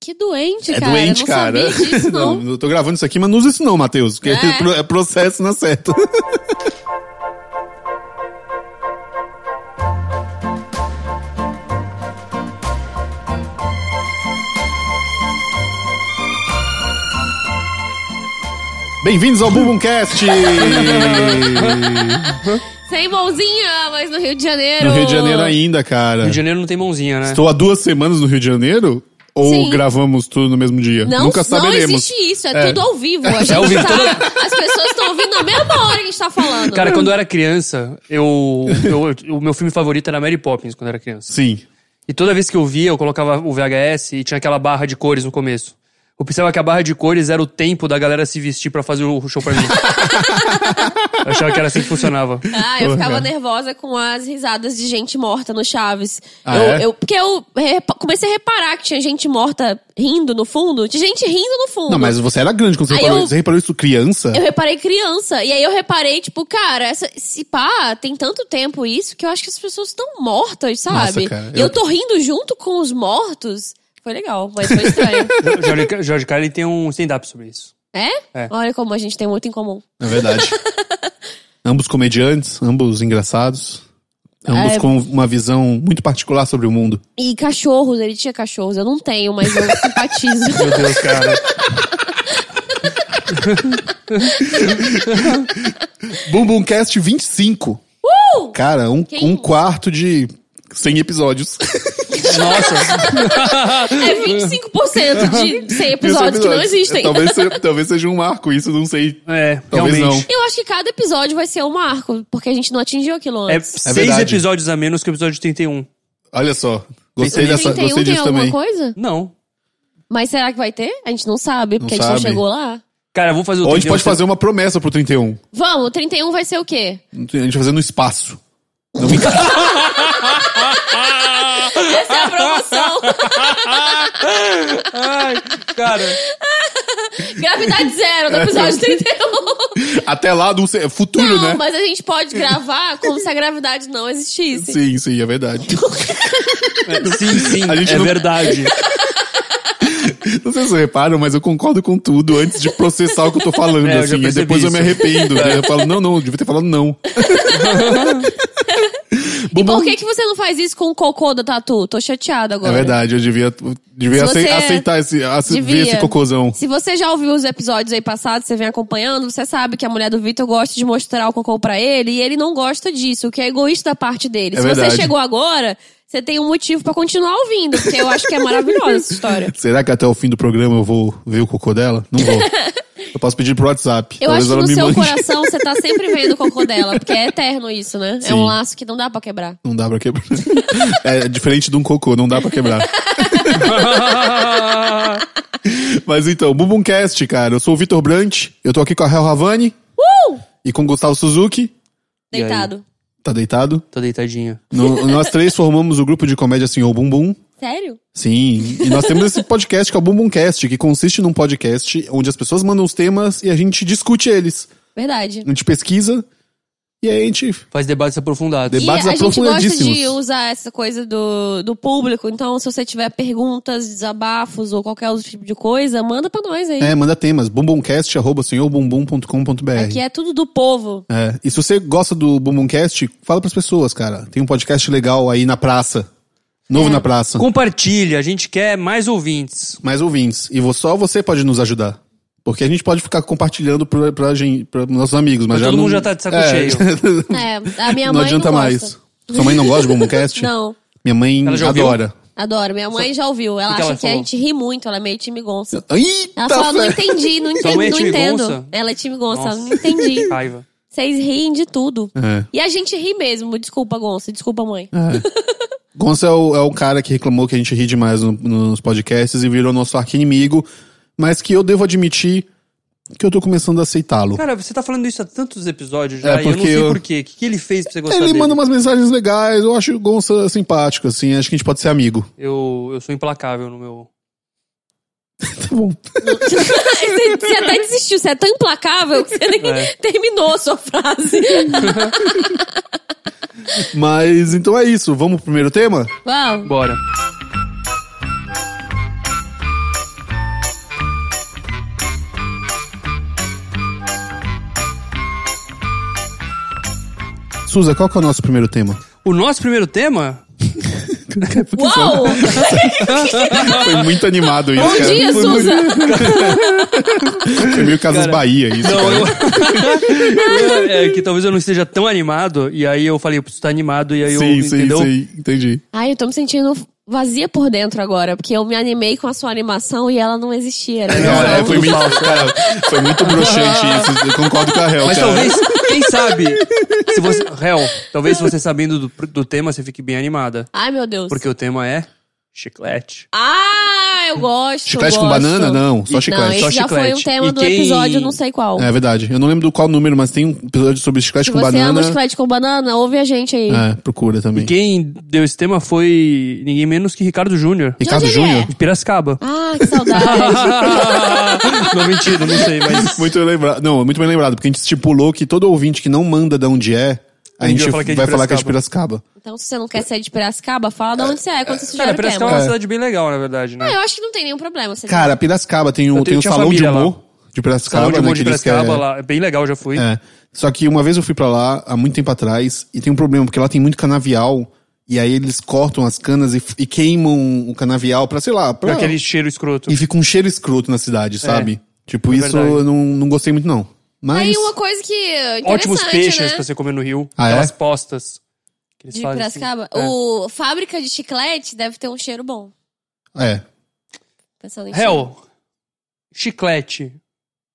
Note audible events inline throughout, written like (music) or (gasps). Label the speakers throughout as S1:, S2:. S1: Que doente,
S2: É
S1: cara.
S2: doente,
S1: não
S2: cara.
S1: sabia
S2: (laughs)
S1: disso, não.
S2: eu tô gravando isso aqui, mas não usa isso não, Matheus. Porque
S1: É.
S2: pro- é processo na certa. (laughs) Bem-vindos ao Bumbumcast!
S1: Sem mãozinha, é mas no Rio de Janeiro.
S2: no Rio de Janeiro ainda, cara.
S3: Rio de Janeiro não tem mãozinha, né?
S2: É. Estou há duas semanas no Rio de Janeiro? Ou
S1: Sim.
S2: gravamos tudo no mesmo dia?
S1: Não,
S2: Nunca saberemos.
S1: não existe isso, é,
S2: É.
S1: tudo ao vivo. A gente
S3: ao vivo,
S1: tá-
S3: toda-
S1: As pessoas estão ouvindo na mesma hora que a gente tá falando.
S3: Cara, quando eu era criança, eu, eu- o meu filme favorito era Mary Poppins quando eu era criança.
S2: Sim.
S3: E toda vez que eu via, eu colocava o VHS e tinha aquela barra de cores no começo. Eu pensava que a barra de cores era o tempo da galera se vestir pra fazer o show pra mim. eu achava que era assim que funcionava.
S1: Ah, eu ficava
S2: Porra.
S1: nervosa com as risadas de gente morta no Chaves.
S2: Ah,
S1: eu,
S2: é?
S1: eu- porque eu repa- comecei a reparar que tinha gente morta rindo no fundo. Tinha gente rindo no fundo.
S2: Não, mas você era grande quando você
S1: Aí
S2: reparou
S1: eu-
S2: isso. Você reparou isso criança?
S1: Eu reparei criança. E aí eu reparei, tipo, cara, essa, se pá, tem tanto tempo isso que eu acho que as pessoas estão mortas, sabe?
S2: Nossa, cara,
S1: e eu...
S2: eu-
S1: tô rindo junto com os mortos. Foi legal, mas foi estranho.
S2: (laughs)
S3: Jo- Jorge, Jorge Carlin tem um stand-up sobre isso.
S1: é?
S3: É.
S1: Olha como a gente tem muito em comum.
S2: Na É
S1: (laughs)
S2: verdade. ambos comediantes, ambos engraçados. Ambos
S1: É.
S2: com uma visão muito particular sobre o mundo.
S1: E cachorros, ele tinha cachorros. Eu não tenho, mas eu simpatizo.
S2: (laughs)
S3: Meu Deus, cara.
S2: Bumbumcast 25.
S1: Uh!
S2: Cara, um,
S1: Quem-
S2: um quarto de 100 episódios.
S3: Nossa.
S1: É 25% de 100 (laughs) episódios que não existem.
S2: Talvez seja, talvez seja um marco, isso eu não sei.
S3: É,
S2: Talvez
S3: realmente.
S1: Eu acho que cada episódio vai ser um marco, porque a gente não atingiu aquilo
S3: É
S1: antes.
S3: seis
S2: verdade.
S3: episódios a menos que o episódio 31.
S2: Olha só. Gostei,
S3: Pensei-
S2: dessa,
S1: 31
S2: gostei
S1: tem
S2: disso
S1: alguma
S2: também.
S1: coisa?
S3: Não.
S1: Mas será que vai ter? A gente não sabe, porque a
S2: Não
S1: gente
S2: sabe.
S1: não chegou lá.
S3: Cara, vamos fazer o
S2: Ou a gente
S3: 31
S2: pode fazer uma promessa pro 31.
S1: Vamos, 31 vai ser o quê?
S2: A gente vai fazer no espaço.
S1: Essa é a
S2: (laughs)
S1: promoção.
S3: Ai,
S2: (laughs)
S3: cara.
S1: Gravidade zero no episódio
S2: né?
S1: 31.
S2: (laughs) Até lá do é futuro,
S1: Não,
S2: né?
S1: mas a gente pode gravar como se a gravidade não existisse.
S2: Sim, sim, é verdade.
S3: Sim, sim,
S2: A gente
S3: é
S2: não-
S3: verdade.
S2: Não sei se vocês reparam, mas eu concordo com tudo antes de processar o que eu tô falando,
S3: É, eu já
S2: assim. E
S3: percebi
S2: depois eu me
S3: isso. É.
S2: arrependo. né? Eu falo, não, não, eu devia ter falado não.
S1: (laughs) E
S2: Bumbum-
S1: por que, que você não faz isso com o cocô da Tatu? Tô chateada
S2: É
S1: agora.
S2: verdade, eu devia, eu devia
S1: Se você-
S2: ace- aceitar esse, ace- ver
S1: Devia.
S2: esse cocôzão.
S1: Se você já ouviu os episódios aí passados, você vem acompanhando, você sabe que a mulher do Vitor gosta de mostrar o cocô pra ele e ele não gosta disso, o que é egoísta da parte dele.
S2: É
S1: Se
S2: verdade.
S1: você chegou agora, você tem um motivo pra continuar ouvindo, porque eu acho que é maravilhosa essa história.
S2: Será que até o fim do programa eu vou ver o cocô dela?
S1: (laughs)
S2: Não vou. Eu posso pedir pro WhatsApp.
S1: Eu
S2: Talvez
S1: acho que
S2: ela
S1: no
S2: me
S1: seu
S2: mande.
S1: coração você tá sempre vendo o cocô dela, porque é eterno isso, né? É
S2: Sim.
S1: um laço que não dá pra quebrar.
S2: Não dá pra quebrar. (laughs) É diferente de um cocô, não dá pra quebrar. Mas então, Bumbumcast, cara. Eu sou o Vitor Brant, eu tô aqui com a Hel Havani
S1: Uh!
S2: e com o Gustavo Suzuki.
S3: E aí?
S1: Deitado.
S2: Tá deitado?
S3: (laughs) Tô deitadinha.
S2: No- nós três formamos o grupo de comédia Senhor Bumbum.
S1: Sério?
S2: Sim, e nós temos esse podcast que é o Bumbumcast, que consiste num podcast onde as pessoas mandam os temas e a gente discute eles.
S1: Verdade.
S2: A gente pesquisa e aí a gente.
S3: Faz debates aprofundados.
S2: Deba-
S1: E
S2: Debates
S1: a gente gosta
S2: aprofundadíssimos.
S1: de usar essa coisa do, do público, então se você tiver perguntas, desabafos ou qualquer outro tipo de coisa, manda pra nós aí.
S2: É, manda temas. bumbumcast.senhorbumbum.com.br.
S1: Aqui é tudo do povo.
S2: É, e se você gosta do Bumbumcast, fala pras pessoas, cara. Tem um podcast legal aí na praça.
S1: É.
S2: Novo na praça.
S3: Compartilha, a gente quer mais ouvintes.
S2: Mais ouvintes. E vo- só você pode nos ajudar. Porque a gente pode ficar compartilhando pra, pra, gente, pra nossos amigos, mas,
S3: Mas
S2: já
S3: todo
S2: não...
S3: mundo já tá de
S2: (laughs)
S3: saco
S2: É,
S3: cheio.
S1: É, a minha
S2: não
S1: mãe
S2: adianta
S1: não gosta.
S2: mais. Sua mãe não gosta
S1: (laughs)
S2: de Bumbumcast?
S1: Não,
S2: Minha mãe
S3: Ela já ouviu?
S2: adora.
S1: adoro. Minha mãe já ouviu. Ela
S3: que que
S1: acha
S3: ela
S1: que a
S3: falou?
S1: gente ri muito, ela é meio time gonça.
S2: Eita,
S1: Ela fala, não
S2: Tá fé.
S1: entendi, não
S3: Sua
S1: entendo,
S3: mãe é
S1: não
S3: time
S1: entendo.
S3: gonça?
S1: Ela é time gonça,
S3: Nossa.
S1: não entendi.
S3: (laughs) Raiva.
S1: Vocês riem de tudo.
S2: É.
S1: E a gente ri mesmo, desculpa, gonça, desculpa, mãe.
S2: Gonça é o, é o cara que reclamou que a gente ri demais no- nos podcasts e virou nosso arqui-inimigo, mas que eu devo admitir que eu tô começando a aceitá-lo.
S3: Cara, você tá falando isso há tantos episódios
S2: É,
S3: já e eu não
S2: porque
S3: sei
S2: eu-
S3: por quê. O que, que ele fez pra você gostar
S2: Ele
S3: dele?
S2: manda umas mensagens legais, eu acho o Gonça simpático, assim, acho que a gente pode ser amigo. (laughs)
S3: Eu, eu sou implacável no meu...
S2: Tá bom.
S1: você, você até desistiu, você é tão implacável que você nem
S3: É.
S1: terminou a sua frase.
S2: Mas então é isso, vamos pro primeiro tema?
S1: Uau.
S3: Bora.
S2: Suza, qual que é o nosso primeiro tema?
S3: O nosso primeiro tema
S1: Uou!
S2: Foi muito animado isso,
S1: Bom
S2: cara.
S1: dia,
S2: É. Foi muito-
S1: Suza!
S2: Foi meio Casas Bahia isso.
S3: Não,
S2: cara.
S3: eu- (laughs) é que talvez eu não esteja tão animado, e aí eu falei, eu preciso estar animado, e aí eu,
S2: Sim, sim,
S3: entendeu?
S2: sim, entendi.
S1: Ai, eu tô me sentindo vazia por dentro agora, porque eu me animei com a sua animação e ela não existia. Era
S2: Não,
S1: só
S2: é,
S1: um-
S2: foi, muito, cara, foi muito broxante isso. Eu concordo com a Hel,
S3: Mas
S2: cara.
S3: talvez, quem sabe, se
S2: (laughs)
S3: você, réu, talvez você sabendo do, do tema, você fique bem animada.
S1: Ai, meu Deus.
S3: Porque o tema é chiclete.
S1: Ah, eu gosto.
S2: Chiclete
S1: eu
S2: com
S1: gosto.
S2: banana? Não, só
S1: Não,
S2: chiclete.
S1: esse
S3: Só
S1: já foi um
S3: chiclete.
S1: tema
S3: E
S1: do
S3: quem-
S1: episódio, não sei qual.
S2: É verdade. Eu não lembro do qual número, mas tem um episódio sobre chiclete
S1: Se
S2: com
S1: você ama
S2: banana.
S1: chiclete com banana, ouve a gente aí.
S2: É, procura também.
S3: Quem deu esse tema foi ninguém menos que Ricardo Júnior,
S1: De
S2: Ricardo
S1: onde ele é.
S2: Júnior? Ah.
S3: de Piracicaba.
S1: Ah, que saudade. (laughs)
S3: (laughs) não, mentira, não sei, mas...
S2: Muito lembrado. Não, muito bem lembrado, porque a gente estipulou que todo ouvinte que não manda de onde é, a
S3: Um dia
S2: gente
S3: vai falar que é de
S2: vai falar que é de Piracicaba.
S1: então, se você não quer sair de Piracicaba, fala de onde você é quando você sugere
S3: Cara,
S1: o tema.
S3: Piracicaba é uma cidade bem legal, na verdade,
S1: Ah,
S3: né?
S1: eu acho que não tem nenhum problema. Você
S2: Cara, Piracicaba tem um,
S3: Eu
S2: tem
S3: tenho-
S2: um
S3: tinha
S2: salão de
S3: família
S2: humor de Piracicaba,
S3: Salão
S2: né,
S3: de humor
S2: que
S3: de
S2: eles que
S3: Piracicaba
S2: é-
S3: lá, é bem legal, já fui.
S2: É. Só que uma vez eu fui pra lá, há muito tempo atrás, e tem um problema, porque lá tem muito canavial, e aí eles cortam as canas e, e queimam o canavial pra, sei lá, pra...
S3: Aquele cheiro escroto.
S2: E fica um cheiro escroto na cidade, sabe? Tipo,
S3: É
S2: isso
S3: verdade.
S2: eu não, não gostei muito, não. Mas.
S1: Aí uma coisa que é interessante,
S3: Ótimos peixes
S1: né?
S3: pra você comer no rio.
S2: Ah, é?
S3: aquelas postas. Que eles
S1: De
S3: fazem assim.
S1: Piracicaba.
S3: É.
S1: O fábrica de chiclete deve ter um cheiro bom.
S2: É.
S1: Pensando em cheiro.
S3: Hel, chiclete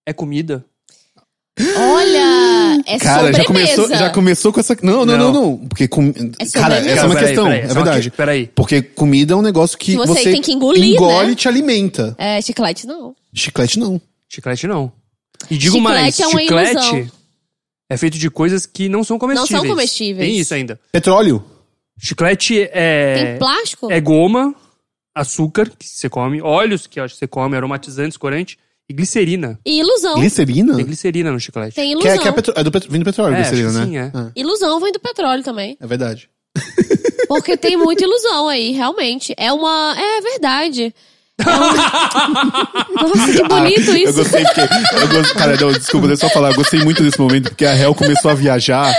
S3: é comida?
S1: Olha, é
S2: Cara,
S1: sobremesa.
S2: já começou, já começou com essa. Não, não, não,
S3: Não.
S2: não. Porque. Com... Cara,
S1: sobremesa.
S2: essa é uma
S3: Cara, peraí,
S2: questão,
S3: peraí,
S2: é
S3: só
S2: verdade.
S3: que- peraí.
S2: Porque comida é um negócio que
S1: Que
S2: você,
S1: você tem que engolir,
S2: engole
S1: né?
S2: e te alimenta.
S1: É, chiclete não.
S2: Chiclete não.
S3: Chiclete não. E digo
S1: Chiclete
S3: mais,
S1: é uma
S3: chiclete
S1: ilusão.
S3: é feito de coisas que não são comestíveis.
S1: são comestíveis.
S3: Tem isso ainda.
S2: Petróleo.
S3: Chiclete
S1: Tem
S3: é
S1: plástico?
S3: é goma, açúcar que você come, óleos que eu acho que você come, aromatizantes, corante e glicerina.
S1: E ilusão.
S2: Glicerina?
S3: Tem glicerina no chiclete.
S1: Tem
S2: Que
S1: ilusão.
S2: é, que é, petro... é do petro... vem do petróleo,
S3: É,
S2: glicerina,
S3: acho
S2: né?
S3: que sim,
S2: é.
S1: Ilusão vem do petróleo também.
S2: É verdade.
S1: Porque tem muita ilusão aí, realmente. É uma. É verdade. É um- (laughs) Nossa, que bonito
S2: Ah, Eu
S1: isso.
S2: gostei porque. eu gost- Cara, não, desculpa, deixa eu só falar. Eu gostei muito desse momento, porque a Hel começou a viajar,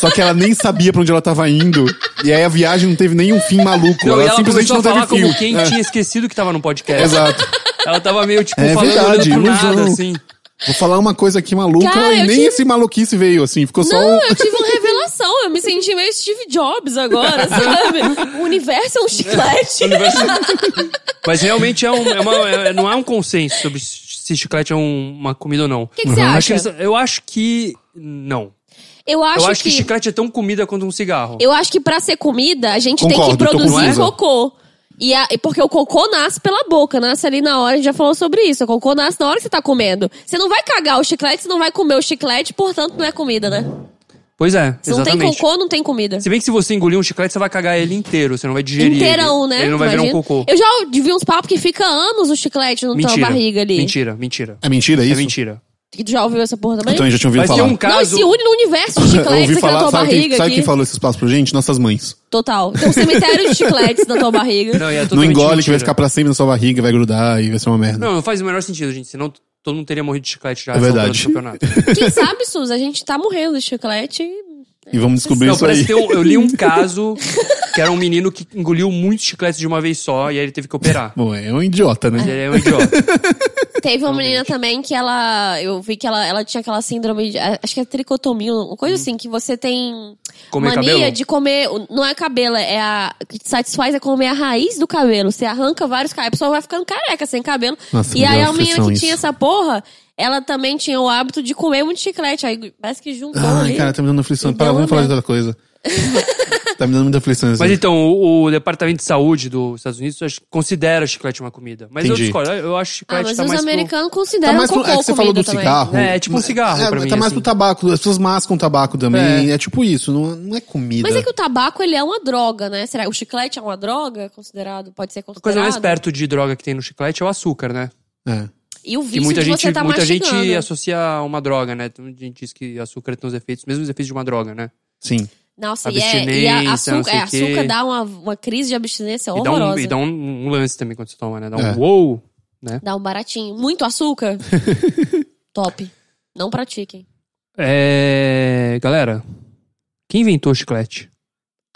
S2: só que ela nem sabia pra onde ela tava indo. E aí a viagem não teve nenhum fim maluco.
S3: Não,
S2: ela,
S3: e ela
S2: simplesmente
S3: começou
S2: não
S3: a
S2: teve
S3: falar
S2: fim.
S3: como quem
S2: É,
S3: tinha esquecido que tava no podcast.
S2: Exato.
S3: Ela tava meio, tipo,
S2: É
S3: falando
S2: verdade,
S3: olhando pro
S2: ilusão.
S3: nada, assim.
S2: Vou falar uma coisa aqui maluca
S1: Cara,
S2: e
S1: eu
S2: nem
S1: tive-
S2: esse maluquice veio, assim. Ficou só um.
S1: Não, eu tive uma revelação. Eu me senti meio Steve Jobs
S3: (laughs)
S1: agora, sabe? O universo é um chiclete.
S3: Mas realmente é um, é uma- é- não há um consenso sobre se chiclete é um- uma comida ou não. O
S1: que que você Uhum. acha?
S3: eu acho que não.
S1: Eu acho,
S3: eu acho que...
S1: que
S3: chiclete é tão comida quanto um cigarro.
S1: Eu acho que pra ser comida, a gente tem
S2: Concordo,
S1: que
S2: tô com
S1: produzir
S2: Luísa.
S1: cocô. E a- e porque o cocô nasce pela boca, nasce ali na hora, a gente já falou sobre isso. O cocô nasce na hora que você tá comendo. Você não vai cagar o chiclete, você não vai comer o chiclete, portanto não é comida, né?
S3: Pois é,
S1: Se não
S3: exatamente.
S1: tem cocô, não tem comida.
S3: Se bem que se você engolir um chiclete, você vai cagar ele inteiro, você não vai digerir
S1: Inteirão,
S3: ele.
S1: né?
S3: Ele não vai virar
S1: Imagina.
S3: um cocô.
S1: Eu já vi uns papos que fica anos o chiclete na tua
S3: mentira,
S1: barriga ali.
S3: mentira, mentira.
S2: É mentira
S3: É,
S2: isso?
S3: mentira.
S1: Que Tu já ouviu essa porra também?
S2: Eu também já tinha ouvido
S3: Mas tem
S2: falar.
S3: um ca- Caso-
S1: Não, se une no universo de
S2: (laughs) Eu ouvi
S1: chicletes aqui na
S2: falar,
S1: é tua
S2: sabe quem,
S1: barriga.
S2: sabe
S1: aqui.
S2: quem falou esse espaço pra gente? Nossas mães.
S1: Total. Tem um cemitério de chicletes na tua barriga.
S3: Não, e é
S2: não
S3: totalmente
S2: engole que vai
S3: mentira.
S2: ficar pra sempre na sua barriga, vai grudar e vai ser uma merda.
S3: Não, não faz o menor sentido, gente. Senão todo mundo teria morrido de chiclete já.
S2: É verdade.
S3: essa altura do campeonato.
S1: Quem sabe, Suza, a gente tá morrendo de chiclete e
S2: E vamos descobrir
S3: Não,
S2: isso aí.
S3: parece que eu,
S2: (laughs)
S3: eu li um caso que era um menino que engoliu muitos chicletes de uma vez só e aí ele teve que operar.
S2: Bom, é um idiota, né?
S3: Ele é um
S2: (laughs)
S3: idiota.
S1: Teve uma menina também que ela. Eu vi que ela, ela tinha aquela síndrome. De, acho que é tricotomia, uma
S2: Uhum.
S1: coisa assim, que você tem
S3: Comer
S1: mania
S3: cabelo?
S1: de comer. Não é cabelo, é a. O que te satisfaz é comer a raiz do cabelo. Você arranca vários cabelos, a pessoa vai ficando careca sem cabelo.
S2: Nossa,
S1: e
S2: me
S1: aí
S2: deu
S1: a menina
S2: aflição
S1: que
S2: isso.
S1: tinha essa porra, ela também tinha o hábito de comer muito chiclete. Aí parece que juntou.
S2: Ai,
S1: ali.
S2: cara, tá me dando aflição.
S1: Me
S2: Para,
S1: deu
S2: vamos
S1: uma
S2: falar de
S1: merda.
S2: outra coisa.
S1: (laughs)
S2: tá me dando muita aflição. Assim.
S3: Mas então, o, o Departamento de Saúde dos Estados Unidos acho que considera chiclete uma comida. Mas
S2: Entendi.
S3: eu discordo. Eu acho que
S1: Ah,
S3: chiclete
S1: mas
S3: tá
S1: os
S3: mais pro-
S1: americanos
S2: Tá
S1: consideram
S2: mais pro,
S1: cocô
S2: é que você falou do
S1: comida também.
S2: cigarro.
S3: É, é tipo um cigarro
S2: É,
S3: pra mim,
S2: tá mais
S3: assim.
S2: pro tabaco. As pessoas mascam tabaco também. É,
S3: É.
S2: tipo isso, não, não é comida.
S1: Mas é que o tabaco, ele é uma droga, né? Será que o chiclete é uma droga? Considerado, pode ser
S3: A coisa
S1: considerado.
S3: mais perto de droga que tem no chiclete é o açúcar, né?
S2: É.
S1: E o
S3: Que
S1: vício
S3: muita
S1: de
S3: gente,
S1: você tá
S3: muita gente
S1: mastigando.
S3: associa a uma droga, né? Tem gente que diz que açúcar tem os efeitos, os mesmos efeitos de uma droga, né?
S2: Sim.
S1: Nossa, e, é, e a
S3: Abstinência, não
S1: açúcar,
S3: sei
S1: é,
S3: o quê.
S1: açúcar dá uma, uma crise de abstinência
S3: E dá, um,
S1: horrorosa.
S3: (laughs) e dá um, um lance também quando você toma, né? Dá um
S2: É.
S3: wow, né?
S1: Dá um baratinho. Muito
S3: (laughs)
S1: açúcar? Top. Não pratiquem.
S3: É, galera, o Quem inventou o chiclete?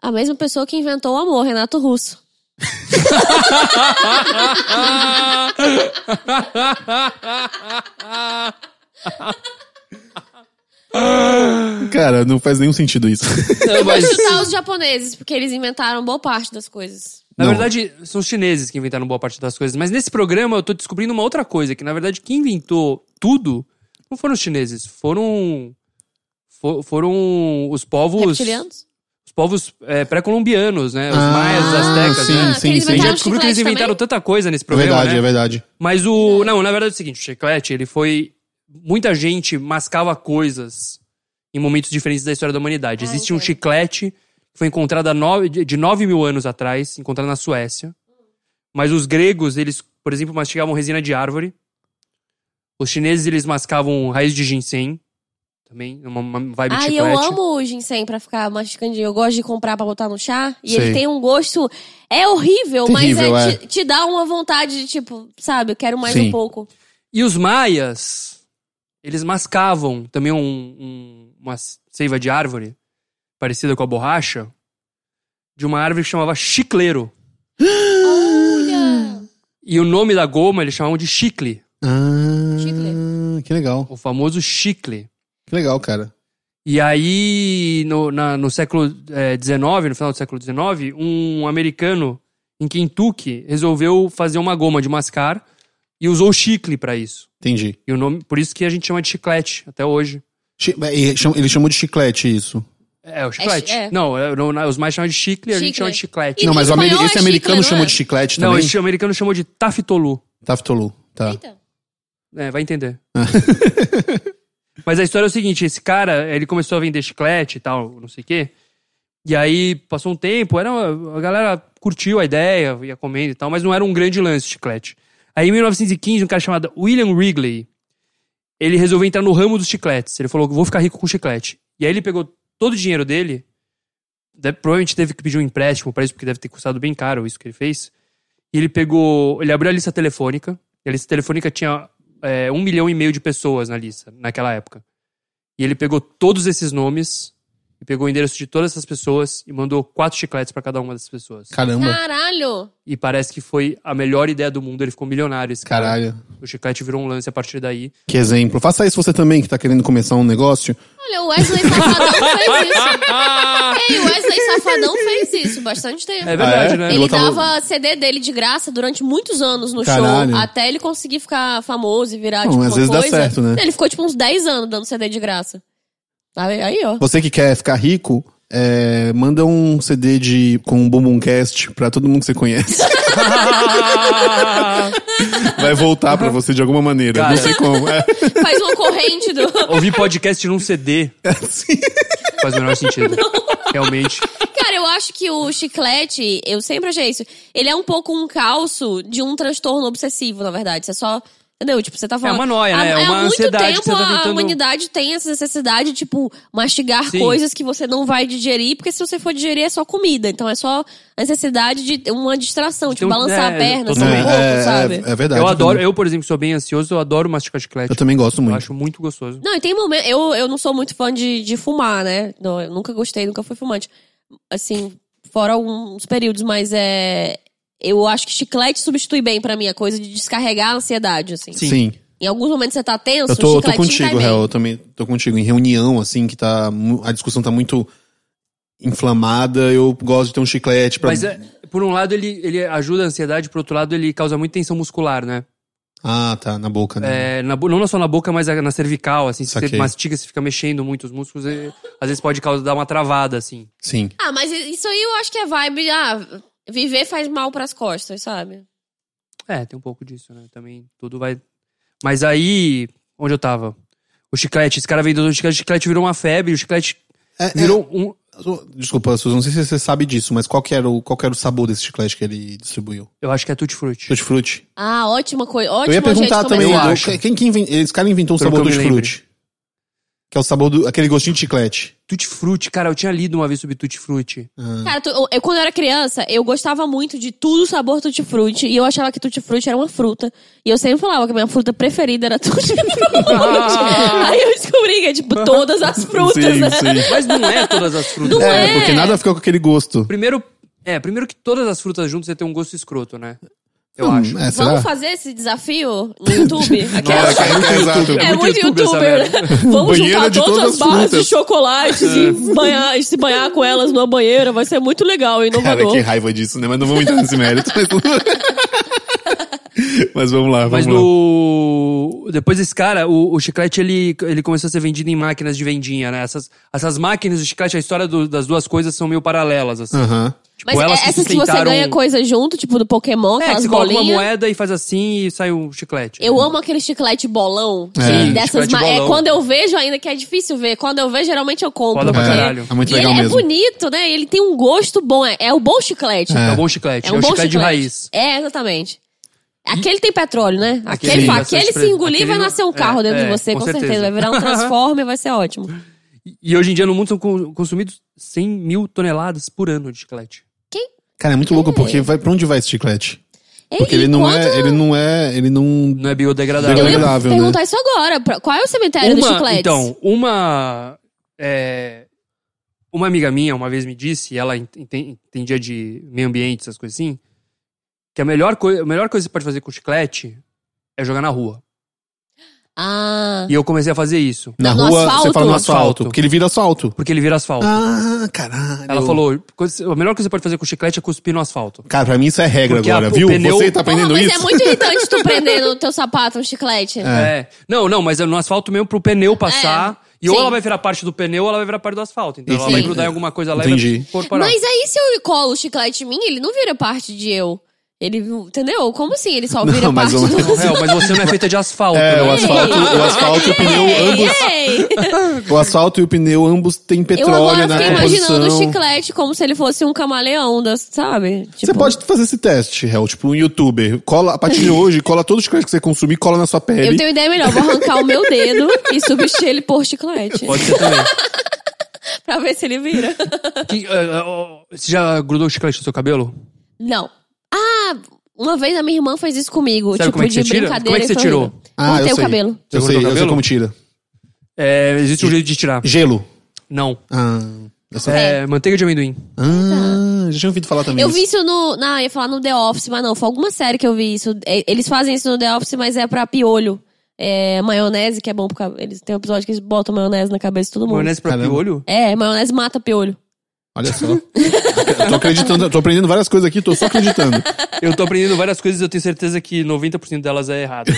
S1: A mesma pessoa que inventou o amor, Renato Russo.
S2: Cara, não faz nenhum sentido
S3: (laughs)
S2: isso.
S3: Não,
S1: Vou
S3: mas,
S1: chutar os japoneses, porque eles inventaram boa parte das coisas.
S3: na
S2: Não.
S3: verdade, são os chineses que inventaram boa parte das coisas. Mas nesse programa eu tô descobrindo uma outra coisa, que na verdade quem inventou tudo não foram os chineses, foram... fo- foram os povos...
S1: Reptilianos?
S3: Os povos é, pré-colombianos, né? Os
S2: Ah,
S3: maias, os aztecas,
S2: sim,
S3: né?
S2: sim, sim.
S3: A gente já
S1: inventaram
S3: descobriu que eles
S1: é um chiclete
S3: inventaram
S1: também?
S3: tanta coisa nesse
S2: É
S3: programa,
S2: verdade,
S3: né?
S2: é verdade.
S3: Mas o. Não, na verdade é o seguinte: o chiclete, ele foi. Muita gente mascava coisas em momentos diferentes da história da humanidade.
S1: Ah,
S3: Existe um
S1: entendo.
S3: chiclete que foi encontrado há nove, de de 9 mil anos atrás, encontrado na Suécia. Mas os gregos, eles, por exemplo, mastigavam resina de árvore. Os chineses, eles mascavam raiz de ginseng. Também, uma, uma
S2: É
S3: vibe de
S1: Ai,
S3: chiclete.
S1: eu amo o ginseng pra ficar masticandinho. Eu gosto de comprar pra botar no chá. E
S2: Sei.
S1: ele tem um gosto... É horrível,
S2: Terrível,
S1: mas é,
S2: é.
S1: Te, te dá uma vontade de, tipo, sabe, eu quero mais
S2: Sim.
S1: um pouco.
S3: E os maias, eles mascavam também um, um- uma seiva de árvore, parecida com a borracha, de uma árvore que chamava chicleiro.
S2: Ah.
S1: Olha!
S3: E o nome da goma eles chamavam de chicle,
S2: Ah,
S1: Chicle.
S2: que legal.
S3: o famoso chicle.
S2: Que legal, cara.
S3: E aí, no, na- no século XIX, no final do século XIX, um americano em Kentucky resolveu fazer uma goma de mascar e usou o chicle pra isso.
S2: Entendi.
S3: E o nome, por isso que a gente chama de chiclete até hoje.
S2: Chi- Ele cham- ele chamou de chiclete isso.
S3: É, o chiclete.
S1: chi- é.
S3: Não, é, não, na- os mais chamam de chicle, a gente
S1: Chicle. é.
S3: chama de chiclete.
S1: E
S2: não, mas o
S1: em
S2: ameri-
S1: espanhol
S2: esse
S1: é
S2: americano
S1: chicle, não
S2: chamou
S1: é?
S2: de chiclete
S3: não,
S2: também?
S3: esse americano chamou de tafitolu.
S2: Taftolu, tá.
S1: Eita.
S3: É, vai entender. Mas a história é o seguinte, esse cara, ele começou a vender chiclete e tal, não sei o quê. E aí, passou um tempo, era, a galera curtiu a ideia, ia comendo e tal, mas não era um grande lance chiclete. Aí, em 1915, um cara chamado William Wrigley, ele resolveu entrar no ramo dos chicletes. Ele falou, vou ficar rico com chiclete. E aí ele pegou todo o dinheiro dele, deve- provavelmente teve que pedir um empréstimo pra isso, porque deve ter custado bem caro isso que ele fez. E ele pegou, ele abriu a lista telefônica, e a lista telefônica tinha é, um milhão e meio de pessoas na lista, naquela época. E ele pegou todos esses nomes, e pegou o endereço de todas essas pessoas, e mandou quatro chicletes pra cada uma dessas pessoas.
S1: Ah.
S2: Caramba.
S1: Caralho!
S3: E parece que foi a melhor ideia do mundo, ele ficou milionário esse cara.
S2: Caralho.
S3: O chiclete virou um lance a partir daí.
S2: Que exemplo. Faça isso você também que tá querendo começar um negócio.
S1: Olha, o Wesley Safadão fez isso.
S3: (laughs)
S1: Ei, o Wesley Safadão fez isso bastante tempo.
S3: É verdade,
S2: Ah, é?
S3: né?
S1: Ele
S2: botava-
S1: dava CD dele de graça durante muitos anos no
S2: Caralho.
S1: show, até ele conseguir ficar famoso e virar,
S2: Não,
S1: tipo,
S2: às
S1: uma
S2: vezes dá
S1: coisa.
S2: certo, né?
S1: Ele ficou, tipo, uns 10 anos dando CD de graça. Sabe? Aí, ó.
S2: Você que quer ficar rico, é, manda um CD de, com um bumbumcast pra todo mundo que você conhece.
S3: (laughs)
S2: Vai voltar pra você de alguma maneira.
S3: Cara.
S2: Não sei
S3: (laughs)
S2: como. É,
S1: Faz uma corrente do... (laughs)
S3: Ouvir podcast num CD
S2: assim.
S3: faz o menor sentido. Realmente.
S1: Cara, eu acho que o chiclete, eu sempre achei isso, ele é um pouco um calço de um transtorno obsessivo, na verdade. Você só... Entendeu? Tipo, você tá falando...
S3: uma noia, né? É
S1: Há,
S3: uma
S1: há muito
S3: ansiedade que
S1: tempo
S3: você tá
S1: a
S3: tentando-
S1: humanidade tem essa necessidade de, tipo, mastigar
S3: Sim.
S1: coisas que você não vai digerir, porque se você for digerir é só comida. Então é só a necessidade de ter uma distração, tipo,
S3: um-
S1: balançar
S3: é,
S1: a perna, assim, um
S3: totalmente.
S1: pouco, sabe?
S2: É, é, é verdade.
S3: eu adoro, eu, por exemplo, que sou bem ansioso, eu adoro mastigar chiclete.
S2: Eu também gosto
S3: Eu
S2: muito.
S3: acho muito gostoso.
S1: Não, e tem momento. Eu, eu não sou muito fã de, de fumar, né? Não, eu nunca gostei, nunca fui fumante. Assim, fora alguns períodos, mas é. Eu acho que chiclete substitui bem pra mim a coisa de descarregar a ansiedade, assim.
S2: Sim.
S1: Em alguns momentos você tá tenso,
S2: Eu tô,
S1: o
S2: eu
S1: chicletinho
S2: tô
S1: cai
S2: contigo,
S1: bem.
S2: Real. Eu também tô contigo. Em reunião, assim, que tá. mu- A discussão tá muito inflamada. Eu gosto de ter um chiclete pra.
S3: Mas, é, por um lado, ele, ele ajuda a ansiedade, por outro lado, ele causa muita tensão muscular, né?
S2: Ah, tá, na boca, né?
S3: É, na, bo- não só na boca, mas na cervical, assim. Se você
S2: Saquei.
S3: mastiga, você fica mexendo muito os músculos, e, às vezes pode causar dar uma travada, assim.
S2: Sim.
S1: Ah, mas isso aí eu acho que é vibe. Ah, viver faz mal pras costas, sabe?
S3: É, tem um pouco disso, né? Também tudo vai. Mas aí, onde eu tava? O chiclete, esse cara vendeu o chiclete, o chiclete virou uma febre, o chiclete
S2: É, é-
S3: virou um.
S2: Desculpa, Suzy, não sei se você sabe disso, mas qual que era o, qual que era o sabor desse chiclete que ele distribuiu?
S3: Eu acho que é Tutti Frutti.
S2: Tutti Frutti?
S1: Ah, ótima coisa.
S2: Eu
S1: Ótima
S2: ia perguntar
S1: jeito de
S2: também,
S1: começar.
S3: eu
S2: do-
S3: acho.
S2: quem que inven- esse cara inventou o
S3: Pelo
S2: sabor
S3: que eu me
S2: Tutti Frutti? Que é o sabor do. aquele gostinho de chiclete.
S3: Tutti Frutti, cara, eu tinha lido uma vez sobre Tutti Frutti.
S1: Cara, tu- eu, eu, quando eu era criança, eu gostava muito de tudo sabor tutti-frutti. E eu achava que tutti-frutti era uma fruta. E eu sempre falava que a minha fruta preferida era (laughs)
S3: (laughs)
S1: tutti-frutti. Aí eu descobri que é tipo todas as frutas,
S2: Sim,
S1: né?
S2: sim.
S3: Mas não é todas as frutas.
S1: Não
S3: né?
S2: É, porque nada fica com aquele gosto.
S3: Primeiro, é, primeiro que todas as frutas juntas você tem um gosto escroto, né? Eu
S2: Hum,
S3: acho.
S2: É, será?
S1: Vamos fazer esse desafio no YouTube?
S2: Nossa,
S1: Aquela-
S2: cara, é exato.
S1: É
S3: muito
S1: muito
S3: YouTube essa
S1: youtuber, né? Vamos
S2: Banheira
S1: juntar
S2: de
S1: todas
S2: todas
S1: as
S2: as
S1: barras de
S2: frutas. É.
S1: chocolate e, banhar- e se banhar com elas numa banheira. Vai ser muito legal,
S2: Cara,
S1: inovador.
S2: que raiva disso, né? Mas não vamos entrar nesse mérito. (laughs) Mas vamos lá, vamos
S3: Mas
S2: lá.
S3: no. Depois desse cara, o, o chiclete ele, ele começou a ser vendido em máquinas de vendinha, né? Essas, essas máquinas de chiclete, a história do- das duas coisas são meio paralelas, assim.
S2: Aham.
S3: Tipo,
S1: Mas
S3: elas
S1: é- essas que você
S3: sustentaram-
S1: ganha coisa junto, tipo do Pokémon,
S3: É, que
S1: aquelas
S3: você coloca uma
S1: bolinhas.
S3: moeda e faz assim e sai um chiclete.
S1: Eu amo aquele chiclete bolão. que
S2: É.
S1: dessas
S3: Chiclete
S1: ma- é,
S3: bolão.
S1: quando eu vejo ainda, que é difícil ver. Quando eu vejo, geralmente eu compro.
S3: Foda pra
S1: porque-
S3: caralho.
S2: É muito
S1: E
S2: legal
S1: ele
S2: mesmo.
S1: é bonito, né? Ele tem um gosto bom. É, é o bom chiclete.
S3: É um bom chiclete. É,
S1: É um
S3: o
S1: bom chiclete.
S3: chiclete, de raiz.
S1: É, exatamente. Aquele tem petróleo, né? Aquele,
S3: Sim,
S1: fala,
S3: essa
S1: aquele se
S3: expressão.
S1: engolir,
S3: Aquele
S1: vai
S3: não-
S1: nascer um carro
S3: é,
S1: dentro de
S3: é,
S1: você, com,
S3: com
S1: certeza.
S3: certeza.
S1: Vai virar um transformer, vai ser ótimo.
S3: E- E hoje em dia no mundo são con- consumidos 100 mil toneladas por ano de chiclete.
S2: Cara, é muito
S1: né?
S2: louco, porque vai pra onde vai esse chiclete?
S1: Ei,
S2: Porque ele
S1: e
S2: não
S1: quanto-
S2: é. Ele não é. Ele não.
S3: Não é biodegradável.
S1: Eu ia
S2: agradável, né?
S1: perguntar isso agora. pra- Qual é o cemitério dos
S3: uma,
S1: chicletes?
S3: então, uma. é, uma amiga minha uma vez me disse, e ela ent- enten- entendia de meio ambiente, essas coisas assim, que a melhor, coi- a melhor coisa que você pode fazer com chiclete é jogar na rua.
S1: Ah,
S3: E eu comecei a fazer isso.
S2: Na
S1: No
S2: rua,
S1: asfalto?
S2: você fala no
S3: No
S2: asfalto.
S3: asfalto.
S2: Porque ele vira asfalto.
S3: Porque ele vira asfalto.
S2: Ah, caralho.
S3: Ela falou: "Coisa- a melhor coisa que você pode fazer com chiclete é cuspir no asfalto.
S2: Cara, pra mim isso é regra
S3: Porque a-
S2: agora,
S3: o
S2: viu?
S3: pneu-
S2: Você tá aprendendo
S1: Porra, mas
S2: isso?
S1: é muito irritante tu prender no teu sapato um chiclete.
S3: É. Não, não, mas é no asfalto mesmo pro pneu passar.
S1: É,
S3: E ou
S1: sim.
S3: ela vai virar parte do pneu ou ela vai virar parte do asfalto. Então ela
S2: Sim.
S3: vai grudar em alguma coisa lá e
S2: Entendi.
S3: vai incorporar.
S1: Mas aí se eu colo o chiclete em mim, ele não vira parte de eu. Ele, entendeu? Como assim? Ele só vira
S2: Não, mas
S1: parte
S2: o-
S1: do...
S3: (laughs) É, mas você não é feita de asfalto.
S2: É,
S3: né? (laughs)
S2: o asfalto, o asfalto e o pneu,
S1: Ei,
S2: ambos.
S1: ei.
S2: O asfalto e o pneu, ambos têm
S1: Eu
S2: petróleo
S3: né?
S1: agora
S2: na
S1: fiquei imaginando o
S2: composição.
S1: chiclete como se ele fosse um camaleão, das- sabe? Tipo,
S2: Você pode fazer esse teste, Hel, tipo um youtuber. Cola, a partir de hoje, cola todo o chiclete que você consumir, cola na sua pele.
S1: Eu tenho ideia melhor, vou arrancar o meu dedo (laughs) e substituir ele por chiclete.
S3: Pode ser também.
S1: Pra ver se ele vira.
S3: Que, ah, ah, oh, você já grudou chiclete no seu cabelo?
S1: Não. Ah, uma vez a minha irmã fez isso comigo.
S3: Sabe
S1: tipo,
S3: como é que
S1: de
S3: você tira?
S1: brincadeira.
S3: Como é que
S1: e
S3: você
S1: foi
S3: tirou?
S1: horrível. Cortei o cabelo.
S2: Ah, Eu
S3: Você
S2: sei,
S3: cortou o
S2: eu sei
S3: cabelo?
S2: como tira.
S3: É, existe um jeito de tirar.
S2: Gelo.
S3: Não.
S2: Ah, eu sei.
S3: É, manteiga de amendoim.
S2: Ah, já tinha ouvido falar
S1: Tá.
S2: também
S1: Eu
S2: isso.
S1: vi isso no. Na, ia falar no The Office, mas não, foi alguma série que eu vi isso. É, Eles fazem isso no The Office, mas é pra piolho. É maionese, que é bom pro cabelo. Eles têm um episódio que eles botam maionese na cabeça de todo mundo.
S3: Maionese pra
S2: Caramba.
S3: piolho?
S1: É, maionese mata piolho.
S2: Olha só. eu tô acreditando, eu tô aprendendo várias coisas aqui, tô só acreditando.
S3: Eu tô aprendendo várias coisas e eu tenho certeza que 90% delas é errado.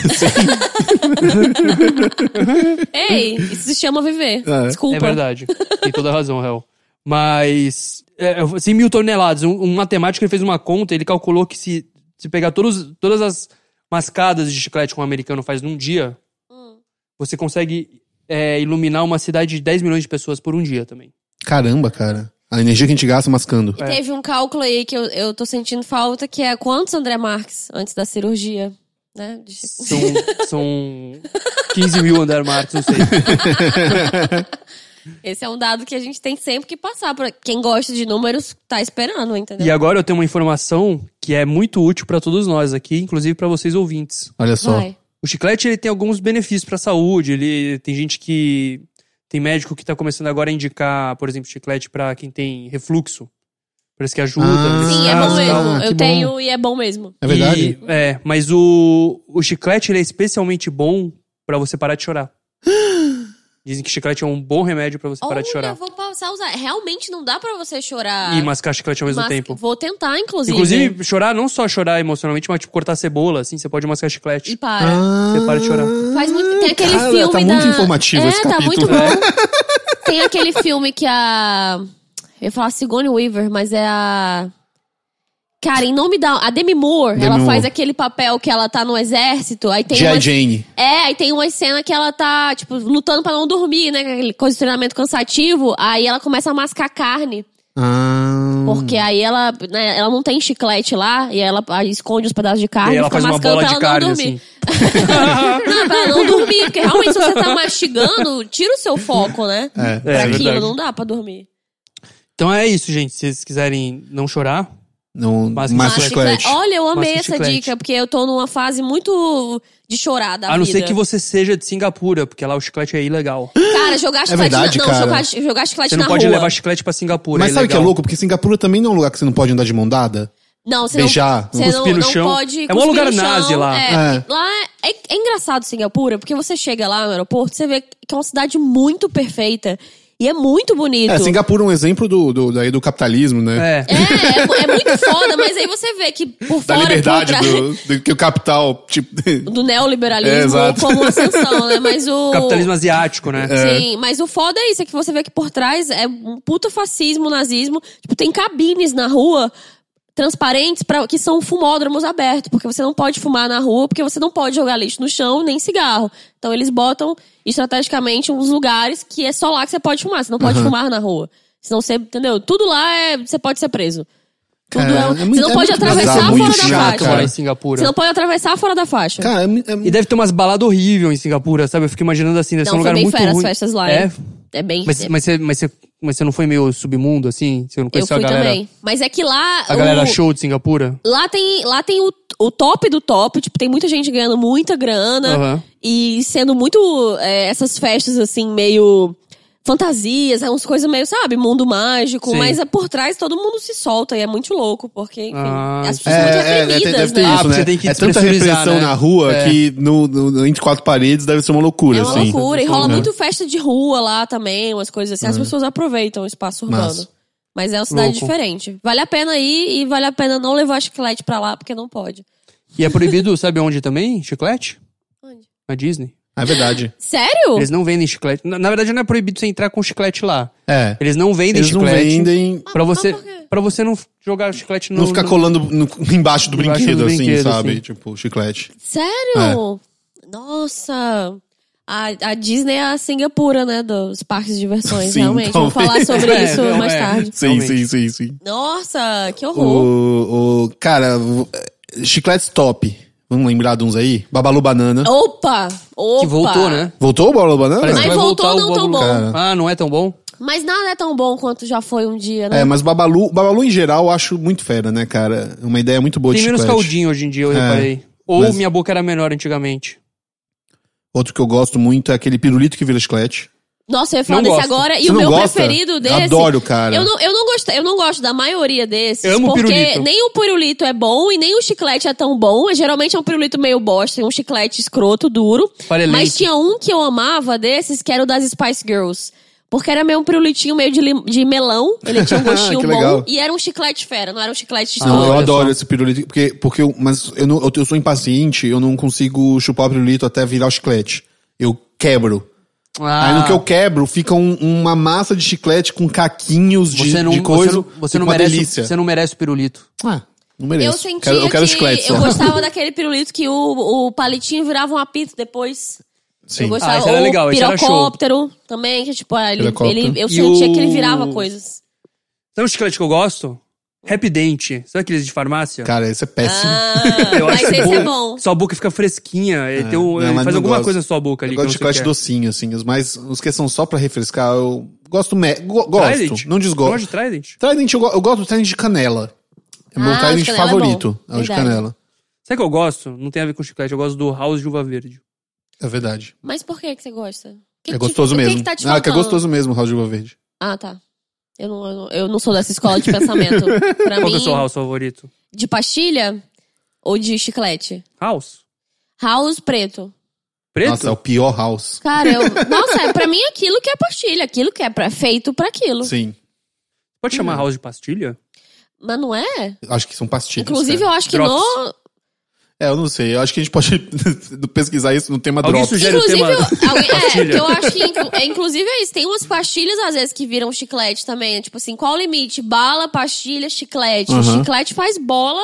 S1: Ei, isso se chama viver.
S2: É.
S1: Desculpa.
S3: É verdade. Tem toda a razão, Hel. Mas, é, 100 mil toneladas. Um, um matemático ele fez uma conta, ele calculou que se, se pegar todos, todas as mascadas de chiclete que um americano faz num dia, você consegue é, iluminar uma cidade de 10 milhões de pessoas por um dia também.
S2: Caramba, cara. A energia que a gente gasta mascando.
S3: é.
S1: E teve um cálculo aí que eu, eu tô sentindo falta, que é quantos André Marques antes da cirurgia, né? De-
S3: São, são 15 mil André Marques, não sei.
S1: (laughs) Esse é um dado que a gente tem sempre que passar. Pra quem gosta de números, tá esperando, entendeu?
S2: é
S3: E agora eu tenho uma informação que é muito útil pra todos nós aqui, inclusive pra vocês ouvintes.
S2: Olha só.
S1: Vai.
S3: O chiclete ele tem alguns benefícios para a saúde. Ele tem gente que tem médico que tá começando agora a indicar, por exemplo, chiclete para quem tem refluxo. Parece que ajuda.
S2: Ah,
S3: nesses
S1: Sim, é bom
S3: casos e
S1: mesmo.
S3: tal. né?
S2: Ah, que
S1: eu
S2: bom.
S1: tenho e é bom mesmo.
S2: É verdade?
S3: E- é, mas o, o chiclete ele é especialmente bom para você parar de
S2: (gasps)
S3: chorar. Dizem que chiclete é um bom remédio para você parar de
S1: Olha,
S3: chorar.
S1: vou passar a usar. Realmente não dá pra você chorar.
S3: E mascar chiclete ao mesmo
S1: mas
S3: tempo.
S1: Vou tentar, inclusive.
S3: Inclusive, chorar, não só chorar emocionalmente, mas tipo cortar cebola, assim, você pode mascar chiclete.
S1: E para.
S2: Ah,
S3: para de chorar.
S1: Faz muito... Tem aquele
S2: cara,
S1: filme
S2: tá
S1: da...
S2: muito informativo
S1: é,
S2: esse
S1: tá muito
S2: capítulo.
S1: bom.
S2: (laughs)
S1: Tem aquele filme que a... Eu ia falar Sigourney Weaver, mas é a... Cara, em nome da... A Demi Moore,
S2: Demi
S1: ela faz
S2: Moore.
S1: aquele papel que ela tá no exército, aí tem
S2: G.I.
S1: umas-
S2: Jane.
S1: É, aí tem uma cena que ela tá, tipo, lutando pra não dormir, né? Aquele coisa de treinamento cansativo. Aí ela começa a mascar carne.
S2: Ah.
S1: Porque
S3: Hum.
S1: aí ela, né, ela não tem chiclete lá, e ela ah, esconde os pedaços de carne
S3: E
S1: e
S3: ela
S1: fica
S3: faz uma
S1: mascando
S3: bola
S1: pra
S3: de
S1: ela
S3: carne,
S1: não dormir.
S3: assim.
S1: (laughs) Não, pra não dormir, porque realmente se você tá mastigando, tira o seu foco, né?
S2: É.
S1: pra
S3: é
S1: aquilo,
S3: verdade.
S1: não dá pra dormir.
S3: Então é isso, gente. Se vocês quiserem não chorar,
S2: Não,
S3: Mas-
S2: mas,
S3: Masca
S2: chiclete.
S1: Olha, eu amei
S3: Masca
S1: essa
S3: chiclete.
S1: dica, porque eu tô numa fase muito de chorar da
S3: a não
S1: vida.
S3: ser que você seja de Singapura, porque lá o chiclete
S1: (gasps)
S3: é ilegal.
S1: Cara, jogar chiclete
S2: É verdade,
S1: na... Não,
S2: cara.
S1: jogar, jogar chiclete
S3: Você
S1: na
S3: não pode
S1: rua.
S3: levar chiclete pra Singapura.
S2: Mas sabe o que é
S3: ilegal.
S2: louco? Porque Singapura também não é um lugar que você não pode andar de mão dada.
S1: Não, você
S2: Beijar,
S1: não, você não,
S3: cuspir no
S1: não
S3: chão.
S1: pode.
S3: É um
S1: cuspir
S3: lugar
S1: no chão,
S3: nazi lá.
S1: É,
S2: É.
S1: Lá é, é engraçado Singapura, porque você chega lá no aeroporto, você vê que é uma cidade muito perfeita. E é muito bonito.
S2: É, Singapura é um exemplo do, do, daí do capitalismo, né?
S3: É.
S1: É, é mu- é muito foda, mas aí você vê que por
S2: Da
S1: fora,
S2: liberdade,
S1: por trás-
S2: do, do- que o capital, tipo... (laughs)
S1: do
S2: É,
S1: neoliberalismo
S2: exato.
S1: como ascensão, né? Mas o.
S3: Capitalismo asiático, né?
S1: Sim, mas o foda é isso, é que você vê que por trás é um puta fascismo, nazismo. Tipo, tem cabines na rua transparentes pra, que são fumódromos abertos, porque você não pode fumar na rua, porque você não pode jogar lixo no chão nem cigarro. Então eles botam estrategicamente uns lugares que é só lá que você pode fumar, você não pode fumar na rua. Senão você, entendeu? Tudo lá é, você pode ser preso. Tudo
S2: Cara,
S1: é,
S2: é
S1: você
S2: muito-
S1: não
S2: é
S1: pode
S2: muito
S1: atravessar
S2: bizarro,
S1: fora
S2: muito
S1: da
S2: chato,
S1: faixa.
S3: Morar
S2: cara.
S3: em Singapura.
S1: Você não pode atravessar fora da faixa.
S2: Cara, é, mu- é mu-
S3: E deve ter umas baladas horríveis em Singapura, sabe? Eu fico imaginando assim,
S2: é
S3: deve ser um
S1: não, foi
S3: lugar
S1: bem
S3: muito
S1: fera as
S3: ruim.
S1: festas lá.
S3: É?
S1: hein? É bem
S3: Mas, mas, você, mas, você, mas você não foi meio submundo, assim? Você não
S1: Eu
S3: conheceu
S1: fui
S3: a galera?
S1: também. Mas é que lá.
S3: A galera
S1: o-
S3: show de Singapura?
S1: Lá tem, lá tem o, o top do top, tipo, tem muita gente ganhando muita grana
S3: Aham.
S1: e sendo muito é, essas festas assim, meio fantasias, é umas coisas meio, sabe, mundo mágico,
S3: Sim.
S1: mas é por trás todo mundo se solta e é muito louco, porque, enfim,
S3: Ah,
S1: as
S2: É,
S1: pessoas são muito
S2: é,
S1: reprimidas,
S2: deve- deve ter
S1: né?
S2: isso,
S3: porque
S2: né?
S3: Ah, tem que
S2: é tanta
S3: despressurizar,
S2: repressão
S3: né?
S2: na rua
S3: É.
S2: que no, no- entre quatro paredes deve ser uma loucura,
S1: É uma
S2: assim.
S1: loucura. E
S3: Sim.
S1: rola
S3: Uhum.
S1: muito festa de rua lá também, umas coisas assim. As pessoas aproveitam o espaço urbano.
S2: Massa.
S1: Mas é uma cidade
S3: Louco.
S1: diferente. Vale a pena ir e vale a pena não levar chiclete pra lá, porque não pode.
S3: E é proibido, (laughs) sabe onde também? Chiclete?
S1: Onde?
S3: Na Disney.
S2: É verdade.
S1: Sério?
S3: Eles não vendem chiclete. Na, na verdade, não é proibido você entrar com chiclete lá.
S2: É.
S3: Eles não vendem
S2: Eles não
S3: chiclete.
S2: vendem...
S3: Pra
S1: Ah, Mas
S3: você,
S1: por quê?
S3: pra você não jogar chiclete no...
S2: Não ficar
S3: no-
S2: colando no- embaixo do
S3: Embaixo do
S2: brinquedo, assim,
S3: brinquedo,
S2: sabe?
S3: assim.
S2: Tipo, chiclete.
S1: Sério? Nossa! A, a Disney é a Singapura, né? Dos parques de diversões,
S2: Sim,
S1: realmente. Vamos falar
S2: talvez.
S1: sobre
S3: É,
S1: isso
S3: não,
S1: mais
S3: é.
S1: tarde.
S2: Sim, sim,
S3: Realmente.
S2: sim, sim.
S1: Nossa, que horror.
S2: O, o- cara, o- eh, chicletes top. Vamos lembrar de uns aí? Babalu Banana.
S1: Opa! Opa!
S3: Que voltou, né?
S2: Voltou o Babalu Banana?
S3: Parece que
S1: Mas
S3: vai
S1: voltou
S3: voltar o
S1: não tão
S3: Babalu.
S2: bom.
S3: Ah, não é tão bom?
S1: Mas nada é tão bom quanto já foi um dia, né?
S2: É, mas Babalu, Babalu em geral eu acho muito fera, né, cara? É Uma ideia muito boa
S3: Tem
S2: de
S3: menos
S2: chiclete.
S3: caldinho hoje em dia, eu
S2: É,
S3: reparei. Ou
S2: mas-
S3: minha boca era menor antigamente.
S2: Outro que eu gosto muito é aquele pirulito que vira chiclete.
S1: Nossa, eu ia falar
S3: Não
S1: desse
S3: gosto.
S1: agora. E
S2: Você
S1: o
S2: não
S1: meu
S2: gosta?
S1: preferido
S2: Eu
S1: desse.
S2: adoro, cara.
S1: Eu não, eu, não gosto, eu não gosto da maioria desses.
S3: Eu amo
S1: porque
S3: pirulito.
S1: nem o pirulito é bom e nem o chiclete é tão bom. Geralmente é um pirulito meio bosta, e um chiclete escroto, duro.
S3: Farelento.
S1: Mas tinha um que eu amava desses, que era o das Spice Girls. Porque era meio um pirulitinho meio de, lim- de melão. Ele tinha um gostinho
S2: Que
S1: bom.
S2: legal. Ah,
S1: E era um chiclete fera, não era um chiclete
S2: Não,
S1: escroto.
S2: eu
S3: olha
S2: adoro
S3: só.
S2: esse pirulito, porque, porque eu, mas eu, não, eu, eu sou impaciente, eu não consigo chupar o pirulito até virar o chiclete. Eu quebro.
S3: Ah,
S2: Aí no que eu quebro, fica um- uma massa de chiclete com caquinhos de,
S3: Ah, você não,
S2: de coisa.
S3: Você não, você
S2: fica
S3: não
S2: uma
S3: merece,
S2: delícia.
S3: você não merece o pirulito.
S2: Ah, não mereço.
S1: Eu sentia
S2: Quero- eu quero
S1: que
S2: chiclete só.
S1: eu gostava daquele pirulito que o, o palitinho virava um apito depois.
S2: (laughs) Sim.
S1: Eu gostava.
S3: Ah, esse era
S1: Ou
S3: legal, esse era show.
S1: pirocóptero também, que tipo, ah, ele,
S2: Pirocóptero.
S1: ele- eu
S3: E
S1: sentia
S3: o-
S1: que ele virava coisas.
S3: Sabe o chiclete que eu gosto? Happy Dente. Sabe aqueles de farmácia?
S2: Cara, esse é péssimo.
S1: Ah,
S3: Eu
S1: mas
S3: acho
S1: esse
S3: bom.
S1: é bom.
S3: Sua boca fica fresquinha. Ele, tem um-
S2: É, não,
S3: ele
S2: mas
S3: faz
S2: não
S3: alguma
S2: gosto.
S3: coisa na sua boca ali.
S2: eu gosto de
S3: que não sei
S2: chiclete
S3: o
S2: docinho, assim, os mais. Os que são só pra refrescar, eu gosto. Me... go-
S3: que é.
S2: gosto,
S3: Trident?
S2: não
S3: Eu
S2: desgosto.
S3: gosto de Trident.
S2: Trident, eu, go- eu gosto do Trident de canela. É meu
S1: Ah, o de
S2: Trident
S1: canela é
S2: favorito.
S1: bom.
S2: É, o de
S1: Verdade.
S2: canela.
S3: Sabe o que eu gosto? Não tem a ver com chiclete. Eu gosto do House de Uva Verde.
S2: É verdade.
S1: Mas por que, que você gosta? Que
S2: é
S1: que
S2: gostoso
S1: te,
S2: mesmo.
S1: O que, que tá te
S2: ah, que é
S1: faltando?
S2: gostoso mesmo, Raul de Uva Verde.
S1: Ah, tá. Eu não, eu, não, eu não sou dessa escola de
S2: (laughs)
S1: pensamento. Pra
S3: Qual que é o
S1: mim,
S3: seu House favorito?
S1: de pastilha ou de chiclete?
S3: House?
S1: House preto.
S3: Preto?
S2: Nossa, é o pior house.
S1: Cara,
S2: (laughs)
S1: eu. Nossa, é pra mim aquilo que é pastilha, aquilo que é pra, feito pra aquilo.
S2: Sim.
S3: Pode
S2: Hum.
S3: chamar House de pastilha?
S1: Mas não é?
S2: Acho que são pastilhas.
S1: Inclusive, eu
S2: cara.
S1: acho que
S3: Drops.
S1: no.
S2: É, eu não sei. Eu acho que a gente pode (laughs) pesquisar isso no tema
S3: Alguém
S2: drop.
S3: sugere o
S1: Inclusive,
S3: tema?
S1: eu- alguém- é,
S3: Pastilha.
S1: que eu acho que, inclu- é, inclusive é isso, tem umas pastilhas às vezes que viram né? chiclete também, tipo assim, qual o limite? Bala, pastilha, chiclete. O
S2: Uhum.
S1: chiclete faz bola,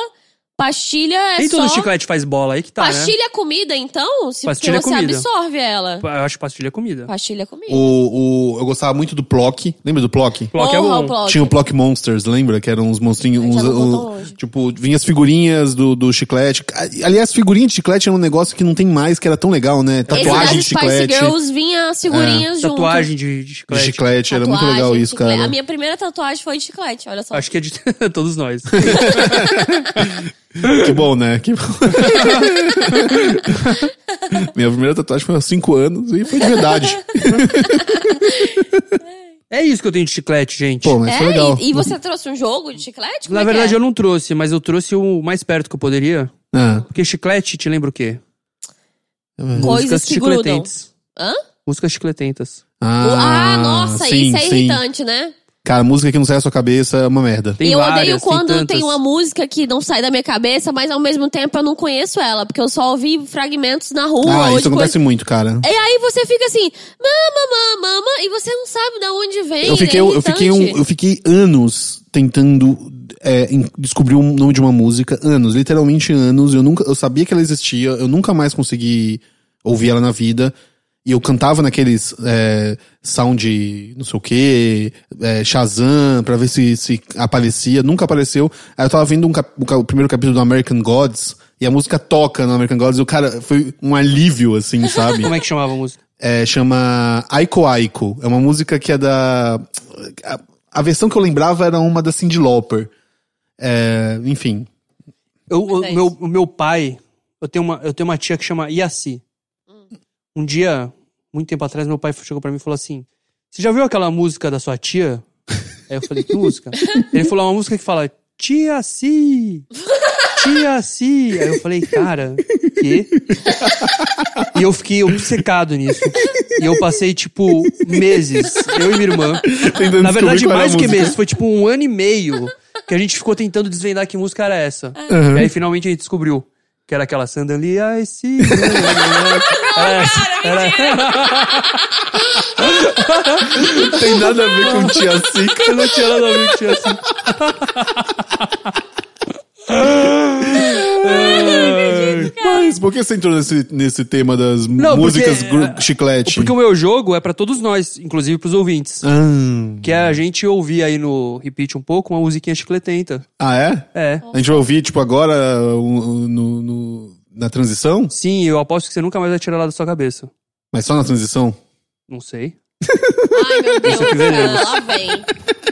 S1: Pastilha é
S3: Nem
S1: só...
S3: todo chiclete faz bola aí que tá,
S1: pastilha é comida, então? Se,
S3: Pastilha é
S1: porque você
S3: comida.
S1: absorve ela.
S3: né? Eu acho pastilha é comida.
S1: Pastilha é comida.
S2: O, o, eu gostava muito do Plock. Lembra do Plock?
S3: Plock é
S1: Porra,
S3: bom.
S1: o Plock.
S2: Tinha o Plock Monsters, lembra? Que eram uns monstrinhos.
S1: Ai, já
S2: Uns,
S1: não
S2: uns-
S1: contou hoje.
S2: tipo, vinha as figurinhas do, do chiclete. Aliás, figurinha de chiclete era um negócio que não tem mais, que era tão legal, né?
S1: Esse
S2: Tatuagem
S1: das
S2: de
S1: Spice
S2: chiclete.
S1: Girls vinha as figurinhas junto.
S3: É, Tatuagem de, de
S2: De
S3: chiclete.
S2: chiclete, era muito
S1: Tatuagem,
S2: legal isso,
S1: chiclete.
S2: cara.
S1: A minha primeira tatuagem foi de chiclete, olha só.
S3: Acho que é de (laughs) todos nós.
S2: Que bom, né? Que bom. (laughs) minha primeira tatuagem foi aos 5 anos e foi de verdade.
S3: é isso que eu tenho de chiclete, gente.
S2: Pô, mas
S1: é,
S2: foi legal.
S1: E, e você trouxe um jogo de chiclete? Como
S3: Na
S1: é que
S3: verdade,
S1: é?
S3: eu não trouxe, mas eu trouxe o mais perto que eu poderia.
S2: Ah,
S3: Porque chiclete te lembra o quê?
S1: Coisas
S3: Músicas
S1: que grudam.
S3: chicletentas.
S1: Hã?
S3: Músicas chicletentas.
S1: Ah, nossa,
S2: sim,
S1: isso é
S2: sim.
S1: irritante, né?
S2: Cara, música que não sai da sua cabeça é uma merda.
S3: Tem
S1: eu
S3: várias,
S1: odeio quando
S3: tem,
S1: tem,
S3: tantas.
S1: uma música que não sai da minha cabeça, mas ao mesmo tempo eu não conheço ela, porque eu só ouvi fragmentos na rua.
S2: ah,
S1: ou
S2: isso
S1: de coisa-
S2: acontece muito, cara.
S1: E aí você fica assim, mama, mama, mama, e você não sabe de onde vem.
S2: Eu fiquei,
S1: é
S2: eu, fiquei um- (laughs)
S1: irritante.
S2: eu fiquei anos tentando é, em- descobrir o nome de uma música. Anos, literalmente anos. Eu, nunca, eu sabia que ela existia, eu nunca mais consegui ouvir ela na vida. E eu cantava naqueles é, sound não sei o que, é, Shazam, pra ver se, se aparecia. Nunca apareceu. Aí eu tava vendo um cap- o ca- o primeiro capítulo do American Gods. E a música toca no American Gods. E o cara, foi um alívio, assim, sabe?
S3: Como é que chamava a música?
S2: É, chama Aiko Aiko. É uma música que é da. A, a versão que eu lembrava era uma da Cyndi Lauper. É, enfim.
S3: Eu, o,
S1: É
S3: meu,
S1: isso.
S3: o meu pai, eu tenho, uma, eu tenho uma tia que chama Iaci.
S1: Hum.
S3: Um dia, muito tempo atrás, meu pai chegou pra mim e falou assim: Você já viu aquela música da
S1: (laughs)
S3: sua tia? Aí eu falei: Que música? Ele falou: Uma música que fala
S1: (laughs)
S3: Tia Si! Tia Si! Aí eu falei: Cara, quê? E eu fiquei obcecado nisso. E eu passei, tipo, meses, eu e minha irmã,
S2: Tentando
S3: na
S2: descobrir
S3: verdade,
S2: qual era a
S3: mais que
S2: música.
S3: meses. Foi tipo um ano e meio que a gente ficou tentando desvendar que música era essa. E aí finalmente a gente descobriu que era aquela Sandalia I see. you". né, era essa.
S2: Não tem nada a ver com
S3: (laughs)
S2: Tia Cica.
S3: Eu não tinha nada a ver que tinha assim.
S2: Mas por que você entrou nesse, nesse tema das
S3: Não,
S2: músicas
S3: porque- é,
S2: gru- chiclete?
S3: Porque o meu jogo é pra todos nós, inclusive pros ouvintes.
S2: Ah,
S3: Que é a gente ouvir aí no Repeat um pouco uma musiquinha chicletenta.
S2: Ah, é?
S3: É.
S2: A gente vai ouvir, tipo, agora um, um, no- no- na transição?
S3: Sim, eu aposto que você nunca mais vai tirar ela da sua cabeça.
S2: Mas só na transição?
S3: Não sei.
S1: Ai, meu Deus,
S3: que veremos.
S1: cara, lá vem.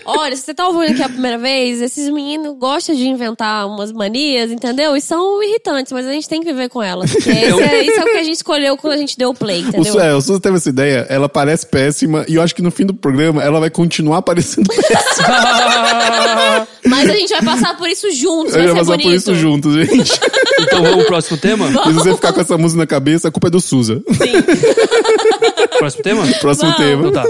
S1: Olha, se você tá ouvindo aqui a primeira vez, esses meninos gostam de inventar umas manias, entendeu? E são irritantes, mas a gente tem que viver com elas. Porque
S2: (laughs)
S1: esse é, isso é o que a gente escolheu quando a gente deu o play,
S2: O,
S1: entendeu?
S2: Su- é, o Suzy teve essa ideia, ela parece péssima, e eu acho que no fim do programa ela vai continuar (laughs) parecendo péssima.
S1: Mas a gente vai passar por isso juntos,
S2: Eu
S1: vai
S2: ia
S1: ser
S2: passar
S1: bonito.
S2: por isso junto, gente.
S1: (laughs)
S3: Então vamos pro próximo
S2: (laughs)
S3: tema?
S2: E se você ficar com essa música na cabeça, a culpa é do Suza.
S3: Próximo tema?
S2: Próximo
S1: Vamos.
S2: tema.
S3: Então tá.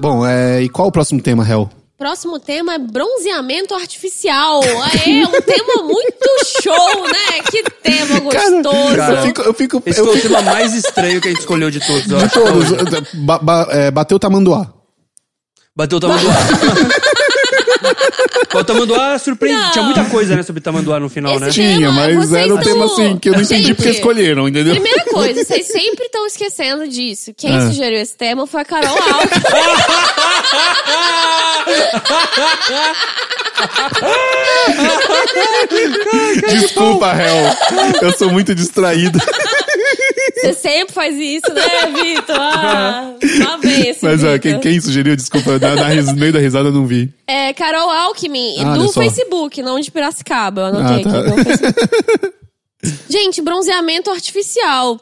S2: Bom, é, e qual o próximo tema, Hel?
S1: Próximo tema é bronzeamento artificial. Aê, um tema muito show, né? Que tema gostoso.
S3: cara,
S2: eu fico. Eu fico,
S3: Esse
S2: eu
S3: foi o
S2: fico
S3: tema mais estranho que a gente escolheu de todos, eu
S2: de
S3: acho.
S2: todos. Ba- ba- é, bateu tamanduá.
S3: Bateu o tamanduá. Mas o tamanduá surpreende.
S1: Não.
S3: Tinha muita coisa, né, sobre tamanduá no final,
S1: Esse tipo
S3: né?
S1: tema,
S2: Tinha, mas
S1: vocês
S2: era um
S1: tão-
S2: tema assim que eu não entendi
S1: Gente,
S2: porque escolheram, entendeu?
S1: Primeira
S2: (laughs)
S1: coisa, vocês sempre estão esquecendo disso. Quem
S2: Ah.
S1: sugeriu esse tema foi a Carol Alves.
S2: Desculpa, Hel. Eu sou
S1: (laughs)
S2: muito distraído.
S1: Você sempre faz isso, né, Vitor? Ah, uma vez.
S2: Mas ó,
S1: Vitor.
S2: quem, quem sugeriu, desculpa, na, na, ris- no meio da risada eu não vi.
S1: É Carol Alckmin,
S2: Ah, olha
S1: do
S2: só.
S1: Facebook, não de Piracicaba. Eu anotei
S2: Ah, tá.
S1: aqui. do Facebook. Gente, bronzeamento artificial.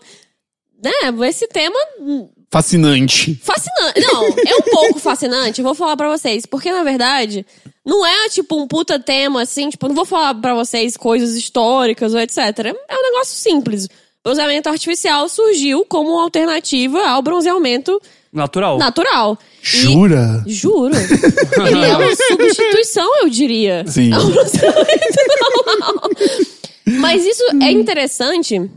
S1: Né? Esse tema hum,
S2: Fascinante.
S1: Fascinante. Não, é um pouco fascinante, eu vou falar pra vocês. Porque, na verdade, não é tipo um puta tema, assim, tipo, eu não vou falar pra vocês coisas históricas ou etc. É um negócio simples. O bronzeamento artificial surgiu como uma alternativa ao bronzeamento
S3: Natural.
S1: natural. E-
S2: Jura?
S1: juro. Ele é uma substituição, eu diria.
S2: Sim.
S1: É um procedimento normal. Mas isso é interessante.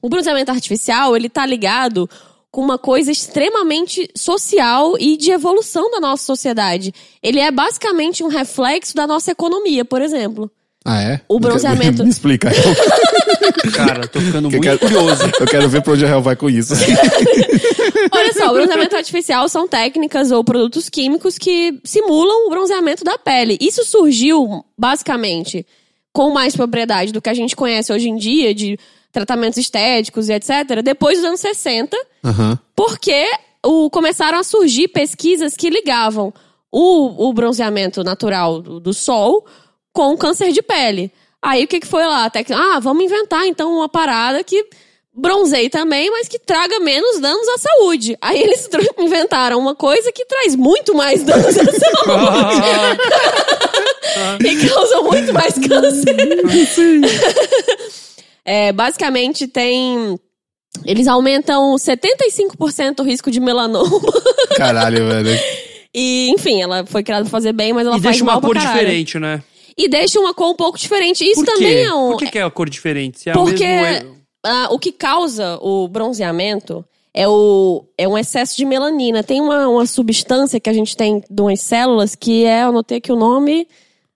S1: O bronzeamento artificial, ele tá ligado com uma coisa extremamente social e de evolução da nossa sociedade. Ele é basicamente um reflexo da nossa economia, por exemplo.
S2: Ah, é?
S1: O bronzeamento-
S2: (laughs) Me explica. Eu,
S3: Cara, tô ficando
S2: eu
S1: (laughs)
S3: muito
S2: quero,
S3: curioso.
S2: (laughs) eu quero ver pra onde a Hell vai com isso.
S1: Olha só, o bronzeamento artificial são técnicas ou produtos químicos que simulam o bronzeamento da pele. Isso surgiu, basicamente, com mais propriedade do que a gente conhece hoje em dia, de tratamentos estéticos e etc., depois dos anos 60,
S2: Aham.
S1: porque o, começaram a surgir pesquisas que ligavam o, o bronzeamento natural do, do sol com o câncer de pele. Aí o que, que foi lá? Até que, ah, vamos inventar então uma parada que bronzeie também, mas que traga menos danos à saúde. Aí eles (laughs) tr- inventaram uma coisa que traz muito mais danos à saúde e causa muito mais câncer. (laughs) É, basicamente tem. Eles aumentam 75% o risco de melanoma.
S2: Caralho, velho.
S1: E, enfim, ela foi criada pra fazer bem, mas ela
S3: e
S1: faz
S3: deixa uma
S1: mal pra
S3: cor
S1: caralho.
S3: diferente, né?
S1: E deixa uma cor um pouco diferente. Isso
S3: Por quê?
S1: também é um.
S3: Por que, que é a cor diferente? Se é
S1: Porque
S3: o mesmo...
S1: ah, o que causa o bronzeamento é, o, é um excesso de melanina. Tem uma, uma substância que a gente tem de umas células que é, eu anotei aqui o nome,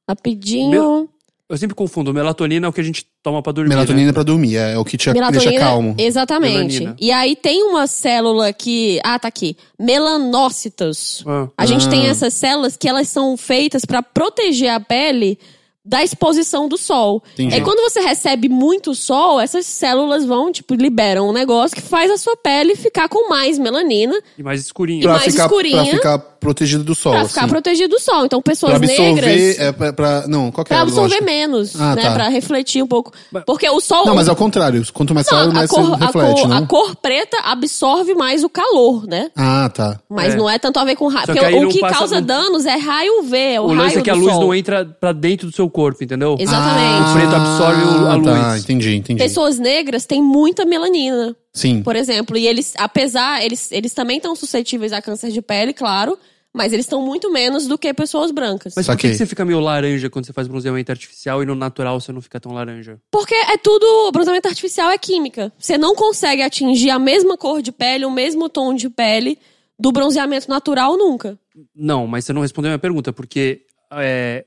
S1: rapidinho.
S3: Mel- Eu sempre confundo. Melatonina é o que a gente toma pra dormir. né?
S2: Melatonina é pra dormir, é, é o que te deixa calmo.
S1: Exatamente.
S3: Melanina.
S1: E aí tem uma célula que. Ah, tá aqui. Melanócitos.
S3: Né? Ah.
S1: A gente
S2: Ah.
S1: tem essas células que elas são feitas pra proteger a pele da exposição do sol.
S2: Entendi.
S1: É quando você recebe muito sol, essas células vão, tipo, liberam um negócio que faz a sua pele ficar com mais melanina
S3: E mais escurinho.
S1: E
S2: Pra
S1: mais
S2: ficar,
S1: escurinha.
S2: pra ficar protegido do sol.
S1: pra ficar
S2: assim.
S1: protegida do sol. Então,
S2: Pra
S1: pessoas
S2: absorver.
S1: negras.
S2: É, pra, pra- não, qual que é
S1: Pra
S2: a
S1: absorver
S2: lógica?
S1: menos,
S2: Ah,
S1: né?
S2: tá.
S1: Pra refletir um pouco.
S3: Mas-
S1: Porque o sol.
S2: Não, mas é ao contrário. Quanto mais
S1: Não,
S2: claro,
S1: a,
S2: mais
S1: cor,
S2: né, você
S1: a
S2: reflete,
S1: cor-
S2: não?
S1: a cor preta absorve mais o calor, né?
S2: Ah, tá.
S1: Mas
S3: É.
S1: não é tanto a ver com raio.
S3: Só
S1: Porque
S3: que aí
S1: o
S3: não
S1: que
S3: passa
S1: causa
S3: no-
S1: danos é raio UV, é o,
S3: O
S1: raio
S3: lance é que a
S1: do
S3: luz
S1: sol.
S3: não entra pra dentro do seu corpo, entendeu? Ah,
S1: Exatamente.
S3: O preto absorve o- a
S2: Ah, Tá,
S3: luz.
S2: entendi, entendi.
S1: Pessoas negras têm muita melanina,
S2: Sim.
S1: por exemplo. E eles, apesar, eles, eles também estão suscetíveis a câncer de pele, claro. Mas eles estão muito menos do que pessoas brancas.
S3: Mas por
S2: Saquei.
S3: que, que você fica meio laranja quando você faz bronzeamento artificial e no natural você não fica tão laranja?
S1: Porque é tudo. O bronzeamento artificial é química. Você não consegue atingir a mesma cor de pele, o mesmo tom de pele do bronzeamento natural nunca.
S3: Não, mas você não respondeu a minha pergunta, porque é,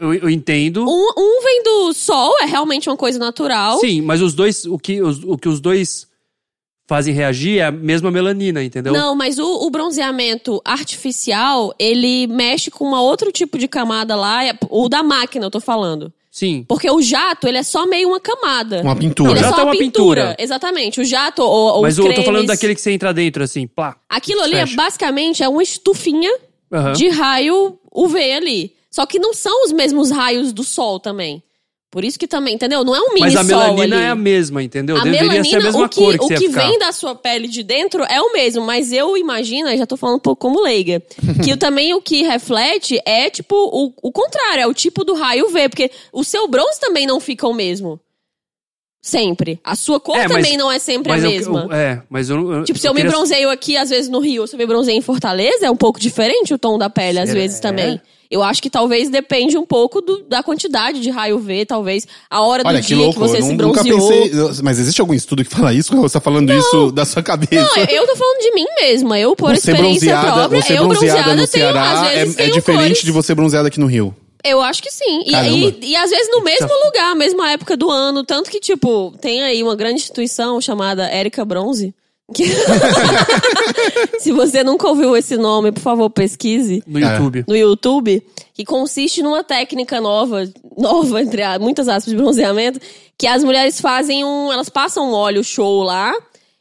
S3: eu, eu entendo.
S1: Um, um vem do sol, é realmente uma coisa natural.
S3: Sim, mas os dois, o que os, o que os dois fazem reagir é a mesma melanina, entendeu?
S1: Não, mas o, o bronzeamento artificial, ele mexe com uma outro tipo de camada lá, é- o da máquina, eu tô falando.
S3: Sim.
S1: Porque o jato, ele é só meio uma camada.
S2: Uma
S1: Ele
S2: pintura.
S1: é
S3: Jato
S1: só
S3: é
S1: uma
S3: uma
S1: pintura.
S3: pintura.
S1: Exatamente. O jato, ou, ou
S3: mas
S1: os
S3: eu tô falando
S1: cremes.
S3: daquele que você entra dentro, assim, pá.
S1: Aquilo ali, é,
S3: Fecha.
S1: basicamente, é uma estufinha
S3: Aham.
S1: de raio UV ali. Só que não são os mesmos raios do sol também. Por isso que também, entendeu? Não é um mini
S3: Mas
S1: sol
S3: a melanina
S1: ali.
S3: é a mesma, entendeu?
S1: A
S3: Deveria
S1: melanina,
S3: ser a mesma
S1: o que,
S3: cor que
S1: o
S3: você ia
S1: que
S3: ficar.
S1: vem da sua pele de dentro é o mesmo, mas eu imagino, aí já tô falando um pouco como leiga,
S3: (laughs)
S1: que também o que reflete é, tipo, o, o contrário, é o tipo do raio UV, porque o seu bronze também não fica o mesmo. Sempre. A sua cor
S3: É, mas-
S1: também não é sempre
S3: mas
S1: a
S3: eu-
S1: mesma.
S3: eu- é, mas eu não. eu-
S1: Tipo, se eu me
S3: queria-
S1: bronzeio aqui, às vezes, no Rio, se eu me bronzeio em Fortaleza, é um pouco diferente o tom da pele, às
S3: Será? É?
S1: vezes, também. Eu acho que talvez depende um pouco do- da quantidade de raio V, talvez, a hora
S2: Olha
S1: do
S2: que
S1: dia
S2: louco.
S1: que você
S2: eu
S1: se
S2: nu- nunca
S1: bronzeou.
S2: pensei. Mas existe algum estudo que fala isso? Você tá falando isso da sua cabeça?
S1: Não, eu, eu tô falando de mim mesma. Eu, por
S2: você
S1: experiência
S2: bronzeada,
S1: própria,
S2: você
S1: eu
S2: bronzeada
S1: bronzeada
S2: no
S1: tenho,
S2: Ceará
S1: às vezes
S2: é, é
S1: tenho
S2: diferente
S1: cores.
S2: de você bronzeada aqui no Rio.
S1: Eu acho que sim. E,
S2: Caramba.
S1: e, e às vezes no mesmo lugar, mesma época do ano. Tanto que, tipo, tem aí uma grande instituição chamada Érica Bronze. que- (laughs) Se você nunca ouviu esse nome, por favor, pesquise
S3: No
S2: É.
S3: YouTube.
S1: no YouTube, que consiste numa técnica nova, nova, entre a- muitas aspas, de bronzeamento, que as mulheres fazem um. Elas passam um óleo show lá,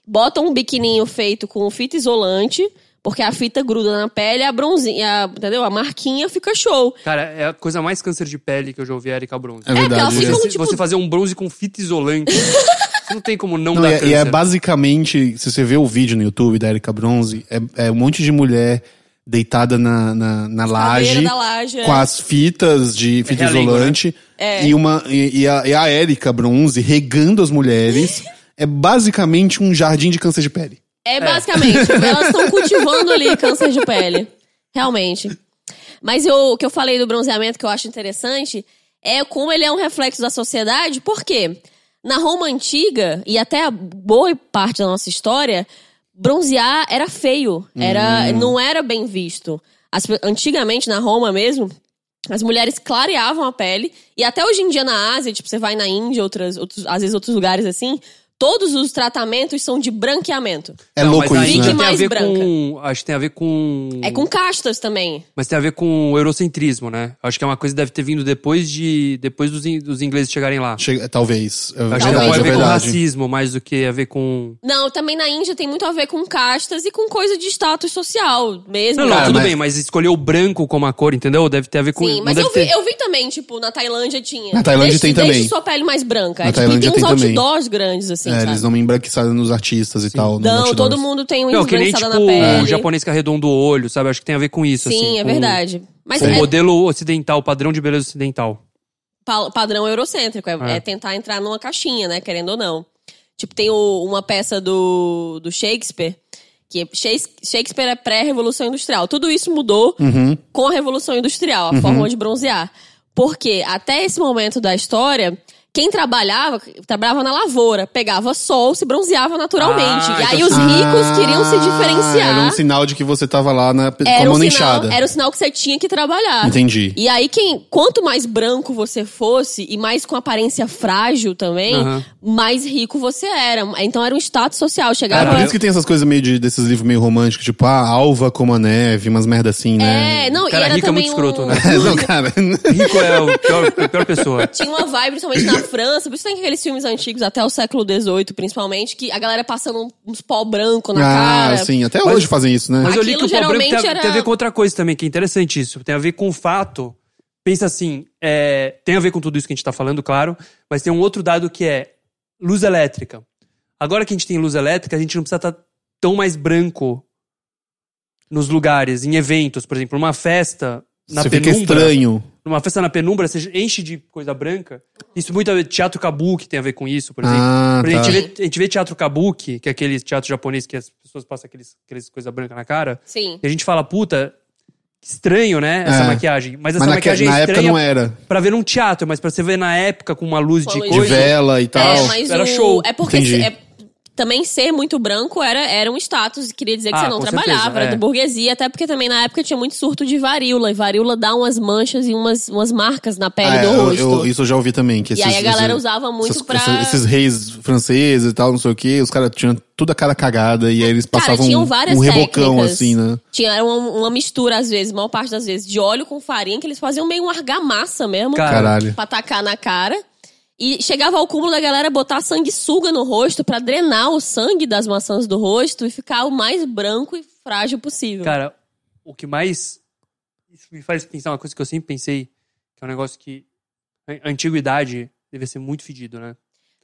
S1: botam um biquininho feito com fita isolante, porque a fita gruda na pele, a bronzinha, a- entendeu? A marquinha fica show.
S3: Cara, é a coisa mais câncer de pele que eu já ouvi a Erika Bronze.
S2: É verdade.
S1: elas ficam-
S2: né?
S1: Então,
S3: Você,
S1: tipo-
S3: você fazer um bronze com
S1: (laughs)
S3: fita isolante. Você não tem como não,
S2: Não,
S3: dar
S2: e, é-
S3: câncer. né?
S2: e é basicamente, se você vê o vídeo no YouTube da Erika Bronze, é, é um monte de mulher deitada na, na, na laje,
S1: Cadeira da laje. é.
S2: com as fitas de fita
S3: É a língua,
S2: isolante, e, uma, e, e a,
S1: (laughs)
S2: e a Erika Bronze regando as mulheres. é basicamente um jardim de câncer de pele.
S1: É basicamente. elas estão cultivando ali câncer de pele. Realmente. Mas eu- o que eu falei do bronzeamento que eu acho interessante é como ele é um reflexo da sociedade, porque na Roma antiga e até a boa parte da nossa história, bronzear era feio, era não era bem visto. As pe- antigamente na Roma mesmo, as mulheres clareavam a pele e até hoje em dia na Ásia, tipo, você vai na Índia, outras outros, às vezes outros lugares assim, todos os tratamentos são de branqueamento.
S2: É
S3: Não,
S2: louco
S3: mas a
S2: isso,
S1: Fique
S3: Índia
S2: né?
S1: Vítima-
S3: tem a
S1: mais
S3: ver
S1: branca.
S3: com. Acho que tem a ver com.
S1: É com castas também.
S3: Mas tem a ver com o eurocentrismo, né? Acho que é uma coisa que deve ter vindo depois de. depois dos, in- dos ingleses chegarem lá.
S2: Chega- talvez. É
S3: Acho
S1: Talvez.
S3: que tem a
S2: verdade,
S3: ver
S2: é
S1: Pode
S3: com
S2: verdade.
S3: racismo mais do que a ver com.
S1: Não, também na Índia tem muito a ver com castas e com coisa de status social mesmo. tipo
S3: Não, não,
S2: Cara,
S3: tudo
S2: mas-
S3: bem, mas escolher o branco como a cor, entendeu? Deve ter a ver com.
S1: Sim,
S3: não
S1: mas
S3: deve
S1: eu vi,
S3: ter-
S1: eu vi também, tipo, na Tailândia tinha.
S2: Na Tailândia
S1: Deixe-
S2: tem
S1: deixe
S2: também.
S1: sua pele mais branca.
S2: Na
S1: É, tipo,
S2: Tailândia
S1: e tem uns
S2: tem também.
S1: outdoors grandes, assim,
S2: É,
S1: sabe?
S2: eles dão uma embranquiçada nos artistas e tal. nos
S1: Não,
S2: outdoors.
S1: todo mundo tem uma
S3: Não, que nem
S1: embranquiçada
S3: tipo
S1: na pele. É,
S3: o japonês que arredondou o olho, sabe? Acho que tem a ver com isso.
S1: Sim,
S3: assim,
S1: é
S3: com-
S1: verdade. Mas
S3: Com o
S1: é
S3: modelo ocidental, padrão de beleza ocidental.
S1: pa- padrão eurocêntrico. É,
S3: É.
S1: é tentar entrar numa caixinha, né? Querendo ou não. Tipo, tem o- uma peça do, do Shakespeare, que é- Shakes- Shakespeare é pré-revolução industrial. Tudo isso mudou
S2: Uhum.
S1: com a revolução industrial,
S3: Uhum.
S1: a forma de bronzear. Porque até esse momento da história, quem trabalhava, trabalhava na lavoura, pegava sol, se bronzeava naturalmente.
S3: Ah,
S1: e aí
S3: então-
S1: os ricos queriam se
S2: Ah, Era um
S1: diferenciar.
S2: sinal de que você tava lá na,
S1: Era um,
S2: tomando
S1: sinal,
S2: enxada.
S1: era um sinal que você tinha que trabalhar.
S2: Entendi.
S1: E aí, quem, quanto mais branco você fosse, e mais com aparência frágil também,
S3: Aham.
S1: mais rico você era. Então era um status social.
S2: É
S1: Chegava.
S2: por isso que tem essas coisas meio de, desses livros meio românticos, tipo, ah, alva como a neve, umas merda assim, né?
S1: É, não,
S3: Cara,
S1: e era
S3: rico é
S1: também
S3: muito escroto,
S1: um-
S3: né?
S2: É, (laughs) não, cara.
S3: Rico é o pior, a pior pessoa.
S1: Tinha uma vibe, principalmente na França. Por isso tem aqueles filmes antigos, até o século XVIII, principalmente, que a galera passando um- uns pó branco (laughs) na
S2: ah,
S1: cara.
S2: sim, até
S3: Mas-
S2: hoje fazem isso, né?
S3: Mas eu li que
S1: Aquilo
S3: o pau branco tem, a-
S1: geralmente era-
S3: tem a ver com outra coisa também, que é interessante isso. Tem a ver com o fato. Pensa assim, é, tem a ver com tudo isso que a gente tá falando, claro, mas tem um outro dado que é luz elétrica. Agora que a gente tem luz elétrica, a gente não precisa estar tão mais branco nos lugares, em eventos, por exemplo, numa festa na
S2: Você fica
S3: penumbra.
S2: estranho.
S3: Numa festa na penumbra, você enche de coisa branca. Isso muito a ver, teatro kabuki tem a ver com isso, por exemplo.
S2: Ah,
S3: Por exemplo, a,
S2: tá.
S3: gente vê, a gente vê teatro kabuki, que é aquele teatro japonês que as pessoas passam aqueles, aqueles coisa branca na cara.
S1: Sim. É,
S3: E a gente fala, puta, que estranho, né? Essa
S2: É.
S3: maquiagem. Mas essa
S2: Mas na, que-
S3: maquiagem
S2: na
S3: é
S2: época
S3: estranha
S2: não era.
S3: pra ver num teatro, mas pra você ver na época com uma luz
S1: Com
S3: de
S1: a luz
S2: De
S1: Hoje-
S3: coisa.
S2: vela e tal.
S1: É, mas
S3: Era
S1: o-
S3: show.
S1: É porque
S2: Entendi.
S1: se- é- também ser muito branco era, era um status, e queria dizer que
S3: Ah,
S1: você não
S3: com
S1: trabalhava,
S3: certeza,
S1: era
S3: é.
S1: de burguesia, até porque também na época tinha muito surto de varíola, e varíola dá umas manchas e umas, umas marcas na pele
S2: Ah,
S1: do
S2: é, eu-
S1: rosto.
S2: eu- isso eu já ouvi também.
S1: E
S2: Que esses,
S1: aí a galera
S2: esses-
S1: usava muito
S2: essas-
S1: pra-
S2: esses- Esses reis franceses e tal, não sei o quê, os caras tinham toda a cara cagada e aí eles
S1: Cara,
S2: passavam
S1: tinham
S2: um,
S1: várias
S2: um rebocão
S1: técnicas.
S2: assim, né?
S1: Tinha era uma, uma mistura, às vezes, maior parte das vezes, de óleo com farinha, que eles faziam meio um argamassa mesmo.
S3: Cara.
S2: Caralho.
S1: Pra tacar na cara. E chegava ao cúmulo da galera botar sanguessuga no rosto pra drenar o sangue das maçãs do rosto e ficar o mais branco e frágil possível.
S3: Cara, o que mais. Isso me faz pensar uma coisa que eu sempre pensei, que é um negócio que. A antiguidade devia ser muito fedido, né?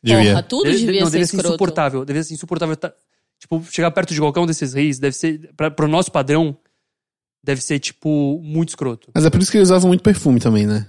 S1: Porra,
S2: Devia.
S1: tudo
S3: Deve-
S1: devia
S3: não,
S1: ser
S3: deve ser
S1: escroto.
S3: insuportável. Deve ser insuportável. tá- tipo, chegar perto de qualquer um desses reis, deve ser. Pra, pro nosso padrão, deve ser, tipo, muito escroto.
S2: Mas é por isso que eles usavam muito perfume também, né?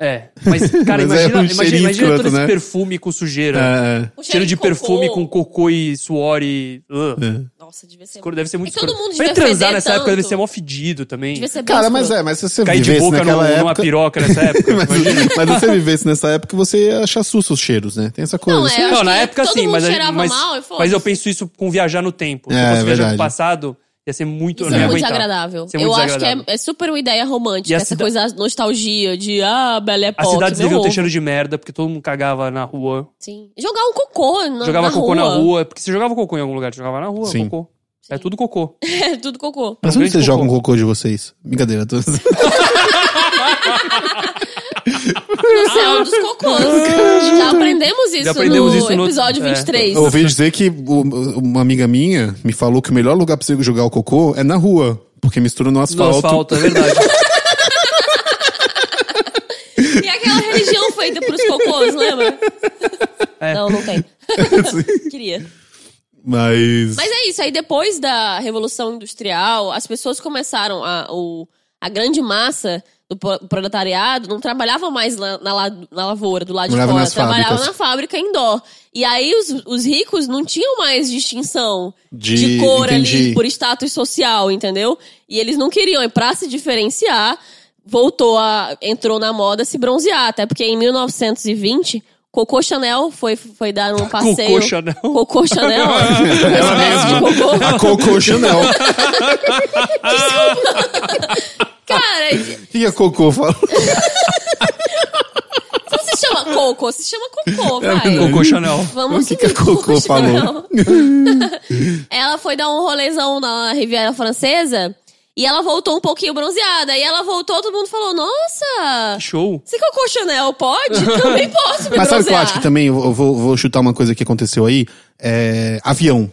S3: É.
S2: (laughs)
S3: Mas, cara,
S2: Mas é
S3: imagina,
S2: um
S3: imagina,
S2: cheirinho
S3: imagina
S2: escroto,
S3: todo esse
S2: né?
S3: perfume com sujeira.
S2: É,
S1: O
S3: Cheiro de
S1: cocô.
S3: perfume com cocô e suor e. Ugh.
S2: é.
S1: Nossa, devia ser.
S3: Escuro, Deve ser muito
S1: E todo
S3: escroto.
S1: mundo
S3: Pra ele
S1: devia
S3: transar
S1: feder
S3: nessa época
S1: tanto.
S3: deve ser mó fedido também.
S1: Devia ser bem
S2: Cara, mas
S1: escroto.
S2: é, mas se você
S3: Cair de
S2: vivesse
S3: boca
S2: naquela
S3: num- numa
S2: época.
S3: piroca nessa
S2: (laughs)
S3: época. imagina.
S2: mas se você vivesse nessa época, você ia achar susto os cheiros, né? Tem essa coisa.
S1: Não, é,
S2: assim.
S1: eu acho
S3: Não, na
S1: que
S3: época
S1: todo
S3: sim,
S1: mundo
S3: mas,
S1: cheirava
S3: mas,
S1: mal e foda-se.
S3: mas eu penso isso com viajar no tempo. Se
S2: É,
S3: eu fosse
S2: é
S3: viajar
S2: verdade.
S3: no passado, ia ser muito. eu
S1: Isso
S3: não
S1: é
S3: ia
S1: muito
S3: aguentar.
S1: desagradável.
S3: Isso é
S1: Eu
S3: muito
S1: acho que
S3: desagradável.
S1: é, é super uma ideia romântica,
S3: E a
S1: essa
S3: cida-
S1: coisa da nostalgia de, ah, Belle Époque.
S3: As cidades
S1: meu
S3: deviam ter
S1: ovo.
S3: cheiro de merda, porque todo mundo cagava na rua.
S1: Sim. Jogar um cocô na,
S3: jogava
S1: na
S3: cocô
S1: rua.
S3: na rua. Porque você jogava cocô em algum lugar, você jogava na rua,
S2: Sim.
S3: cocô. É tudo cocô.
S1: (laughs) É, tudo cocô.
S2: Mas
S3: um
S2: onde
S3: grande
S2: vocês
S3: cocô.
S2: jogam o cocô de vocês? Brincadeira, tô...
S3: Ah,
S1: Não sei, é um dos cocôs. Já aprendemos isso,
S3: Já aprendemos
S1: no,
S3: isso no-
S1: episódio
S3: é.
S1: 23.
S2: Eu ouvi dizer que o- uma amiga minha me falou que o melhor lugar pra você jogar o cocô é na rua, porque mistura no
S3: No
S2: asfalto. (laughs)
S3: asfalto, é verdade.
S1: E aquela religião feita pros cocôs, lembra?
S3: É.
S1: Não, não tem. Queria.
S2: Mas.
S1: Mas é isso, aí depois da Revolução Industrial, as pessoas começaram a. O, a grande massa do pro- proletariado não trabalhava mais na, na la- na lavoura, do lado de
S2: Morava
S1: fora.
S2: nas
S1: Trabalhava
S2: fábricas.
S1: na fábrica indoor. E aí os, os ricos não tinham mais distinção
S2: De-
S1: de, cor
S2: entendi.
S1: ali, por status social, entendeu? E eles não queriam. E pra se diferenciar, voltou a... Entrou na moda se bronzear. Até porque em 1920... Cocô Chanel foi, foi dar um passeio.
S3: Chanel.
S1: Cocô Chanel. Uma espécie de cocô.
S2: A Coco
S3: (laughs)
S2: Chanel. O
S1: (laughs) Cara, não
S2: que que a Coco fala?
S1: se chama Coco, se chama Cocô, vai.
S3: Cocô Chanel.
S1: Vamos
S2: O que que a
S1: seguir,
S2: Coco
S1: Coco
S2: falou?
S1: Chanel. (laughs) ela foi dar um rolezão na Riviera Francesa e ela voltou um pouquinho bronzeada. E ela voltou, todo mundo falou: Nossa,
S3: Show.
S1: se Coco Chanel
S2: (laughs)
S1: pode? Também posso me
S2: Mas sabe o que eu
S1: bronzear.
S2: acho que também? Eu vou- vou, vou chutar uma coisa que aconteceu aí. É, avião.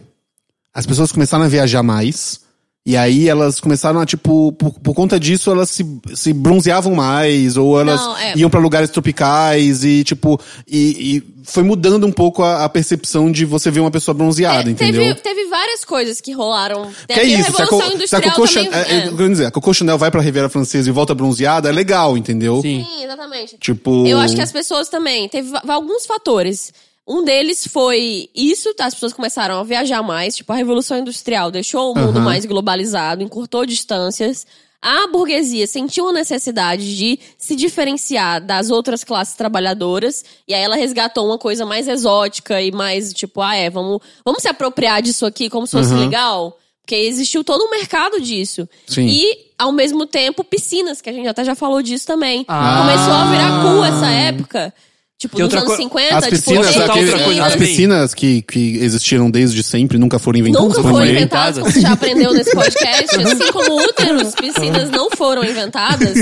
S2: As pessoas começaram a viajar mais. E aí elas começaram a, tipo, por, por conta disso, elas se, se bronzeavam mais, ou elas
S1: Não, é.
S2: iam pra lugares tropicais e, tipo, e, e foi mudando um pouco a, a percepção de você ver uma pessoa bronzeada,
S1: Te-
S2: entendeu?
S1: É, teve, teve várias coisas que rolaram.
S2: Que é
S1: Teve
S2: isso, se
S1: a
S2: a, co-
S1: Revolução
S2: se a
S1: Industrial
S2: Coco
S1: também.
S2: Chanel, é,
S1: é.
S2: eu quero dizer, a Coco Chanel vai pra Riviera Francesa e volta bronzeada, é legal, entendeu?
S3: Sim.
S1: Sim, exatamente.
S2: Tipo.
S1: Eu acho que as pessoas também. Teve va- alguns fatores. Um deles foi isso, tá? As pessoas começaram a viajar mais. Tipo, a Revolução Industrial deixou o mundo
S2: Aham.
S1: mais globalizado, encurtou distâncias. A burguesia sentiu a necessidade de se diferenciar das outras classes trabalhadoras. E aí ela resgatou uma coisa mais exótica e mais, tipo, ah, é, vamos, vamos se apropriar disso aqui como se fosse
S2: Aham.
S1: legal. Porque existiu todo um mercado disso.
S2: Sim.
S1: E, ao mesmo tempo, piscinas, que a gente até já falou disso também.
S3: Ah.
S1: Começou a virar cu essa época. Tipo,
S3: Que
S1: dos
S3: outra
S1: anos
S3: coi-
S1: 50,
S2: As piscinas,
S1: tipo,
S3: outra
S2: aquele-
S3: coisa
S2: as
S3: também.
S2: piscinas que, que existiram desde sempre, nunca foram inventadas.
S1: Nunca
S2: por
S1: foram
S2: ninguém.
S1: inventadas, como você já aprendeu nesse
S2: (laughs)
S1: podcast. Assim como úteros, piscinas não foram inventadas.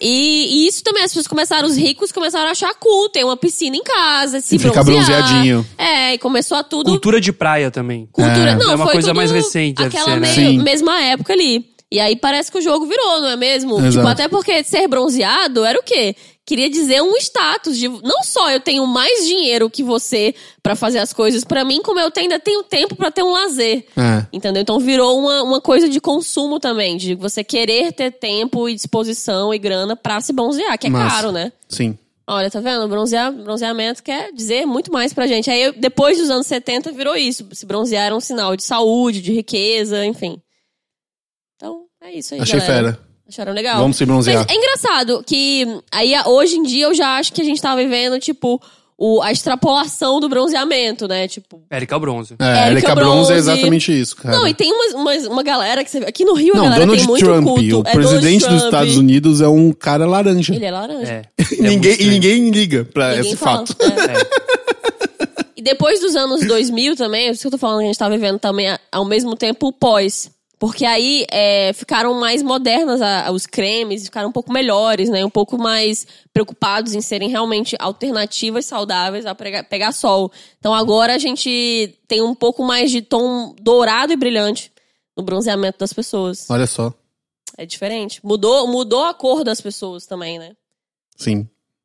S1: E, e isso também, as pessoas começaram, os ricos começaram a achar cool, ter uma piscina em casa, se
S2: E ficar
S1: bronzear.
S2: bronzeadinho.
S1: É, e começou a tudo
S3: Cultura de praia também.
S1: cultura.
S2: É.
S1: Não,
S3: É uma
S1: foi
S3: coisa
S1: tudo
S3: mais recente, deve
S1: aquela
S3: ser, né?
S1: meio-
S2: Sim.
S1: mesma época ali. E aí parece que o jogo virou, não é mesmo?
S2: Exato.
S1: Tipo, até porque ser bronzeado era o quê? Queria dizer um status de não só eu tenho mais dinheiro que você pra fazer as coisas pra mim, como eu tenho- ainda tenho tempo pra ter um lazer.
S2: É.
S1: Entendeu? Então virou uma, uma coisa de consumo também, de você querer ter tempo e disposição e grana pra se bronzear, que é
S2: Massa.
S1: caro, né?
S2: Sim.
S1: Olha, tá vendo? Bronzear, bronzeamento quer dizer muito mais pra gente. Aí, depois dos anos 70, virou isso. Se bronzear era um sinal de saúde, de riqueza, enfim. Então, é isso aí,
S2: Achei
S1: galera.
S2: fera.
S1: Acharam legal?
S2: Vamos se bronzear.
S1: Mas é engraçado que aí hoje em dia eu já acho que a gente tá vivendo, tipo, o, a extrapolação do bronzeamento, né? Tipo,
S3: Érica Bronze.
S2: É,
S1: Érica
S2: Erika
S1: Bronze.
S2: Bronze é exatamente isso, cara.
S1: não, e tem umas, umas- uma galera que você vê. Aqui no Rio
S2: Não,
S1: a galera
S2: Donald
S1: tem muito
S2: Trump,
S1: culto.
S2: o
S1: É Donald
S2: presidente dos
S1: Trump.
S2: Estados Unidos, é um cara laranja.
S1: Ele é laranja.
S2: (laughs)
S3: É. é muito
S2: ninguém, e
S3: estranho.
S2: ninguém liga pra
S1: Ninguém
S2: esse
S1: fala.
S2: fato.
S1: É.
S3: É.
S2: (laughs)
S1: E depois dos anos 2000 também, por isso que eu tô falando que a gente tá vivendo também a- ao mesmo tempo o pós. Porque aí é, ficaram mais modernas a- a- os cremes, ficaram um pouco melhores, né? Um pouco mais preocupados em serem realmente alternativas saudáveis a prega- pegar sol. Então agora a gente tem um pouco mais de tom dourado e brilhante no bronzeamento das pessoas.
S2: Olha só.
S1: É diferente. Mudou, mudou a cor das pessoas também, né?
S2: Sim.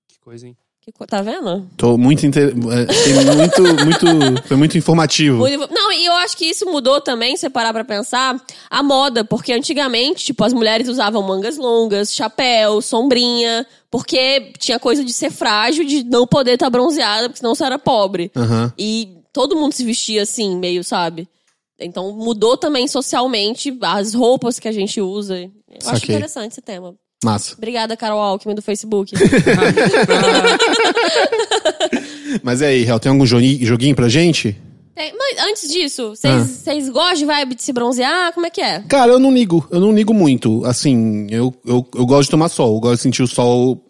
S3: Que coisa, hein?
S1: Que co- tá vendo?
S2: Tô muito. Inter... é, tem muito, muito. Foi muito informativo.
S1: Muito info- Não, e eu acho que isso mudou também, se você parar pra pensar, a moda, porque antigamente, tipo, as mulheres usavam mangas longas, chapéu, sombrinha, porque tinha coisa de ser frágil, de não poder estar bronzeada, porque senão você era pobre.
S2: Aham.
S1: E todo mundo se vestia assim, meio, sabe? Então mudou também socialmente as roupas que a gente usa. Eu acho
S2: Saquei.
S1: interessante esse tema.
S2: Massa.
S1: Obrigada, Carol Alckmin do Facebook.
S2: Mas e aí, Real, tem algum jogui- joguinho pra gente?
S1: Tem- mas antes disso, vocês vocês gostam de vibe de se bronzear? Como é que é?
S2: Cara, eu não ligo. Eu não ligo muito. Assim, eu, eu, eu gosto de tomar sol. Eu gosto de sentir o sol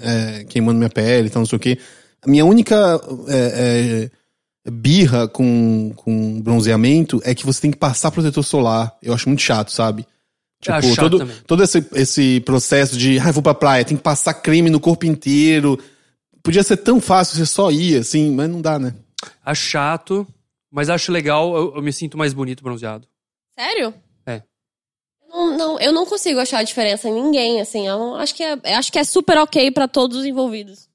S2: é, queimando minha pele e tal, não sei o quê. A minha única é, é, birra com, com bronzeamento é que você tem que passar protetor solar. Eu acho muito chato, sabe? Tipo,
S3: acho chato
S2: todo,
S3: também.
S2: todo esse, esse processo de, ah, eu vou pra praia, tem que passar creme no corpo inteiro. Podia ser tão fácil, você só ia, assim, mas não dá, né?
S3: Acho chato, mas acho legal. Eu, eu me sinto mais bonito bronzeado.
S1: Sério?
S3: É.
S1: Não, não, eu não consigo achar a diferença em ninguém, assim. Eu não- acho, que é, eu acho que é super ok pra todos os envolvidos.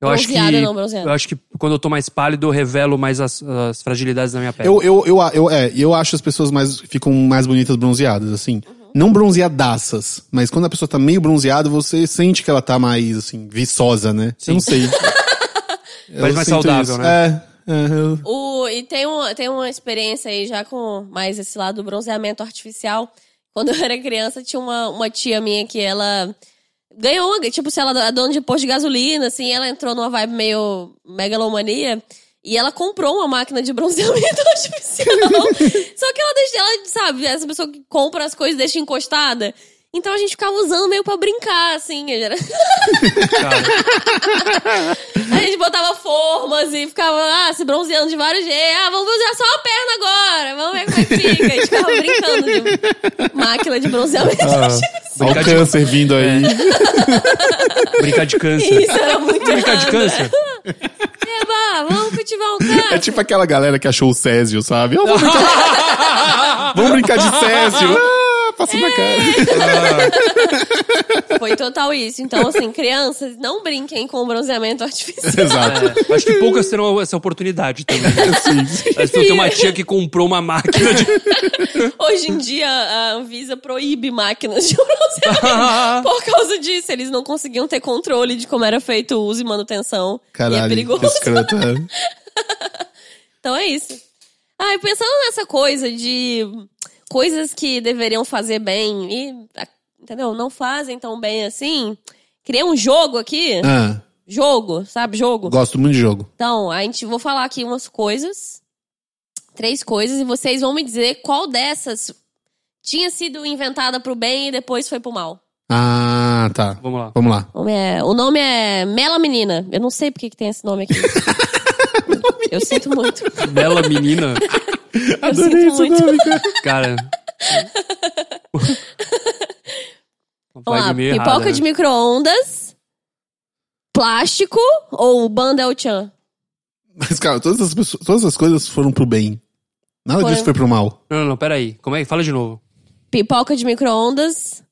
S3: Eu acho que.
S1: Bronzeada, não, bronzeada.
S3: Eu acho que quando eu tô mais pálido, eu revelo mais as, as fragilidades da minha pele. Uhum.
S2: Eu, eu, eu, eu, é, eu acho as pessoas mais ficam mais bonitas bronzeadas, assim. Não bronzeadaças, mas quando a pessoa tá meio bronzeada, você sente que ela tá mais, assim, viçosa, né? Eu não
S3: (laughs)
S2: sei. Eu
S3: Parece mais
S2: sinto
S3: saudável,
S2: isso.
S3: né?
S2: É, é, eu-
S1: O, e tem, um, tem uma experiência aí já com mais esse lado do bronzeamento artificial. Quando eu era criança, tinha uma, uma tia minha que ela ganhou, uma- tipo, se ela é dona de posto de gasolina, assim, ela entrou numa vibe meio megalomania. E ela comprou uma máquina de bronzeamento (laughs) artificial. Só que ela deixa, ela, sabe, essa pessoa que compra as coisas e deixa encostada. Então a gente ficava usando meio pra brincar, assim. Era...
S3: Cara,
S1: A gente botava formas e ficava ah, se bronzeando de vários jeitos. Ah, vamos usar só a perna agora. Vamos ver como é que fica. A gente ficava brincando de máquina de bronzeamento.
S2: Olha o câncer vindo aí.
S3: brincar de
S2: (laughs)
S3: câncer.
S1: Isso era muito
S3: Brincar de
S1: errado.
S3: câncer?
S1: Eba, vamos cultivar um cara.
S2: É tipo aquela galera que achou o Césio, sabe? Ah, vamos,
S3: (laughs)
S2: brincar... vamos brincar de Césio. Ah, passou na
S3: É.
S2: cara.
S1: Foi total isso. Então, assim, crianças, não brinquem com bronzeamento
S2: (laughs)
S1: artificial.
S2: (laughs) Exato. É
S3: É, acho que poucas terão essa
S2: (laughs)
S3: oportunidade também.
S2: Sim.
S3: Mas tem uma tia que comprou uma
S2: (laughs)
S3: máquina de. (laughs)
S1: Hoje em dia, a Anvisa proíbe máquinas de
S3: (laughs)
S1: bronzeamento por causa disso. Eles não conseguiam ter controle de como era feito o uso e manutenção. e é
S2: Caralho,
S1: perigoso.
S2: que escroto. é.
S1: Então é isso. Ah, e pensando nessa coisa de coisas que deveriam fazer bem e, ah, entendeu? Não fazem tão bem assim. Criei um jogo aqui.
S2: Ah,
S1: Jogo, sabe? Jogo.
S2: gosto muito de jogo.
S1: Então, a gente vou falar aqui umas coisas. Três coisas. E vocês vão me dizer qual dessas tinha sido inventada pro bem e depois foi pro mal.
S2: Ah, tá.
S3: Vamos lá.
S2: Vamos lá.
S1: O nome é, o nome é Mela Menina. Eu não sei porque que tem esse nome aqui. Eu sinto muito.
S3: Bela menina.
S1: Eu sinto muito.
S3: Cara. Uma
S1: Vamos lá,
S3: vibe meio
S1: pipoca
S3: errada,
S1: de
S3: né?
S1: micro-ondas, plástico ou Banda El Chan?
S2: (laughs) Mas, cara, todas as, pessoas- todas as coisas foram pro bem. Nada
S1: Foram.
S2: disso foi pro mal.
S3: Não, não, não, peraí. Como é que. Fala de novo.
S1: Pipoca de micro-ondas,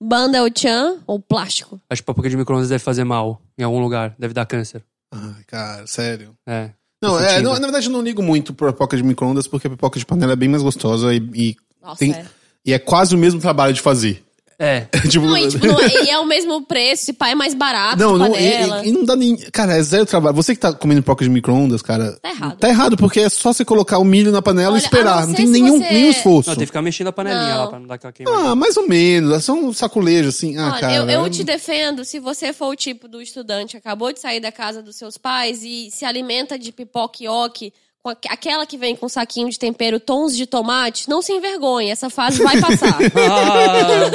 S1: Banda El Chan ou plástico?
S3: Acho que pipoca de micro-ondas deve fazer mal em algum lugar. Deve dar câncer.
S2: Ai, cara, sério.
S3: É.
S2: Não,
S3: Tô
S2: é,
S3: sentindo.
S2: não, na verdade eu não ligo muito pra pipoca de micro-ondas, porque a pipoca de panela é bem mais gostosa e, e,
S1: Nossa,
S2: tem-
S1: é.
S2: e é quase o mesmo trabalho de fazer. (laughs)
S3: É.
S2: tipo,
S1: Não, e, tipo, não é, e é o mesmo preço, e pá, é mais barato
S2: (laughs) não,
S1: de
S2: não,
S1: panela.
S2: e, e- e não dá nem. Cara, é zero trabalho. Você que tá comendo pipoca de micro-ondas, cara.
S1: Tá errado.
S2: Tá errado, porque é só você colocar o milho na panela
S1: Olha,
S2: e
S1: a
S2: esperar.
S1: não
S2: Não
S1: ser
S2: tem
S1: se
S2: nenhum,
S1: você-
S2: nenhum esforço.
S3: Não, tem que ficar mexendo a panelinha
S1: Não.
S3: lá pra não dar aquela queimada.
S2: Ah, mais ou menos. É só um saculejo, assim. Ah,
S1: Olha,
S2: cara.
S1: eu, eu te defendo se você for o tipo do estudante, acabou de sair da casa dos seus pais e se alimenta de pipoca e oque, com aque- aquela que vem com saquinho de tempero, tons de tomate, não se envergonhe, essa fase vai
S2: (laughs)
S1: passar.
S3: Ah.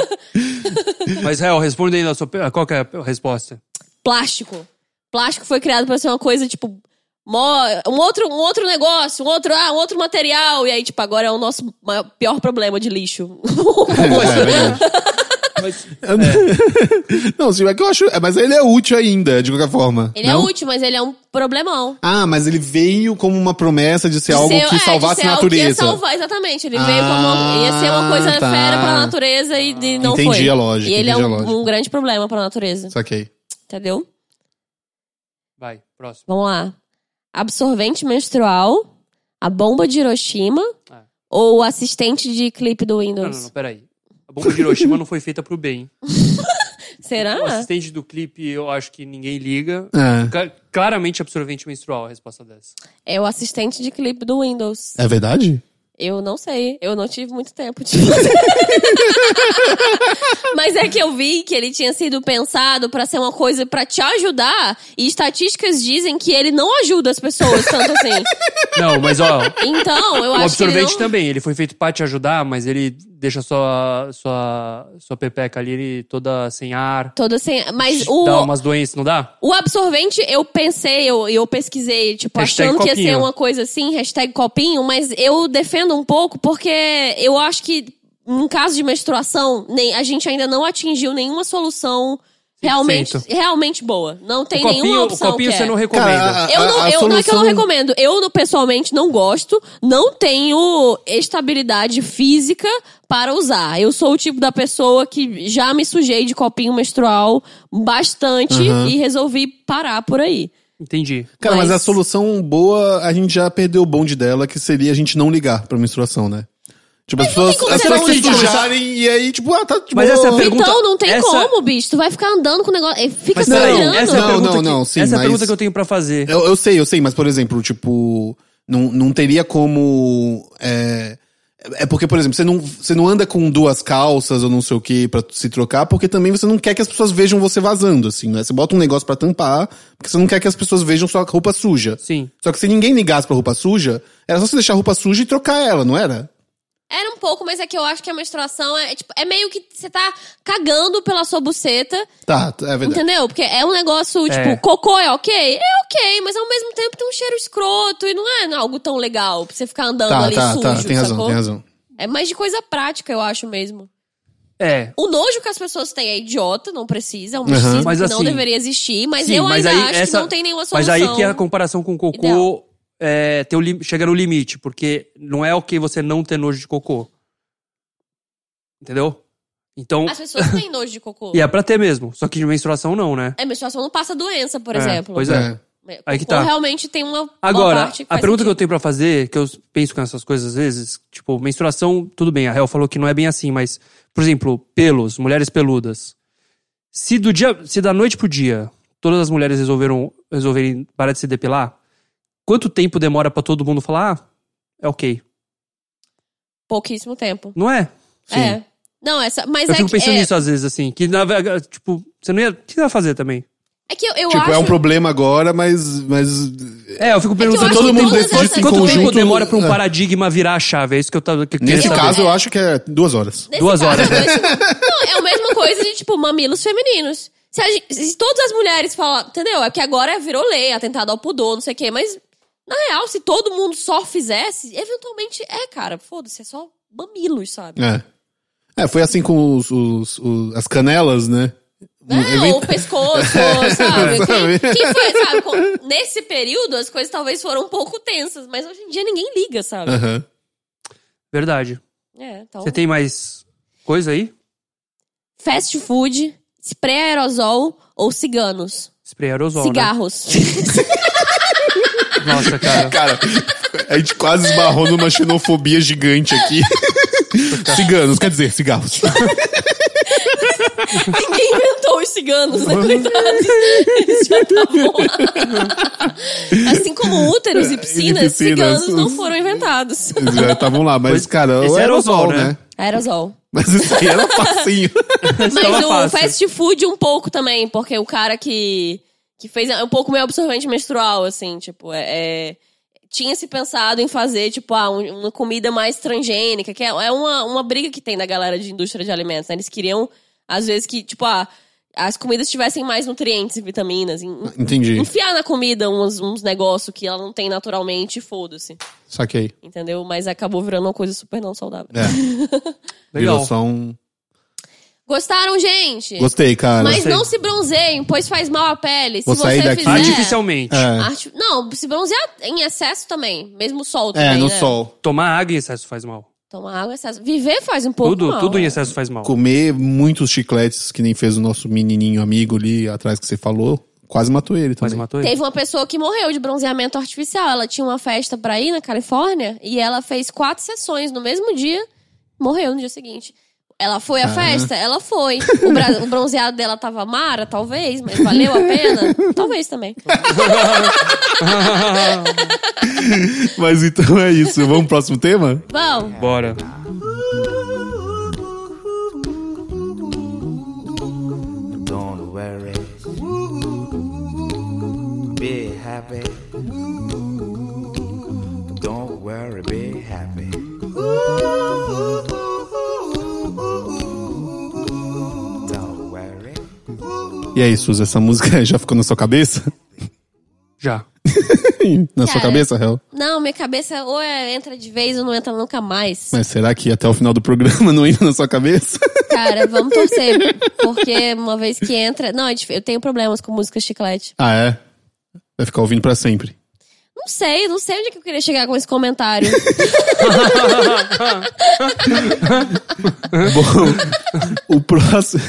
S3: Mas, Réu, responde aí na sua. pe- Qual que é a resposta?
S1: plástico. Plástico foi criado pra ser uma coisa, tipo, mó- um outro, um outro negócio, um outro, ah, um outro material. E aí, tipo, agora é o nosso maior- pior problema de
S2: (laughs)
S1: lixo.
S2: É, é verdade.
S3: Mas-
S2: não, sim, é que eu acho. é, Mas ele é útil ainda, de qualquer forma.
S1: ele
S2: não?
S1: é útil, mas ele é um problemão.
S2: Ah, mas ele veio como uma promessa de ser algo
S1: Ser-
S2: que
S1: é,
S2: salvasse
S1: de ser
S2: a
S1: algo que ia
S2: natureza.
S1: salvar, exatamente. Ele
S2: Ah,
S1: veio como uma, ia ser uma coisa
S2: tá.
S1: fera pra natureza e, e não foi.
S2: Entendi a lógica,
S1: E ele é
S2: entendi a
S1: um,
S2: lógica.
S1: um grande problema pra natureza,
S2: Saquei.
S1: entendeu?
S3: Vai, próximo.
S1: Vamos lá. Absorvente menstrual, a bomba de Hiroshima
S3: Ah.
S1: ou o assistente de clipe do
S3: Não,
S1: Windows?
S3: não, não, peraí. A bomba de Hiroshima não foi feita pro bem.
S1: Será?
S3: O assistente do clipe, eu acho que ninguém liga.
S2: É.
S3: Ca- Claramente absorvente menstrual a resposta dessa.
S1: É o assistente de clipe do Windows.
S2: É verdade?
S1: Eu não sei, eu não tive muito tempo
S3: (laughs)
S1: de Mas é que eu vi que ele tinha sido pensado pra ser uma coisa pra te ajudar e estatísticas dizem que ele não ajuda as pessoas tanto
S3: (laughs)
S1: assim.
S3: Não,
S1: (laughs)
S3: mas ó,
S1: Então, eu
S3: o
S1: acho que ele
S3: absorvente tá
S1: não...
S3: também. Ele foi feito pra te ajudar, mas ele deixa sua, sua, sua pepeca ali ele toda sem ar.
S1: Todo assim, mas
S3: Dá
S1: o,
S3: umas doenças, não dá?
S1: o absorvente eu pensei, eu, eu pesquisei, tipo,
S3: Hashtag
S1: achando que ia ser
S3: copinho.
S1: uma coisa assim, hashtag copinho, mas eu defendo um pouco porque eu acho que em caso de menstruação, nem, a gente ainda não atingiu nenhuma solução realmente,
S3: 100%.
S1: realmente boa. Não tem
S3: o copinho,
S1: nenhuma
S3: o
S1: opção
S3: copinho
S1: que
S3: você
S1: é.
S3: não recomenda.
S2: Cara, a-
S1: Eu não,
S2: a
S1: eu, não é que eu não
S2: solução-
S1: recomendo. Eu, no- pessoalmente, não gosto. Não tenho estabilidade física para usar. Eu sou o tipo da pessoa que já me sujei de copinho menstrual bastante
S2: Aham.
S1: e resolvi parar por aí.
S3: Entendi.
S2: Cara, mas... a
S1: Mas-
S2: solução boa, a gente já perdeu o bonde dela, que seria a gente não ligar pra menstruação, né? Tipo, as
S1: Mas não tem
S2: pessoas,
S1: como
S2: as
S1: você
S2: pessoas
S1: não
S2: se
S1: usar.
S2: sujarem e aí, tipo, ah, tá de
S3: Mas
S2: boa.
S3: essa é a pergunta-
S1: Então, não tem
S3: essa-
S1: como, bicho. Tu vai ficar andando com o negócio. eh, Fica
S3: Mas
S1: se
S3: peraí,
S1: virando.
S3: essa é a
S2: Tá Não,
S3: pergunta
S2: não,
S3: que-
S2: não, sim,
S3: Essa é a
S2: mas-
S3: pergunta que eu tenho pra fazer.
S2: Eu, eu sei, eu sei, mas por exemplo, tipo, não, não teria como. É, é porque, por exemplo, você não, você não anda com duas calças ou não sei o que pra se trocar, porque também você não quer que as pessoas vejam você vazando, assim, né? Você bota um negócio pra tampar, porque você não quer que as pessoas vejam sua roupa suja.
S3: Sim.
S2: Só que se ninguém ligasse pra roupa suja, era só você deixar a roupa suja e trocar ela, não era?
S1: Era um pouco, mas é que eu acho que a menstruação é, tipo, é meio que você tá cagando pela sua buceta,
S2: Tá, é verdade.
S1: entendeu? Porque é um negócio, tipo, cocô é ok? É ok, mas ao mesmo tempo tem um cheiro escroto e não é algo tão legal pra você ficar andando
S2: Tá,
S1: ali
S2: tá,
S1: sujo,
S2: tá, tem razão,
S1: sacou?
S2: tem razão.
S1: É mais de coisa prática, eu acho mesmo.
S3: É.
S1: O nojo que as pessoas têm é idiota, não precisa, é um misticismo
S3: Mas
S1: que não
S3: assim-
S1: deveria existir, mas
S3: Sim,
S1: eu
S3: mas
S1: ainda
S3: aí
S1: acho
S3: essa-
S1: que não tem nenhuma
S3: Mas
S1: solução.
S3: aí que é a comparação com cocô
S1: Ideal.
S3: é, tem o lim- chega no limite, porque não é ok você não ter nojo de cocô. Entendeu? Então.
S1: As pessoas têm nojo de cocô.
S3: (laughs) E é pra ter mesmo. Só que de menstruação não, né?
S1: É, menstruação não passa doença, por
S3: É,
S1: exemplo.
S3: pois
S2: É.
S1: Cocô
S3: Aí que tá.
S1: realmente tem uma, uma
S3: Agora,
S1: parte que
S3: a
S1: faz
S3: pergunta que eu
S1: sentido.
S3: tenho pra fazer, que eu penso com essas coisas às vezes, tipo, menstruação, tudo bem, a Hel falou que não é bem assim, mas, por exemplo, pelos, mulheres peludas. Se do dia, se da noite pro dia, todas as mulheres resolveram resolverem parar de se depilar, quanto tempo demora pra todo mundo falar, ah, é ok,
S1: Pouquíssimo tempo.
S3: não é?
S2: Sim.
S1: É. Não, essa. Mas
S3: eu
S1: é
S3: fico
S1: que.
S3: pensando
S1: é,
S3: nisso às vezes, assim, que na verdade, tipo, você não ia, o que você ia fazer também?
S1: é que eu, eu
S2: Tipo,
S1: acho.
S2: é um problema agora, mas. mas
S3: É, eu fico perguntando
S1: acho
S2: todo
S1: que
S2: mundo
S1: todas
S2: decide
S1: essas-
S2: em
S3: quanto tempo
S2: conjunto-
S3: demora pra um
S2: É.
S3: paradigma virar a chave, é isso que eu tava que eu queria
S2: Nesse
S3: saber.
S2: caso, eu acho que é duas horas.
S1: nesse
S3: duas
S1: caso,
S3: horas, né?
S1: nesse- Não, é a mesma coisa de, tipo, mamilos femininos. Se, a gente- se todas as mulheres falam. Entendeu? É que agora virou lei, atentado ao pudor, não sei o quê. Mas, na real, se todo mundo só fizesse, eventualmente é, cara. Foda-se, é só mamilos, sabe?
S2: É. É, foi assim com os, os- os- as canelas, né?
S1: É,
S2: Event-
S1: ou o pescoço, sabe?
S2: Sabe?
S1: Quem, quem foi, sabe? com- Nesse período, as coisas talvez foram um pouco tensas, mas hoje em dia ninguém liga, sabe?
S2: Aham.
S3: Verdade.
S1: É, então.
S3: Você tem mais coisa aí?
S1: fast food, spray aerosol ou ciganos?
S3: Spray aerosol,
S1: Cigarros.
S3: né? Nossa, cara.
S2: Cara, a gente quase esbarrou numa xenofobia gigante (laughs) aqui. Ciganos, quer dizer, cigarros. (laughs)
S1: Ninguém inventou os ciganos, né, coitados? Eles já estavam lá. Assim como úteros e piscinas,
S2: E piscinas.
S1: ciganos não foram inventados.
S2: Eles já estavam É, tá, lá, mas,
S3: Pois-
S2: cara,
S3: esse
S2: o
S3: é
S2: aerosol,
S3: aerosol, né?
S2: né?
S1: Aerosol.
S2: Mas isso aí era (laughs) facinho.
S1: (laughs) Mas
S3: Tava
S1: o
S3: fácil.
S1: fast food um pouco também, porque o cara que, que fez é um pouco meio absorvente menstrual, assim, tipo, é... é- Tinha-se pensado em fazer, tipo, ah, um- uma comida mais transgênica, que é, é uma, uma briga que tem da galera de indústria de alimentos, né? Eles queriam, às vezes, que, tipo, ah, as comidas tivessem mais nutrientes e vitaminas. en-
S2: Entendi,
S1: Enfiar na comida uns, uns negócios que ela não tem naturalmente, foda-se,
S2: saquei.
S1: entendeu? Mas acabou virando uma coisa super não saudável.
S2: É,
S3: Legal.
S2: virou só um...
S1: Gostaram, gente?
S2: Gostei, cara.
S1: Mas
S3: Gostei.
S1: não se bronzeiem, pois faz mal à pele. Se
S2: Vou
S1: você
S2: sair daqui.
S3: Ah,
S1: fizer.
S3: Artificialmente.
S2: É,
S1: Arti- Não, se bronzear em excesso também. Mesmo sol também.
S2: é no
S1: né?
S2: sol.
S3: Tomar água em excesso faz mal.
S1: Tomar água em excesso. Viver faz um pouco.
S3: tudo,
S1: mal,
S3: tudo em
S1: né?
S3: excesso faz mal.
S2: Comer muitos chicletes, que nem fez o nosso menininho amigo ali atrás que você falou, quase matou ele
S3: Mas
S2: também.
S3: matou ele.
S1: Teve uma pessoa que morreu de bronzeamento artificial. Ela tinha uma festa pra ir na Califórnia e ela fez quatro sessões no mesmo dia. Morreu no dia seguinte. Ela foi à
S2: Caramba.
S1: festa? Ela foi. O, bra- o bronzeado dela tava mara, talvez, mas valeu a pena? Talvez também.
S2: Mas então é isso. Vamos pro próximo tema?
S1: Vamos.
S3: Bora.
S4: Don't worry. Be happy. Don't worry, be happy. Don't worry.
S2: E aí, Suzy, essa música (laughs) já ficou na sua cabeça?
S3: Já.
S2: na sua
S1: Cara.
S2: cabeça, Hel?
S1: Não, minha cabeça ou é, entra de vez ou não entra nunca mais.
S2: Mas será que até o final do programa (laughs) não entra na sua cabeça?
S1: Cara, vamos torcer. Porque uma vez que entra. Não, é dif- eu tenho problemas com música chiclete.
S2: ah, é? Vai ficar ouvindo pra sempre.
S1: Não sei, não sei onde é que eu queria chegar com esse comentário.
S2: (laughs) Bom, o próximo...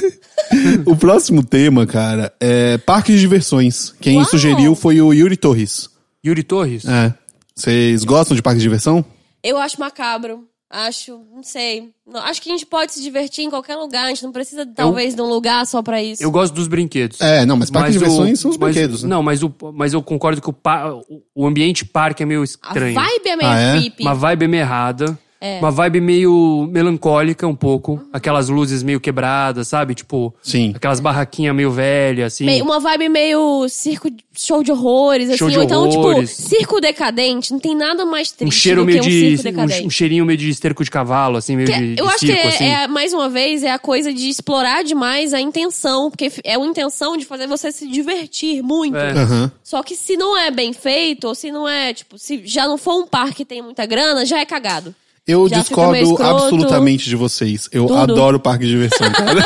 S2: o próximo tema, cara, é parques de diversões. Quem
S1: Uau!
S2: sugeriu foi o Yuri Torres.
S3: Yuri Torres?
S2: É. Vocês gostam de parques de diversão?
S1: Eu acho macabro. Acho, não sei. Não, acho que a gente pode se divertir em qualquer lugar. A gente não precisa, talvez, de um lugar só pra isso.
S3: Eu gosto dos brinquedos.
S2: É, não, mas parque de
S3: o-
S2: diversões são os
S3: mas-
S2: brinquedos, né?
S3: Não, mas, o, mas eu concordo que o, pa- o- o ambiente parque é meio
S1: a
S3: estranho.
S1: vibe é meio
S2: Ah, é?
S1: hippie.
S3: Uma vibe meio errada. Uma vibe meio melancólica um pouco. Aquelas luzes meio quebradas, sabe? Tipo,
S2: Sim.
S3: aquelas barraquinhas meio velhas, assim.
S1: Meio- uma vibe meio circo, de- show de horrores,
S3: Show
S1: assim.
S3: de
S1: Ou então,
S3: horrores.
S1: tipo, circo decadente. Não tem nada mais
S3: um
S1: triste
S3: cheiro
S1: do
S3: meio
S1: que um
S3: de.
S1: circo
S3: Um,
S1: decadente.
S3: um cheirinho meio de esterco de cavalo, assim, meio de, de
S1: Eu acho
S3: circo,
S1: que é,
S3: assim.
S1: é, mais uma vez, é a coisa de explorar demais a intenção. Porque é uma intenção de fazer você se divertir muito.
S3: É.
S2: Aham.
S1: Só que se não é bem feito, ou se não é, tipo, se já não for um parque que tem muita grana, já é cagado.
S2: Eu
S1: Já fica meio
S2: discordo
S1: escroto.
S2: absolutamente de vocês. Eu
S1: Tudo.
S2: adoro parque de diversão, cara.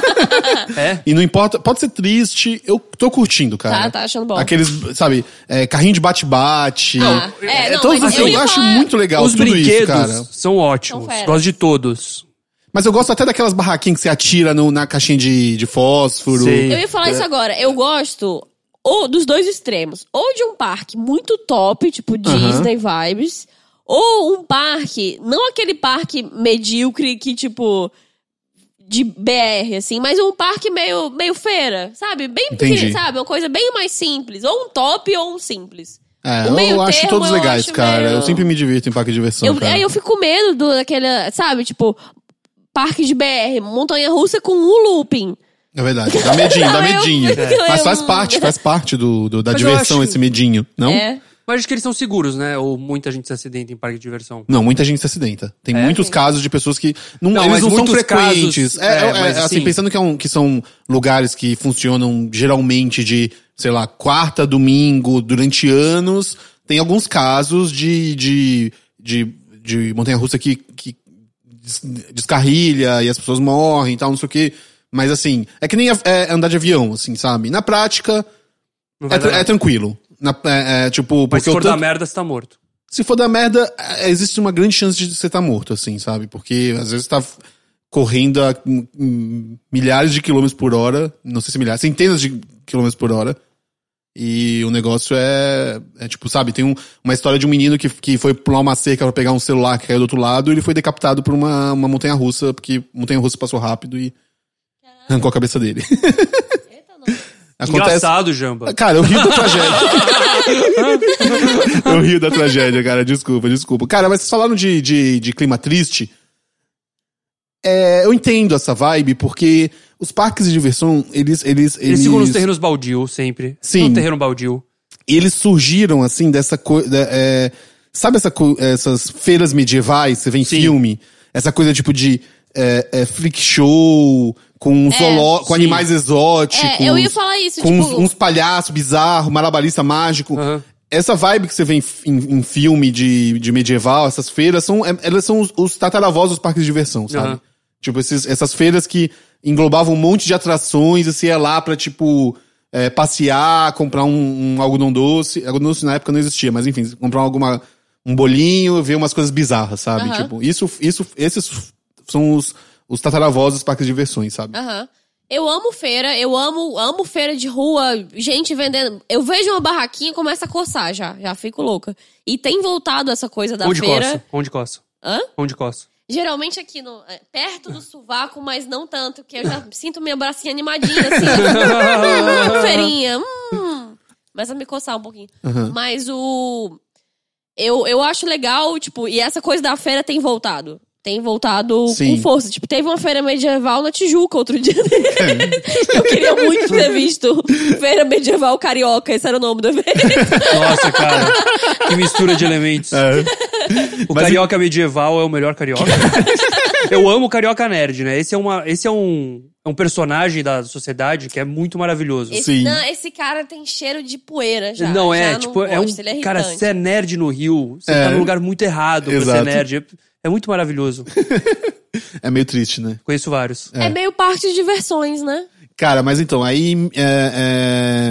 S3: É?
S2: E não importa, pode ser triste, eu tô curtindo, cara.
S1: Tá, tá achando bom.
S2: Aqueles, sabe, é, carrinho de bate-bate.
S1: Ah, é, não,
S2: todos
S1: mas
S2: os-
S1: eu
S2: eu,
S1: ia
S2: acho
S1: falar-
S2: muito legal
S3: Os
S2: tudo
S3: brinquedos
S2: isso, cara.
S3: são ótimos.
S1: São feras.
S3: Gosto de todos.
S2: Mas eu gosto até daquelas barraquinhas que você atira no- na caixinha de, de fósforo.
S3: Sim.
S1: Eu ia falar isso agora. Eu gosto ou dos dois extremos. Ou de um parque muito top, tipo Disney vibes. Ou um parque, não aquele parque medíocre que, tipo, de BR, assim, mas um parque meio, meio feira, sabe? Bem
S2: Entendi.
S1: pequeno, sabe? Uma coisa bem mais simples. Ou um top ou um simples.
S2: É,
S1: O
S2: eu,
S1: meio
S2: acho
S1: termo,
S2: todos
S1: eu
S2: legais,
S1: acho
S2: cara.
S1: meio-
S2: Eu sempre me divirto em parque de diversão,
S1: Eu,
S2: cara.
S1: aí eu fico com medo do, daquela, sabe? Tipo, parque de BR, montanha-russa com um looping.
S2: É verdade. Dá medinho, dá
S1: Não, (laughs) eu-
S2: medinho.
S1: eu-
S2: Mas faz
S1: eu-
S2: parte, faz parte do, do- da
S3: Mas eu
S2: diversão
S3: acho-
S2: esse medinho, não?
S1: É.
S3: Mas acho que eles são seguros, né? Ou muita gente se acidenta em parque de diversão.
S2: Não, muita gente se acidenta. Tem muitos casos de pessoas que. Não,
S3: É? Não,
S2: eles
S3: mas
S2: não são
S3: muitos
S2: frequentes.
S3: casos-
S2: é,
S3: é,
S2: é,
S3: mas
S2: é, assim,
S3: assim-
S2: pensando que, é um- que são lugares que funcionam geralmente de, sei lá, quarta, domingo, durante anos. Tem alguns casos de. de, de, de montanha-russa que, que des- descarrilha e as pessoas morrem e tal, não sei o quê. Mas assim, é que nem a- é andar de avião, assim, sabe? Na prática,
S3: Não vai
S2: é,
S3: dar
S2: tra- é
S3: nada.
S2: tranquilo. Na- é, é, tipo, porque
S3: Mas se
S2: o
S3: for
S2: tanto-
S3: dar merda, você tá morto.
S2: se for dar merda, é, existe uma grande chance de você estar morto, assim, sabe? Porque às vezes você tá f- correndo a hum, hum, milhares de quilômetros por hora, não sei se milhares, centenas de quilômetros por hora. E o negócio é, é tipo, sabe, tem um- uma história de um menino que, que foi pular uma cerca pra pegar um celular que caiu do outro lado e ele foi decapitado por uma, uma montanha russa, porque a montanha russa passou rápido e arrancou a cabeça dele. (laughs)
S1: Eita, não.
S2: Acontece,
S3: Engraçado, Jamba.
S2: Ah, Cara, eu rio da
S3: (laughs)
S2: tragédia. eu rio da tragédia, cara. Desculpa, desculpa. Cara, mas vocês falaram de, de, de clima triste. É, eu entendo essa vibe, porque os parques de diversão, eles. Eles,
S3: Eles ficam nos terrenos baldio, sempre.
S2: Sim.
S3: No terreno baldio.
S2: eles surgiram, assim, dessa coisa. É, sabe essa co- essas feiras medievais? Você vê em
S3: Sim.
S2: filme? Essa coisa tipo de. É, é, freak show, com, um zooló- com
S3: sim.
S2: animais exóticos.
S1: É, eu ia falar isso,
S2: com
S1: tipo.
S2: Tipo, uns, uns palhaços bizarros, malabarista mágico.
S3: Aham.
S2: Essa vibe que você vê em, fi- em- em filme de, de medieval, essas feiras, são, é- elas são os, os tataravós dos parques de diversão, sabe?
S3: Aham.
S2: Tipo, esses- essas feiras que englobavam um monte de atrações, e você ia lá pra, tipo, é, passear, comprar um, um algodão doce. Algodão doce na época não existia, mas enfim, comprar alguma, um bolinho, ver umas coisas bizarras, sabe?
S1: Aham.
S2: Tipo, isso, isso, esses são os, os tataravós dos parques de diversões, sabe?
S1: Aham. Eu amo feira, eu amo, amo feira de rua, gente vendendo. Eu vejo uma barraquinha e começa a coçar já, já fico louca. E tem voltado essa coisa da
S3: Onde
S1: feira.
S3: coça? Onde coça?
S1: Hã?
S3: Onde coça? (laughs)
S1: Geralmente aqui no, é, perto do sovaco, mas não tanto, porque eu
S2: (laughs)
S1: já sinto minha bracinha animadinha assim. (laughs) Hum, feirinha, hum. Começa a me coçar um pouquinho. Mas o eu, eu acho legal, tipo, e essa coisa da feira tem voltado. Tem voltado
S2: Sim.
S1: com força. Tipo, teve uma feira medieval na Tijuca outro dia.
S3: É.
S1: (laughs) Eu queria muito ter visto Feira Medieval Carioca, esse era o nome do evento.
S3: Nossa, cara. que mistura de elementos.
S2: É,
S3: O
S2: Mas
S3: carioca medieval é o melhor (laughs) carioca. Eu amo o carioca nerd, né? Esse é, uma, esse é um, é um personagem da sociedade que é muito maravilhoso.
S1: Esse,
S2: Sim.
S1: Não, esse cara tem cheiro de poeira já.
S3: não é,
S1: já
S3: tipo, é um.
S1: gosto, ele é
S3: cara,
S1: irritante.
S3: você é nerd no Rio, você
S2: É.
S3: tá no lugar muito errado pra
S2: Exato.
S3: ser nerd. É, é muito maravilhoso.
S2: É meio triste, né?
S3: Conheço vários. (laughs)
S1: É. meio parte de diversões, né?
S2: Cara, mas então, aí é,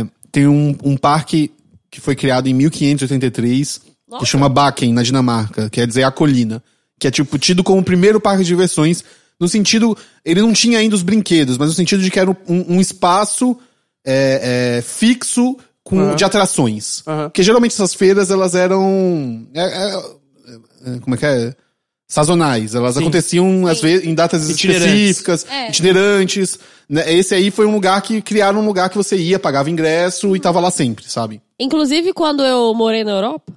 S2: é, tem um, um parque que foi criado em 1583,
S1: Nossa.
S2: que chama Bakken, na Dinamarca, quer dizer a colina, que é tipo tido como o primeiro parque de diversões, no sentido, ele não tinha ainda os brinquedos, mas no sentido de que era um, um espaço é, é, fixo com, de atrações.
S3: Aham.
S2: Porque geralmente essas feiras, elas eram... é, é, é, como é que é? sazonais. Elas aconteciam às
S1: Sim.
S2: vezes em datas
S3: Itinerantes.
S2: específicas,
S1: É.
S2: itinerantes. né? Esse aí foi um lugar que criaram um lugar que você ia, pagava ingresso e tava lá sempre, sabe?
S1: Inclusive, quando eu morei na Europa,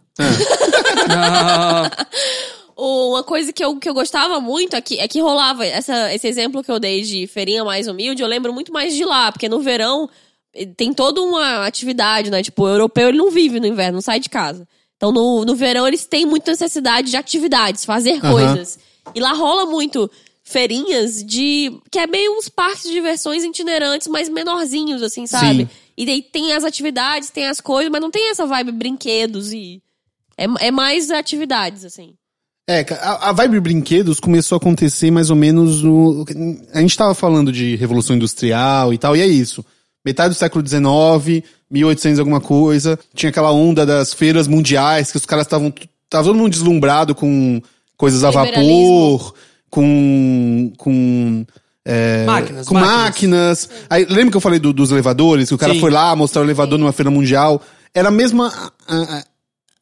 S1: uma coisa que eu, que eu gostava muito aqui é que rolava essa, esse exemplo que eu dei de feirinha mais humilde, eu lembro muito mais de lá, porque no verão eh, tem toda uma atividade, né? Tipo, o europeu ele não vive no inverno, não sai de casa. Então no, no verão eles têm muita necessidade de atividades, fazer
S2: Aham.
S1: coisas. E lá rola muito feirinhas de. que é meio uns parques de diversões itinerantes, mas menorzinhos, assim, sabe?
S2: Sim.
S1: E daí tem as atividades, tem as coisas, mas não tem essa vibe brinquedos e. É, é mais atividades, assim.
S2: É, ca- a, a vibe brinquedos começou a acontecer mais ou menos no. A gente tava falando de Revolução Industrial e tal, e é isso. Metade do século XIX, 1800 alguma coisa, tinha aquela onda das feiras mundiais, que os caras estavam. Tava todo mundo deslumbrado com coisas a
S1: Liberalismo.
S2: vapor, com. com é,
S3: Máquinas,
S2: com
S3: máquinas.
S2: máquinas. Aí, lembra que eu falei do- dos elevadores? Que o cara
S3: Sim.
S2: foi lá mostrar o elevador numa feira mundial. Era a mesma. a- a-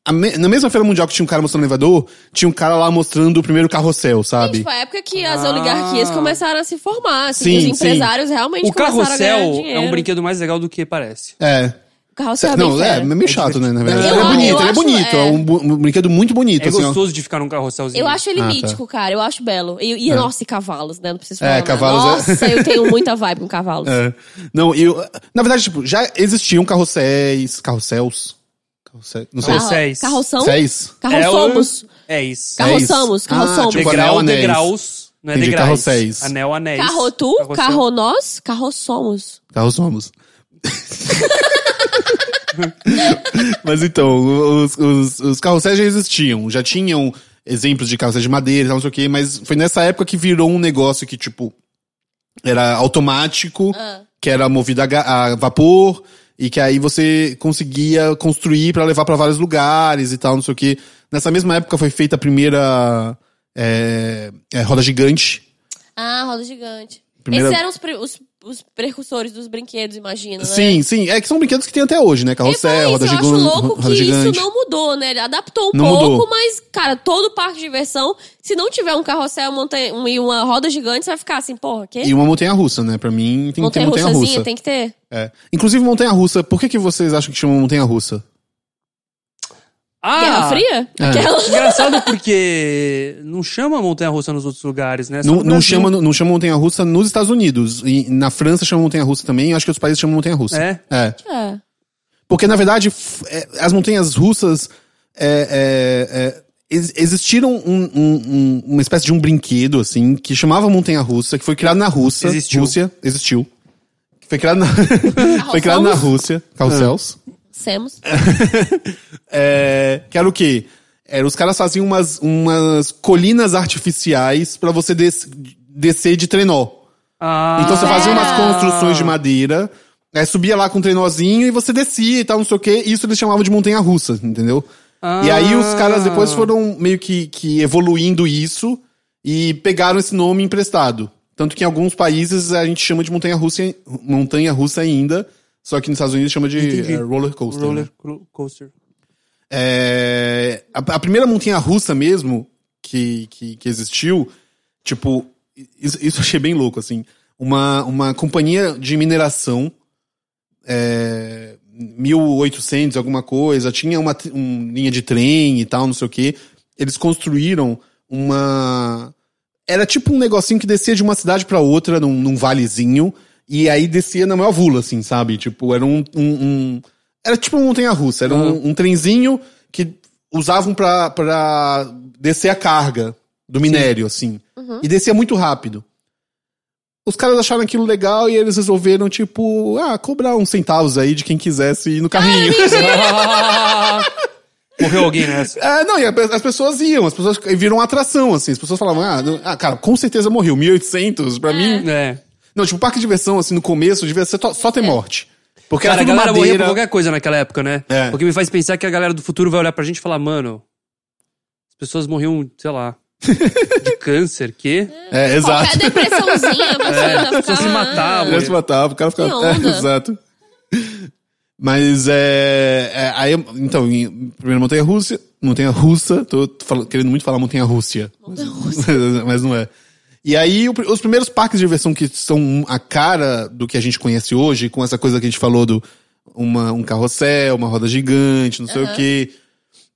S2: a me- na mesma feira mundial que tinha um cara mostrando o elevador, tinha um cara lá mostrando o primeiro carrossel, sabe?
S1: Tipo, a época que as
S3: Ah.
S1: oligarquias começaram a se formar, assim,
S2: Sim,
S1: que os
S2: sim.
S1: empresários realmente
S3: O
S1: começaram a ganhar
S3: carrossel é
S1: dinheiro.
S3: um brinquedo mais legal do que parece.
S2: é.
S1: O carrossel é bem
S2: não, é, é
S1: fera.
S2: meio chato, né? Na verdade.
S3: Eu
S2: ele é
S3: acho-
S2: bonito,
S3: eu
S2: ele é
S1: acho-
S2: bonito. É,
S1: é.
S2: um, bu- um brinquedo muito bonito,
S3: É
S2: assim, ó.
S3: gostoso de ficar num carrosselzinho.
S1: Eu acho ele
S2: Ah, tá.
S1: mítico, cara. Eu acho belo. E, e nossa, e cavalos, né? Não preciso falar.
S2: É,
S1: nada.
S2: cavalos é-
S1: Nossa, eu
S2: (laughs)
S1: tenho muita vibe com cavalos.
S2: É. Não, eu. Na verdade, tipo, já existiam carrosséis. Carrossels? Carrossel, não sei.
S1: Carro-
S3: Carrosséis.
S1: Carroção?
S2: Séis?
S1: Carroçomos.
S2: É
S3: É isso.
S2: isso.
S1: Carroçamos, carroçamos.
S2: Ah, tipo, anel,
S3: Degrau,
S2: anéis.
S3: degraus. Não é
S2: Entendi,
S3: degraus.
S2: carrosséis.
S3: Anel, anéis.
S1: Carrotu,
S3: Carrossel.
S1: carronós, carroçomos.
S2: Carrossomos. (laughs) Mas então, os, os, os carrosséis já existiam, já tinham exemplos de carrosséis de madeira, e tal, não sei o quê, mas foi nessa época que virou um negócio que, tipo, era automático, que era movido a, ga- a vapor, e que aí você conseguia construir pra levar pra vários lugares e tal, não sei o quê. Nessa mesma época foi feita a primeira é, é, roda gigante.
S1: Ah, roda gigante.
S2: Primeira-
S1: Esses eram os, pre- os, os precursores dos brinquedos, imagina, né?
S2: Sim, sim. É que são brinquedos que tem até hoje, né?
S1: Eu falei
S2: Carrossel, roda
S1: isso,
S2: gigante.
S1: Eu acho louco
S2: roda
S1: que
S2: gigante.
S1: isso não mudou, né? Ele adaptou um
S2: Não
S1: pouco,
S2: mudou.
S1: mas, cara, todo parque de diversão, se não tiver um carrossel montanha, um- e uma roda gigante, você vai ficar assim, porra, quê?
S2: E uma montanha-russa, né? Pra mim tem que ter montanha-russa.
S1: tem que ter.
S2: É. Inclusive montanha-russa, por que, que vocês acham que chama montanha-russa?
S3: Ah!
S1: Guerra Fria?
S2: É.
S1: Aquela...
S3: Engraçado porque não chama montanha-russa nos outros lugares, né? Só
S2: Não,
S3: no
S2: não,
S3: Brasil.
S2: chama, não chama montanha-russa nos Estados Unidos. E na França chama montanha-russa também. Eu acho que outros países chamam montanha-russa.
S3: É?
S2: É.
S1: (laughs) É.
S2: Porque, na verdade, f- é, as montanhas russas é, é, é, ex- existiram um- um- um- uma espécie de um brinquedo, assim, que chamava montanha russa, que foi criado na Rússia.
S3: Existiu.
S2: Rússia, existiu. Foi criado na, foi criado na Rússia. Carrossels.
S1: Semos.
S2: É, que era o quê? Era, os caras faziam umas, umas colinas artificiais pra você des- descer de trenó.
S3: Ah,
S2: Então você fazia umas
S1: Ah.
S2: construções de madeira, aí subia lá com o trenózinho e você descia e tal, não sei o quê. e Isso eles chamavam de montanha russa, entendeu? E aí
S3: Ah.
S2: os caras depois foram meio que, que evoluindo isso e pegaram esse nome emprestado. Tanto que em alguns países a gente chama de montanha russa, montanha russa ainda, só que nos Estados Unidos chama de
S3: Entendi.
S2: eh, roller coaster. né?
S3: Roller cro- coaster. (laughs)
S2: É, a, a primeira montanha russa mesmo que, que, que existiu, tipo, isso, isso eu achei bem louco, assim. Uma, uma companhia de mineração, é, 1800, alguma coisa, tinha uma tr- um, linha de trem e tal, não sei o quê. Eles construíram uma. Era tipo um negocinho que descia de uma cidade pra outra, num, num valezinho, e aí descia na maior vula, assim, sabe? Tipo, era um. um- um- era tipo uma montanha-russa, era um, um trenzinho que usavam pra, pra descer a carga do minério, assim. E descia muito rápido. Os caras acharam aquilo legal e eles resolveram, tipo, ah, cobrar uns centavos aí de quem quisesse ir no carrinho.
S3: Morreu alguém nessa.
S2: (laughs) É, não, e a- as pessoas iam, as pessoas viram uma atração, assim. As pessoas falavam, ah, não- ah, cara, com certeza morreu. 1800, pra mim.
S3: É.
S2: Não, tipo, parque de diversão, assim, no começo, devia ser to- só ter morte. Porque
S3: Cara, a
S2: era tudo
S3: galera morria por
S2: madeira.
S3: qualquer coisa naquela época, né?
S2: É.
S3: O que me faz pensar que a galera do futuro vai olhar pra gente e falar, mano, as pessoas morriam, sei lá,
S2: (laughs)
S3: de câncer, que?
S2: É,
S1: Qualquer
S2: (laughs) exato. (laughs)
S1: depressãozinha, a pessoa tá
S3: É,
S1: ainda
S3: a pessoa se
S2: É.
S1: ficava-
S3: matava.
S2: Mulher se matava, o cara ficava.
S1: Que onda.
S2: É, exato. Mas é, é, aí, então, em primeiro montanha russa, montanha russa, tô fal- querendo muito falar montanha rússia. (laughs) Mas não é. E aí o pr- os primeiros parques de diversão que são a cara do que a gente conhece hoje, com essa coisa que a gente falou do uma, um carrossel, uma roda gigante, não sei o quê.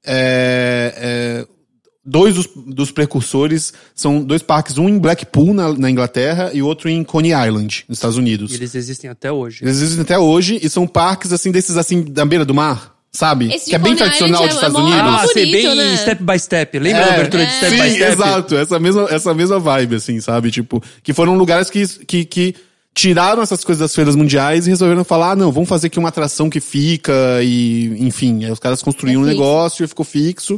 S2: É, é, dois dos, dos precursores são dois parques, um em Blackpool, na, na Inglaterra, e outro em Coney Island, nos Estados Unidos.
S3: E eles existem até hoje.
S2: Eles existem até hoje e são parques assim desses assim da beira do mar, sabe?
S1: Esse
S2: que é
S1: de
S2: bem
S1: Coney
S2: tradicional dos
S1: Island é- é
S2: Estados
S1: mó-
S2: Unidos.
S1: Ah,
S3: sei,
S1: bonito,
S3: bem
S1: né?
S3: step by step. Lembra
S2: É,
S3: a abertura de step
S2: sim,
S3: by step?
S2: exato, essa mesma, essa mesma vibe, assim, sabe? Tipo, que foram lugares que, que, que tiraram essas coisas das feiras mundiais e resolveram falar, ah, não, vamos fazer aqui uma atração que fica e, enfim, aí os caras
S1: É
S2: construíram um
S1: fixo.
S2: negócio e ficou fixo.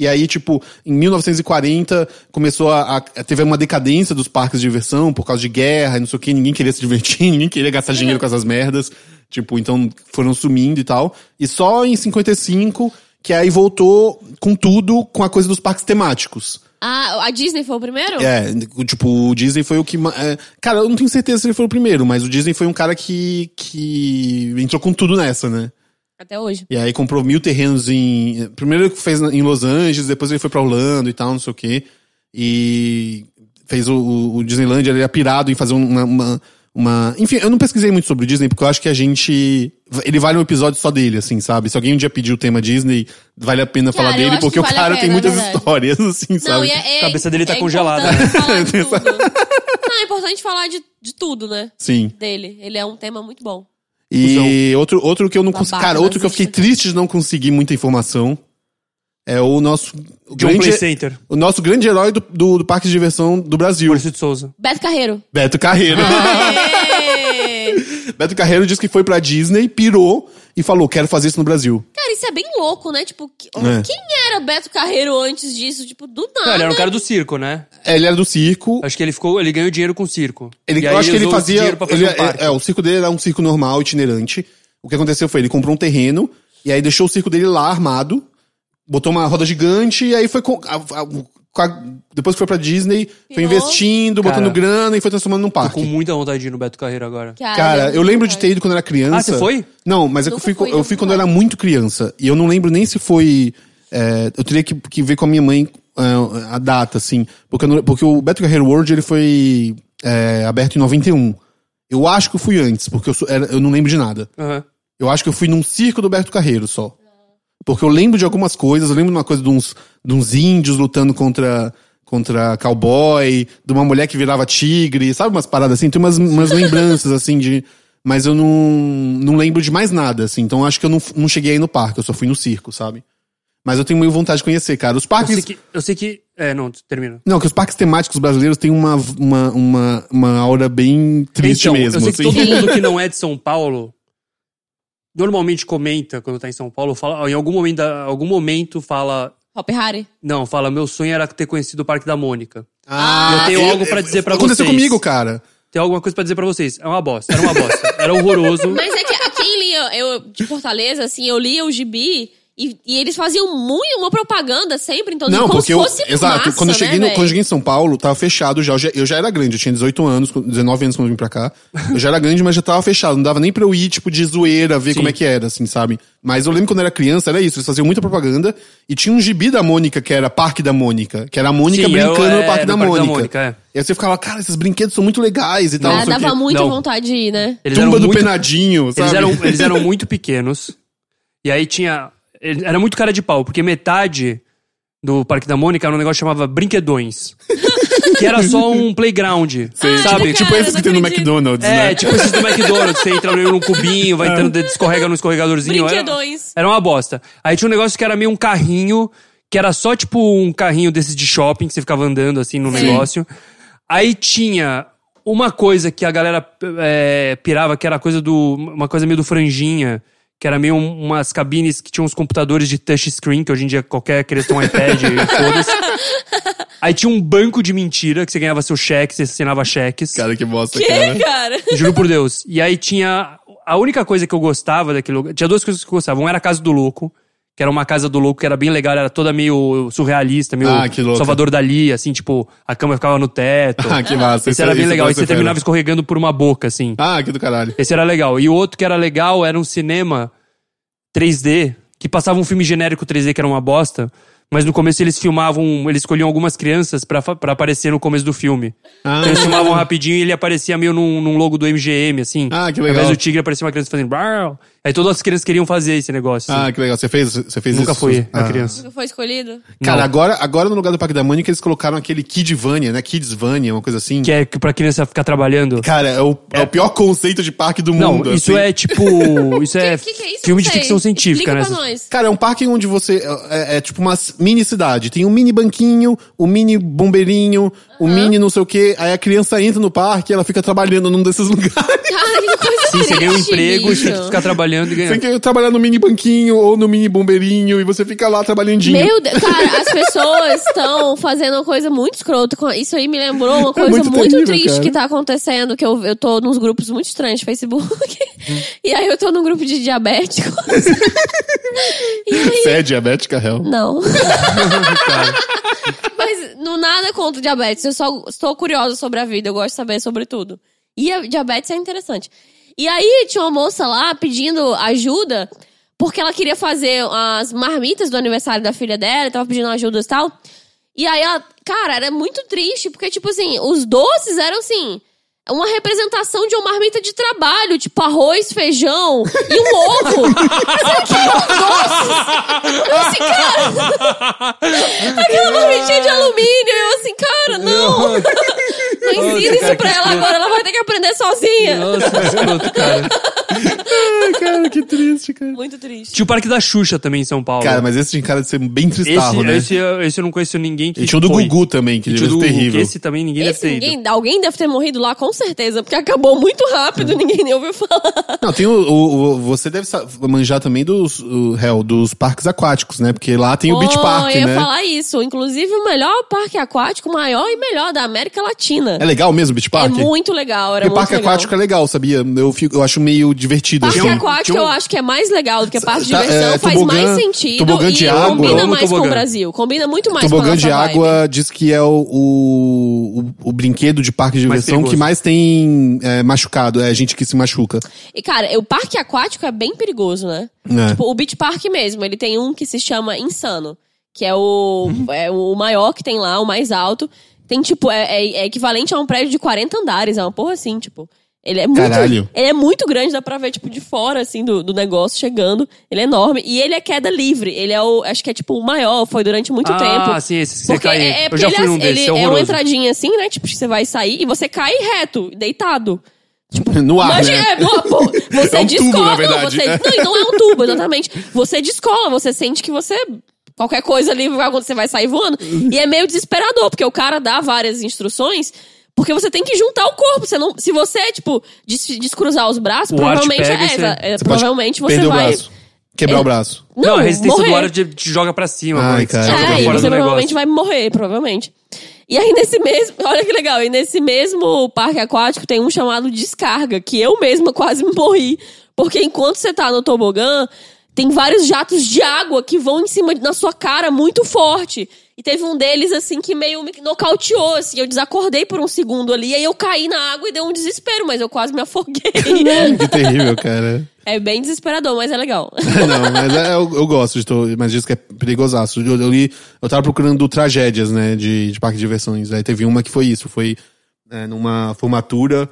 S2: E aí, tipo, em 1940 começou a, a- teve uma decadência dos parques de diversão por causa de guerra e não sei o que, ninguém queria se divertir, (laughs) ninguém queria gastar dinheiro com essas merdas. Tipo, então foram sumindo e tal. E só em 55 que aí voltou com tudo com a coisa dos parques temáticos.
S1: Ah, a Disney foi o primeiro?
S2: É, o- tipo, o Disney foi o que. ma- é, cara, eu não tenho certeza se ele foi o primeiro, mas o Disney foi um cara que, que entrou com tudo nessa, né?
S1: Até hoje.
S2: E aí comprou mil terrenos em. Primeiro ele fez em Los Angeles, depois ele foi pra Holanda e tal, não sei o quê. E fez o, o, o Disneyland, ele era pirado em fazer uma, uma, uma- Enfim, eu não pesquisei muito sobre o Disney, porque eu acho que a gente. Ele vale um episódio só dele, assim, sabe? Se alguém um dia pedir o tema Disney, vale a pena
S1: Cara,
S2: falar
S1: eu
S2: dele,
S1: acho
S2: porque
S1: que
S2: o
S1: vale a
S2: cara
S1: pena,
S2: tem muitas
S1: na verdade.
S2: histórias, (laughs) assim,
S1: Não,
S2: sabe?
S1: e é, é,
S3: A cabeça dele tá
S1: é
S3: congelada.
S1: importante falar
S2: (laughs)
S1: de tudo. Não, é importante falar de, de tudo, né?
S2: Sim.
S1: Dele. Ele é um tema muito bom.
S2: E outro, outro que eu não consegui.
S1: Babaca
S2: Cara, outro que eu
S1: nazista.
S2: fiquei triste de não conseguir muita informação é o nosso. o
S3: John
S2: grande-
S3: Play Center.
S2: O nosso grande herói do, do, do parque de diversão do Brasil,
S3: Maurício de Souza.
S1: Beto Carreiro.
S2: Beto Carreiro.
S1: Ah.
S3: É.
S1: Aê!
S2: (laughs) Beto Carreiro disse que foi pra Disney, pirou e falou: quero fazer isso no Brasil.
S1: cara, isso é bem louco, né? Tipo, que-
S2: É.
S1: quem era Beto Carreiro antes disso? Tipo, do nada.
S3: Não, ele era um cara do circo, né?
S2: É, Ele era do circo.
S3: Acho que ele ficou, ele ganhou dinheiro com o circo.
S2: Ele,
S3: E
S2: eu
S3: aí
S2: acho que ele
S3: usou esse
S2: fazia.
S3: dinheiro pra fazer
S2: ele-
S3: um parque.
S2: é, é, o circo dele era um circo normal, itinerante. O que aconteceu foi: ele comprou um terreno e aí deixou o circo dele lá armado, botou uma roda gigante e aí foi. Com, a- a- com a- depois que foi pra Disney, foi
S1: Pirou.
S2: investindo, botando
S3: Cara,
S2: grana e foi transformando num
S3: Tô com
S2: parque.
S3: muita vontade de ir no Beto Carreiro agora.
S2: Cara, eu lembro de ter
S1: ter
S2: ido quando era criança.
S3: né? Ah, você foi?
S2: Não, mas é eu
S1: Nunca
S2: fui,
S1: fui,
S2: eu fui
S1: nunca
S2: quando eu era muito criança. E eu não lembro nem se foi. é, eu teria que, que ver com a minha mãe é, a data, assim. Porque, eu não- porque o Beto Carreiro World ele foi é, aberto em 91. Eu acho que eu fui antes, porque eu, sou- era- eu não lembro de nada.
S3: Aham.
S2: Eu acho que eu fui num circo do Beto Carreiro só. Porque eu lembro de algumas coisas, eu lembro de uma coisa de uns, de uns índios lutando contra, contra cowboy, de uma mulher que virava tigre, sabe umas paradas assim? Tem umas, umas
S3: (laughs)
S2: lembranças assim de. Mas eu não, não lembro de mais nada, assim. Então eu acho que eu não, f- não cheguei aí no parque, eu só fui no circo, sabe? Mas eu tenho meio vontade de conhecer, cara. Os
S3: Eu sei
S2: parques.
S3: que. Eu sei que. É, não, termina.
S2: Não, que os parques temáticos brasileiros têm uma, uma, uma, uma aura bem triste
S3: então,
S2: mesmo.
S3: eu sei
S2: assim. (laughs)
S3: que todo mundo que não é de São Paulo normalmente comenta quando tá em São Paulo, fala, em algum momento, da- algum momento fala.
S1: Hop Harry.
S3: Não, fala, meu sonho era ter conhecido o Parque da Mônica.
S2: Ah,
S3: Eu tenho algo pra dizer pra
S2: Aconteceu
S3: vocês.
S2: comigo, cara.
S3: Tem alguma coisa pra dizer pra vocês? É uma bosta, era uma bosta.
S1: (laughs)
S3: Era horroroso.
S1: Mas é que a- quem lia, eu, de Fortaleza, assim, eu lia o gibi e, e eles faziam muito uma propaganda sempre, então
S2: Não,
S1: como
S2: porque
S1: se fosse
S2: eu. Exato,
S1: massa,
S2: quando, eu cheguei
S1: né,
S2: no, quando eu
S1: velho?
S2: cheguei em São Paulo, tava fechado já. Eu já, eu já era grande, eu tinha 18 anos, com 19 anos quando eu vim pra cá. Eu já era grande, mas já tava fechado. Não dava nem pra eu ir, tipo, de zoeira, ver
S3: Sim.
S2: como é que era, assim, sabe? Mas eu lembro quando eu era criança, era isso. Eles faziam muita propaganda. E tinha um gibi da Mônica, que era Parque da Mônica. Que era a Mônica
S3: Sim,
S2: brincando
S3: eu-
S2: no
S3: é,
S2: Parque
S3: no
S2: da
S3: Parque
S2: Mônica.
S3: da Mônica, é.
S2: E aí você ficava, cara, esses brinquedos são muito legais e tal.
S1: Ah,
S2: não sei o
S1: dava
S2: quê.
S1: muita
S3: Não.
S1: vontade de ir, né?
S3: Eles
S2: Tumba
S3: eram
S2: do
S3: muito
S2: penadinho, sabe?
S3: Eles eram, eles eram muito pequenos. E aí tinha. ele- Era muito cara de pau, porque metade do Parque da Mônica era um negócio que chamava Brinquedões. que era só um playground. Sabe?
S1: Ai,
S3: tipo,
S2: tipo
S1: Cara,
S2: esses
S1: não
S2: que tem no
S1: acredito.
S2: McDonald's, né? É.
S3: é, tipo esses do McDonald's. Você entra num cubinho, vai entrando, escorrega no escorregadorzinho. Era-
S1: Brinquedões.
S3: Era, uma bosta. Aí tinha um negócio que era meio um carrinho, que era só tipo um carrinho desses de shopping, que você ficava andando assim no negócio. Aí tinha uma coisa que a galera é, pirava, que era a coisa do. Uma coisa meio do franjinha. Que era meio um- umas cabines que tinham uns computadores de touchscreen, que hoje em dia qualquer criança tem um iPad, foda-se. Aí tinha um banco de mentira, que você ganhava seu cheque, você assinava cheques.
S2: Cara, que bosta, né?
S1: Que,
S3: É, né?
S2: cara.
S1: cara?
S3: Juro por Deus. E aí tinha. A única coisa que eu gostava daquele lugar. Tinha duas coisas que eu gostava. Uma era a Casa do Louco, que era uma casa do louco que era bem legal, era toda meio surrealista, meio
S2: Ah, que louca.
S3: Salvador Dali, assim, tipo, a cama ficava no teto.
S2: (laughs) Ah, que massa.
S3: Esse era bem legal. E
S2: parece
S3: você terminava
S2: fera.
S3: escorregando por uma boca, assim.
S2: Ah, que do caralho.
S3: Esse era legal. E o outro que era legal era um cinema 3D, que passava um filme genérico 3D que era uma bosta, mas no começo eles filmavam, eles escolhiam algumas crianças pra fa- pra aparecer no começo do filme.
S2: Ah,
S3: Então eles filmavam rapidinho e ele aparecia meio num, num logo do MGM, assim.
S2: Ah, que
S3: Ao
S2: legal.
S3: invés do tigre aparecia uma criança fazendo. "Brau". Aí todas as crianças queriam fazer esse negócio. assim.
S2: ah, que legal. Você fez, você fez
S3: Nunca
S2: isso?
S3: fui a
S2: Ah.
S3: criança.
S1: Nunca foi escolhido?
S2: Cara,
S3: Não.
S2: agora, agora no lugar do Parque da Mônica eles colocaram aquele Kidvania, né? Kidsvania, uma coisa assim.
S3: Que é que pra criança ficar trabalhando.
S2: Cara, é o, é o pior conceito de parque do
S3: Não,
S2: mundo.
S3: isso
S2: assim.
S3: é tipo.
S2: (laughs)
S3: Isso é,
S1: que, que é isso?
S3: filme
S1: Não
S3: de
S1: sei.
S3: ficção científica, né?
S1: Explica
S3: essas-
S1: pra nós. (laughs)
S2: Cara, é um parque onde você. É, é tipo uma mini cidade. Tem um mini banquinho, um mini bombeirinho, um mini não sei o quê. Aí a criança entra no parque e ela fica trabalhando num desses (laughs) lugares.
S1: Cara, que coisa
S3: Sim, você ganha um
S1: triste,
S3: emprego,
S1: bicho.
S3: você tem que ficar trabalhando e
S2: Você
S3: (laughs) ganhar.
S2: quer trabalhar no mini banquinho ou no mini bombeirinho e você fica lá trabalhandinho. (laughs)
S1: Meu Deus, cara, as pessoas estão fazendo uma coisa muito escrota. com- Isso aí me lembrou uma coisa
S2: muito
S1: muito,
S2: terrível,
S1: triste
S2: cara.
S1: que tá acontecendo, que eu, eu tô nos grupos muito estranhos de Facebook. (laughs) e aí eu tô num grupo de diabéticos. e aí,
S2: Você é diabética, réu?
S1: (laughs) não. Mas no nada contra o diabetes, eu só estou curiosa sobre a vida, eu gosto de saber sobre tudo. E a diabetes é interessante. E aí tinha uma moça lá pedindo ajuda, porque ela queria fazer as marmitas do aniversário da filha dela, tava pedindo ajuda e tal. E aí ela, cara, era muito triste, porque tipo assim, os doces eram assim, uma representação de uma marmita de trabalho, tipo arroz, feijão e um ovo. Mas aquilo, doces. Eu assim, cara, Aquela marmitinha de alumínio. Eu assim, cara, não. Não ensina
S3: Nossa, cara,
S1: isso pra ela agora. Ela vai ter que aprender sozinha.
S3: Nossa, que escroto, cara.
S2: Cara, que triste, cara.
S3: (laughs)
S1: Muito triste.
S3: Tinha o Parque da Xuxa também em São Paulo.
S2: Cara, mas esse tinha cara de ser bem tristarro,
S3: esse,
S2: né?
S3: esse, esse eu não conheço ninguém que.
S2: E tinha o do
S3: foi.
S2: Gugu também, que
S3: E tinha
S2: devia
S3: o do
S2: ser
S3: Gugu,
S2: terrível.
S3: que Esse também ninguém deve
S1: Esse
S3: ter ido.
S1: ninguém, alguém deve ter morrido lá, com certeza, porque acabou muito
S2: É.
S1: rápido, ninguém nem ouviu falar.
S2: Não, tem o, o- o- Você deve sa- manjar também dos, o, réu, dos parques aquáticos, né? Porque lá tem o Beach
S1: Oh,
S2: Park,
S1: eu ia
S2: né?
S1: falar isso. Inclusive, o melhor parque aquático, maior e melhor da América Latina.
S2: É legal mesmo o Beach Park?
S1: É muito legal, era
S2: Porque
S1: muito
S2: parque
S1: legal.
S2: aquático é legal, sabia? Eu, fico, eu acho meio divertido,
S1: Parque
S2: assim.
S1: aquático
S3: tinha um-
S1: eu acho que é mais legal do que parque de
S2: Tá,
S1: diversão,
S2: é,
S1: faz
S2: tobogã-
S1: mais sentido
S2: tobogã
S1: e
S2: de água.
S1: combina
S3: Amo
S1: mais com
S3: tobogã.
S1: o Brasil. Combina muito mais com a
S2: Tobogã
S1: nossa
S2: de água
S1: vibe.
S2: diz que é o, o, o- o brinquedo de parque de
S3: Mais
S2: diversão que
S3: perigoso.
S2: mais tem é, machucado. É gente que se machuca.
S1: E, cara, o parque aquático é bem perigoso, né?
S2: É.
S1: Tipo, o Beach Park mesmo, ele tem um que se chama Insano, que é o,
S2: Uhum.
S1: é o maior que tem lá, o mais alto. Tem, tipo, é, é- é equivalente a um prédio de 40 andares, é uma porra assim, tipo. Ele é muito.
S2: Caralho.
S1: Ele é muito grande, dá pra ver, tipo, de fora, assim, do, do negócio, chegando. Ele é enorme. E ele é queda livre. Ele é o. Acho que é, tipo, o maior, foi durante muito
S3: ah,
S1: tempo.
S3: sim, esse que você
S1: Porque
S3: cai.
S1: é, é
S3: eu
S1: porque
S3: já fui
S1: ele,
S3: num
S1: ele
S3: desses, é
S1: é
S3: horroroso.
S1: uma entradinha assim, né? Tipo, você vai sair e você cai reto, deitado.
S2: No ar,
S1: Imagina,
S2: né?
S1: é, pô, pô, você
S2: É um tubo,
S1: descola.
S2: na verdade.
S1: Não, você, não, e não é um tubo, exatamente. Você descola, você sente que você. Qualquer coisa ali vai acontecer, você vai sair voando. E é meio desesperador, porque o cara dá várias instruções. Porque você tem que juntar o corpo. Você não, se você, tipo, des- descruzar os braços,
S3: O ar te
S1: provavelmente,
S3: pega
S1: é,
S3: e você-
S1: exa- é,
S2: Você pode
S1: provavelmente você
S2: perder
S1: vai. É.
S2: o braço. Quebrar o braço.
S1: Não,
S3: a resistência
S1: morrer.
S3: do ar é te, te joga pra cima.
S2: Ai,
S3: mano, te
S2: cara.
S3: joga pra
S1: É, e
S3: fora
S1: você
S3: do
S1: provavelmente
S3: negócio.
S1: vai morrer, provavelmente. E aí nesse mesmo, (laughs) olha que legal, e nesse mesmo parque aquático tem um chamado Descarga, que eu mesma quase (laughs) morri, porque enquanto você tá no tobogã, tem vários jatos de água que vão em cima de- na sua cara muito forte. E teve um deles assim que meio me nocauteou, assim, eu desacordei por um segundo ali, aí eu caí na água e deu um desespero, mas eu quase me afoguei.
S2: Que terrível, cara.
S1: é bem desesperador, mas é legal.
S2: (laughs) Não, mas é- eu, eu gosto de to... mas diz que é perigosaço. Eu, eu li, eu tava procurando tragédias, né, de, de parque de diversões. Aí teve uma que foi isso, foi é, numa formatura,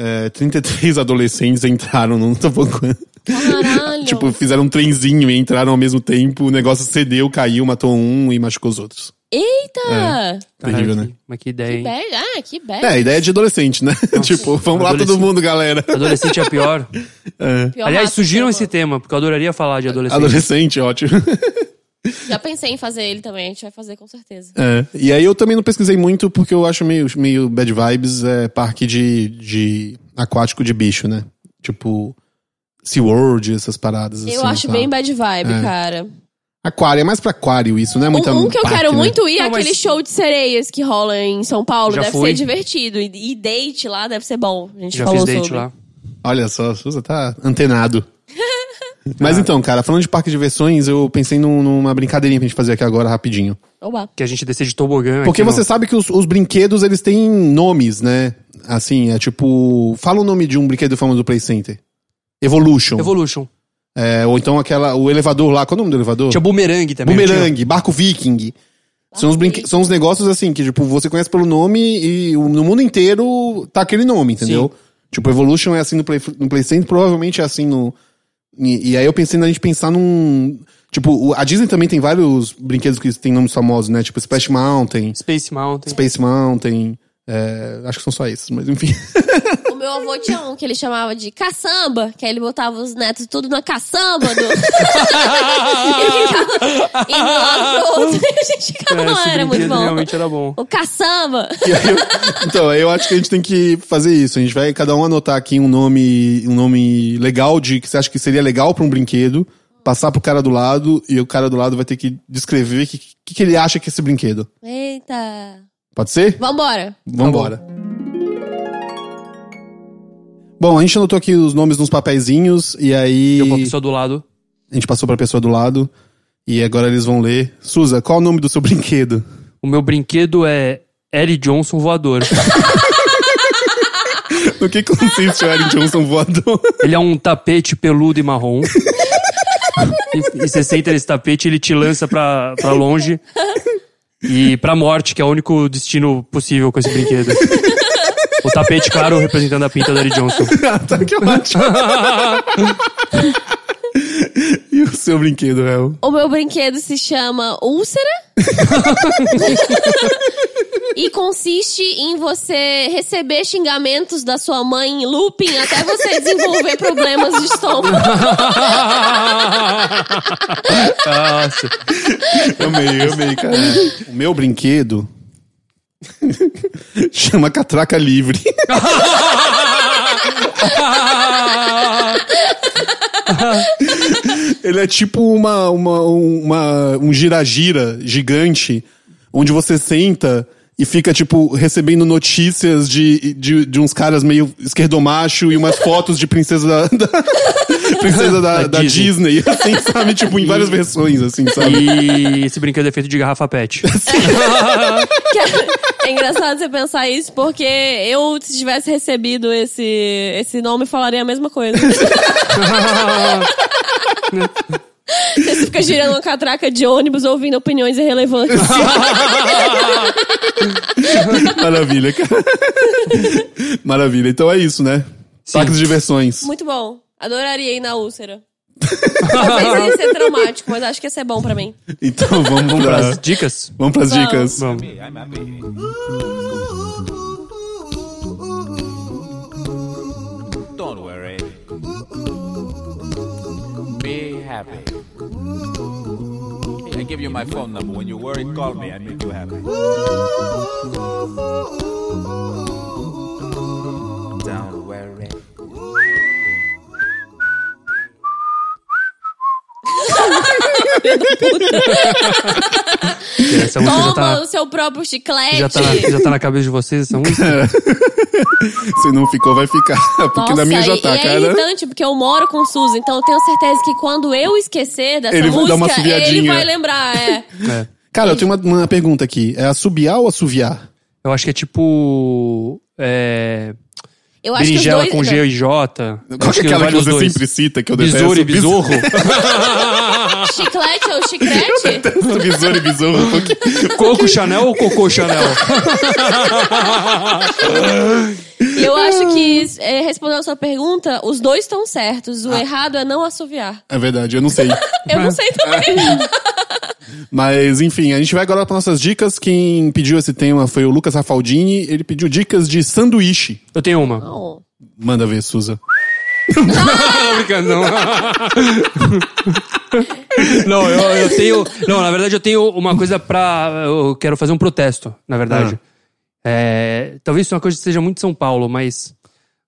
S2: é, 33 adolescentes entraram num tobogã.
S1: Caralho.
S2: (laughs) Tipo, fizeram um trenzinho e entraram ao mesmo tempo, o negócio cedeu, caiu, matou um e machucou os outros.
S1: Eita!
S3: Caralho,
S2: Terrível, né?
S3: que- Mas que ideia, hein?
S1: Be- ah, que belo.
S2: É, a ideia é de adolescente, né? (laughs) tipo, vamos lá todo
S3: adolescente.
S2: mundo, galera.
S3: Adolescente é
S1: (laughs)
S3: pior.
S1: Tá Pior
S3: Aliás,
S1: rato
S3: surgiram
S1: que eu
S3: esse tema, porque eu adoraria falar de adolescente.
S2: Adolescente, ótimo.
S1: Já pensei em fazer ele também, a gente vai fazer com certeza.
S2: É, e aí eu também não pesquisei muito porque eu acho meio, meio bad vibes é, parque de, de aquático de bicho, né? Tipo SeaWorld, essas paradas assim.
S1: eu acho
S2: sabe?
S1: bem bad vibe, cara.
S2: Aquário, é mais pra aquário isso, não é muito
S1: um, um que eu
S2: parque,
S1: quero
S2: né?
S1: muito ir é
S3: Não, mas-
S1: aquele show de sereias que rola em São Paulo.
S3: Já
S1: deve
S3: fui.
S1: ser divertido. E, e date lá deve ser bom. A gente
S3: Já
S1: falou
S3: fiz date
S1: sobre.
S3: lá.
S2: Olha só, Suza tá
S1: (laughs)
S2: antenado. Mas então, cara, falando de parque de diversões, eu pensei num- numa brincadeirinha pra gente fazer aqui agora rapidinho.
S1: Oba.
S3: Que a gente descer de tobogã.
S2: Porque
S3: aqui
S2: você é
S3: no-
S2: sabe que os, os brinquedos, eles têm nomes, né? Assim, é tipo... Fala o nome de um brinquedo famoso do Play Center. Evolution.
S3: Evolution.
S2: É, ou então aquela, o elevador lá, qual é o nome do elevador?
S3: Tinha bumerangue também. não tinha?
S2: Bumerangue, barco viking. São os, brinque...
S1: Viking.
S2: são os negócios assim, que tipo, você conhece pelo nome e o- no mundo inteiro tá aquele nome, entendeu? Tipo, Evolution é assim no Play, no Play Center, provavelmente é assim no... E, e aí eu pensei na gente pensar num... Tipo, o- a Disney também tem vários brinquedos que tem nomes famosos, né? Tipo, Splash Mountain,
S3: Space Mountain.
S2: Space Mountain, é, acho que são só esses, mas enfim.
S1: O meu avô tinha um que ele chamava de caçamba, que aí ele botava os netos tudo na caçamba do... (laughs) e ficava indo lá pro outro. (laughs) E a gente ficava,
S3: É,
S1: não,
S3: esse
S1: era muito
S3: brinquedo
S1: bom.
S3: Realmente era bom.
S1: O caçamba.
S2: E aí eu- então, aí eu acho que a gente tem que fazer isso. A gente vai cada um anotar aqui um nome, um nome legal de que você acha que seria legal pra um brinquedo, passar pro cara do lado e o cara do lado vai ter que descrever o que, que, que ele acha que é esse brinquedo.
S1: Eita.
S2: Pode ser?
S1: Vambora.
S2: Vambora. bom. a gente anotou aqui os nomes nos papeizinhos e aí
S3: Tinha uma pessoa do lado.
S2: a gente passou pra pessoa do lado e agora eles vão ler. Suza, qual é o nome do seu brinquedo?
S3: O meu brinquedo é Eric Johnson voador.
S2: (laughs) No que consiste (laughs) o Eric Johnson voador?
S3: ele é um tapete peludo e marrom. e, e você senta nesse tapete, ele te lança pra, pra longe. E pra morte, que é o único destino possível com esse brinquedo. O tapete, claro, representando a pinta do Eric Johnson.
S2: tá que eu acho. (laughs) e o seu brinquedo, El?
S1: O meu brinquedo se chama úlcera. e consiste em você receber xingamentos da sua mãe em looping até você desenvolver problemas de estômago.
S3: Nossa.
S2: Amei, amei, cara. É. O meu brinquedo (laughs) chama Catraca (laughs) Livre. Ele é tipo uma, uma, uma, um gira-gira gigante, onde você senta e fica, tipo, recebendo notícias de, de, de uns caras meio esquerdomacho e umas fotos de princesa da, (laughs) da- princesa da,
S3: Da
S2: da Disney.
S3: Disney.
S2: assim, sabe? Tipo, em várias versões, assim, sabe?
S3: E esse brinquedo é feito de garrafa pet.
S1: Que é engraçado você pensar isso, porque eu, se tivesse recebido esse, esse nome, falaria a mesma coisa. Você fica girando uma catraca de ônibus ouvindo opiniões irrelevantes.
S2: Maravilha,
S3: (laughs)
S2: cara. Maravilha. Então é isso, né? Parques de diversões.
S1: Muito bom. Adoraria ir na úlcera. Talvez ia ser traumático, mas acho que ia ser bom pra mim.
S2: Então vamos,
S3: Vamos
S2: pra,
S3: pras dicas?
S2: vamos pras
S1: Vamos.
S2: dicas.
S3: Vamos.
S4: I'm happy. Don't worry. Be happy. Hey, I give you my phone number. When you worry, call me. I make you happy. Don't worry.
S3: Essa música
S1: Toma
S3: já tá,
S1: o seu próprio chiclete.
S3: já, tá na, já tá na cabeça de vocês, essa música?
S2: Se não ficou, vai ficar. (laughs) Porque
S1: Nossa,
S2: na minha já
S1: e-
S2: tá,
S1: e é
S2: cara.
S3: então?
S1: irritante, porque eu moro com o Suzy, então eu tenho certeza que quando eu esquecer dessa
S2: Ele vai
S1: música,
S2: dar uma assoviadinha.
S1: ele vai lembrar, é.
S3: É.
S2: Cara, eu tenho uma, uma pergunta aqui. É assobiar ou assoviar?
S3: Eu acho que é tipo. É,
S1: Eu acho que os
S3: berinjela
S1: dois...
S3: com G e J. Eu
S2: Qual
S3: acho
S2: que é aquela que
S3: vale os
S2: você
S3: dois.
S2: sempre cita, que eu detesto?
S3: Besouro e besorro?
S2: (laughs)
S1: não, Chiclete ou chiclete?
S2: Besouro besouro e besouro. porque-
S3: Coco Chanel ou Cocô Chanel?
S1: eu acho que, é, respondendo a sua pergunta, os dois estão certos. O errado é não assoviar.
S2: É verdade, eu não sei.
S1: Eu não sei também.
S2: Mas, enfim, a gente vai agora para nossas dicas. Quem pediu esse tema foi o Lucas Rafaldini. Ele pediu dicas de sanduíche.
S3: Eu tenho uma.
S1: Não.
S2: Manda ver, Suza.
S3: Não, brincando, não. (laughs) Não, eu, eu tenho. Não, na verdade, eu tenho uma coisa pra. Eu quero fazer um protesto, na verdade. É, talvez isso é uma coisa que seja muito São Paulo, mas.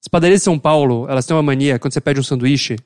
S3: As padarias de São Paulo, elas têm uma mania, quando você pede um sanduíche,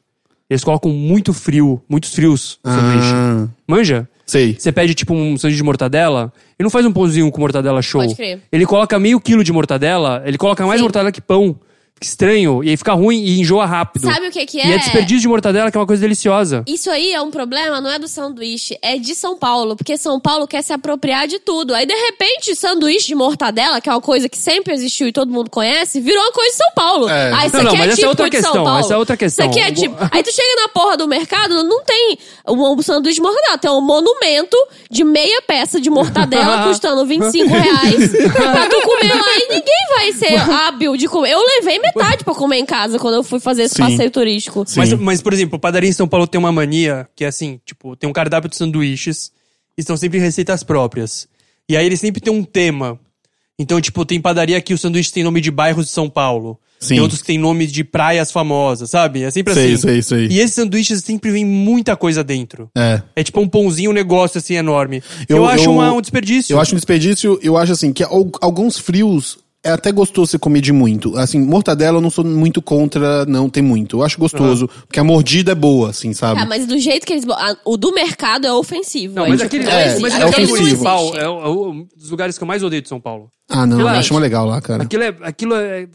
S3: eles colocam muito frio, muitos frios no sanduíche.
S2: Ah,
S3: Manja?
S2: sei.
S3: Você pede, tipo, um sanduíche de mortadela, ele não faz um pãozinho com mortadela show.
S1: Pode crer.
S3: Ele coloca meio quilo de mortadela, ele coloca mais
S1: Sim.
S3: mortadela que pão. estranho. E aí fica ruim e enjoa rápido.
S1: Sabe o que que é?
S3: E é desperdício de mortadela, que é uma coisa deliciosa.
S1: Isso aí é um problema, não é do sanduíche, é de São Paulo, porque São Paulo quer se apropriar de tudo. Aí, de repente, sanduíche de mortadela, que é uma coisa que sempre existiu e todo mundo conhece, virou uma coisa de São Paulo.
S2: É.
S1: Ah, isso
S3: Não,
S1: aqui é
S3: não, mas essa é
S1: típico
S3: outra
S1: de São
S3: questão,
S1: Paulo.
S3: essa é outra questão.
S1: Isso aqui é
S3: Eu
S1: tipo.
S3: vou-
S1: Aí tu chega na porra do mercado, não tem um sanduíche de mortadela, tem um monumento de meia peça de mortadela
S3: (laughs)
S1: custando 25 reais pra tu comer lá e ninguém vai ser
S3: (laughs)
S1: hábil de comer. Eu levei metade pra comer em casa quando eu fui fazer esse
S2: Sim.
S1: passeio turístico.
S2: Sim.
S3: Mas, mas, por exemplo, padaria em São Paulo tem uma mania que é assim, tipo, tem um cardápio de sanduíches e são sempre receitas próprias. E aí eles sempre têm um tema. Então, tipo, tem padaria que o sanduíche tem nome de bairros de São Paulo.
S2: Sim.
S3: Tem outros que tem nome de praias famosas, sabe? É sempre
S2: Sei,
S3: assim.
S2: sei, sei.
S3: E esses sanduíches sempre vem muita coisa dentro.
S2: É.
S3: É tipo um pãozinho, um negócio assim enorme. Eu,
S2: Eu-
S3: acho
S2: eu-
S3: uma- um desperdício.
S2: Eu acho um desperdício, eu acho assim, que al- alguns frios é até gostoso você comer de muito. Assim, mortadela eu não sou muito contra não ter muito. Eu acho gostoso, porque a mordida é boa, assim, sabe?
S1: Tá, mas do jeito que eles. bo- ah, O do mercado é ofensivo.
S3: Não,
S1: aí,
S3: mas
S1: tipo,
S3: aquele,
S1: não
S2: é,
S1: existe.
S3: mas
S2: é
S1: Aquele
S3: aquele
S1: não
S2: ofensivo.
S3: municipal
S1: existe.
S3: é, o- é o- um dos lugares que eu mais odeio de São Paulo.
S2: Ah, não, eu
S3: Realmente.
S2: acho mais legal lá, cara.
S3: Aquilo, é, aquilo, é,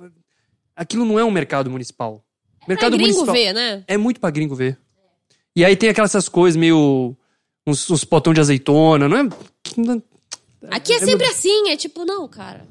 S3: aquilo não é um mercado municipal.
S1: É Pra
S3: Mercado
S1: gringo
S3: municipal
S1: ver, né?
S3: é muito pra gringo ver. E aí tem aquelas essas coisas meio. uns, uns potão de azeitona, não é? não-
S1: Aqui é sempre assim, é tipo, não, cara.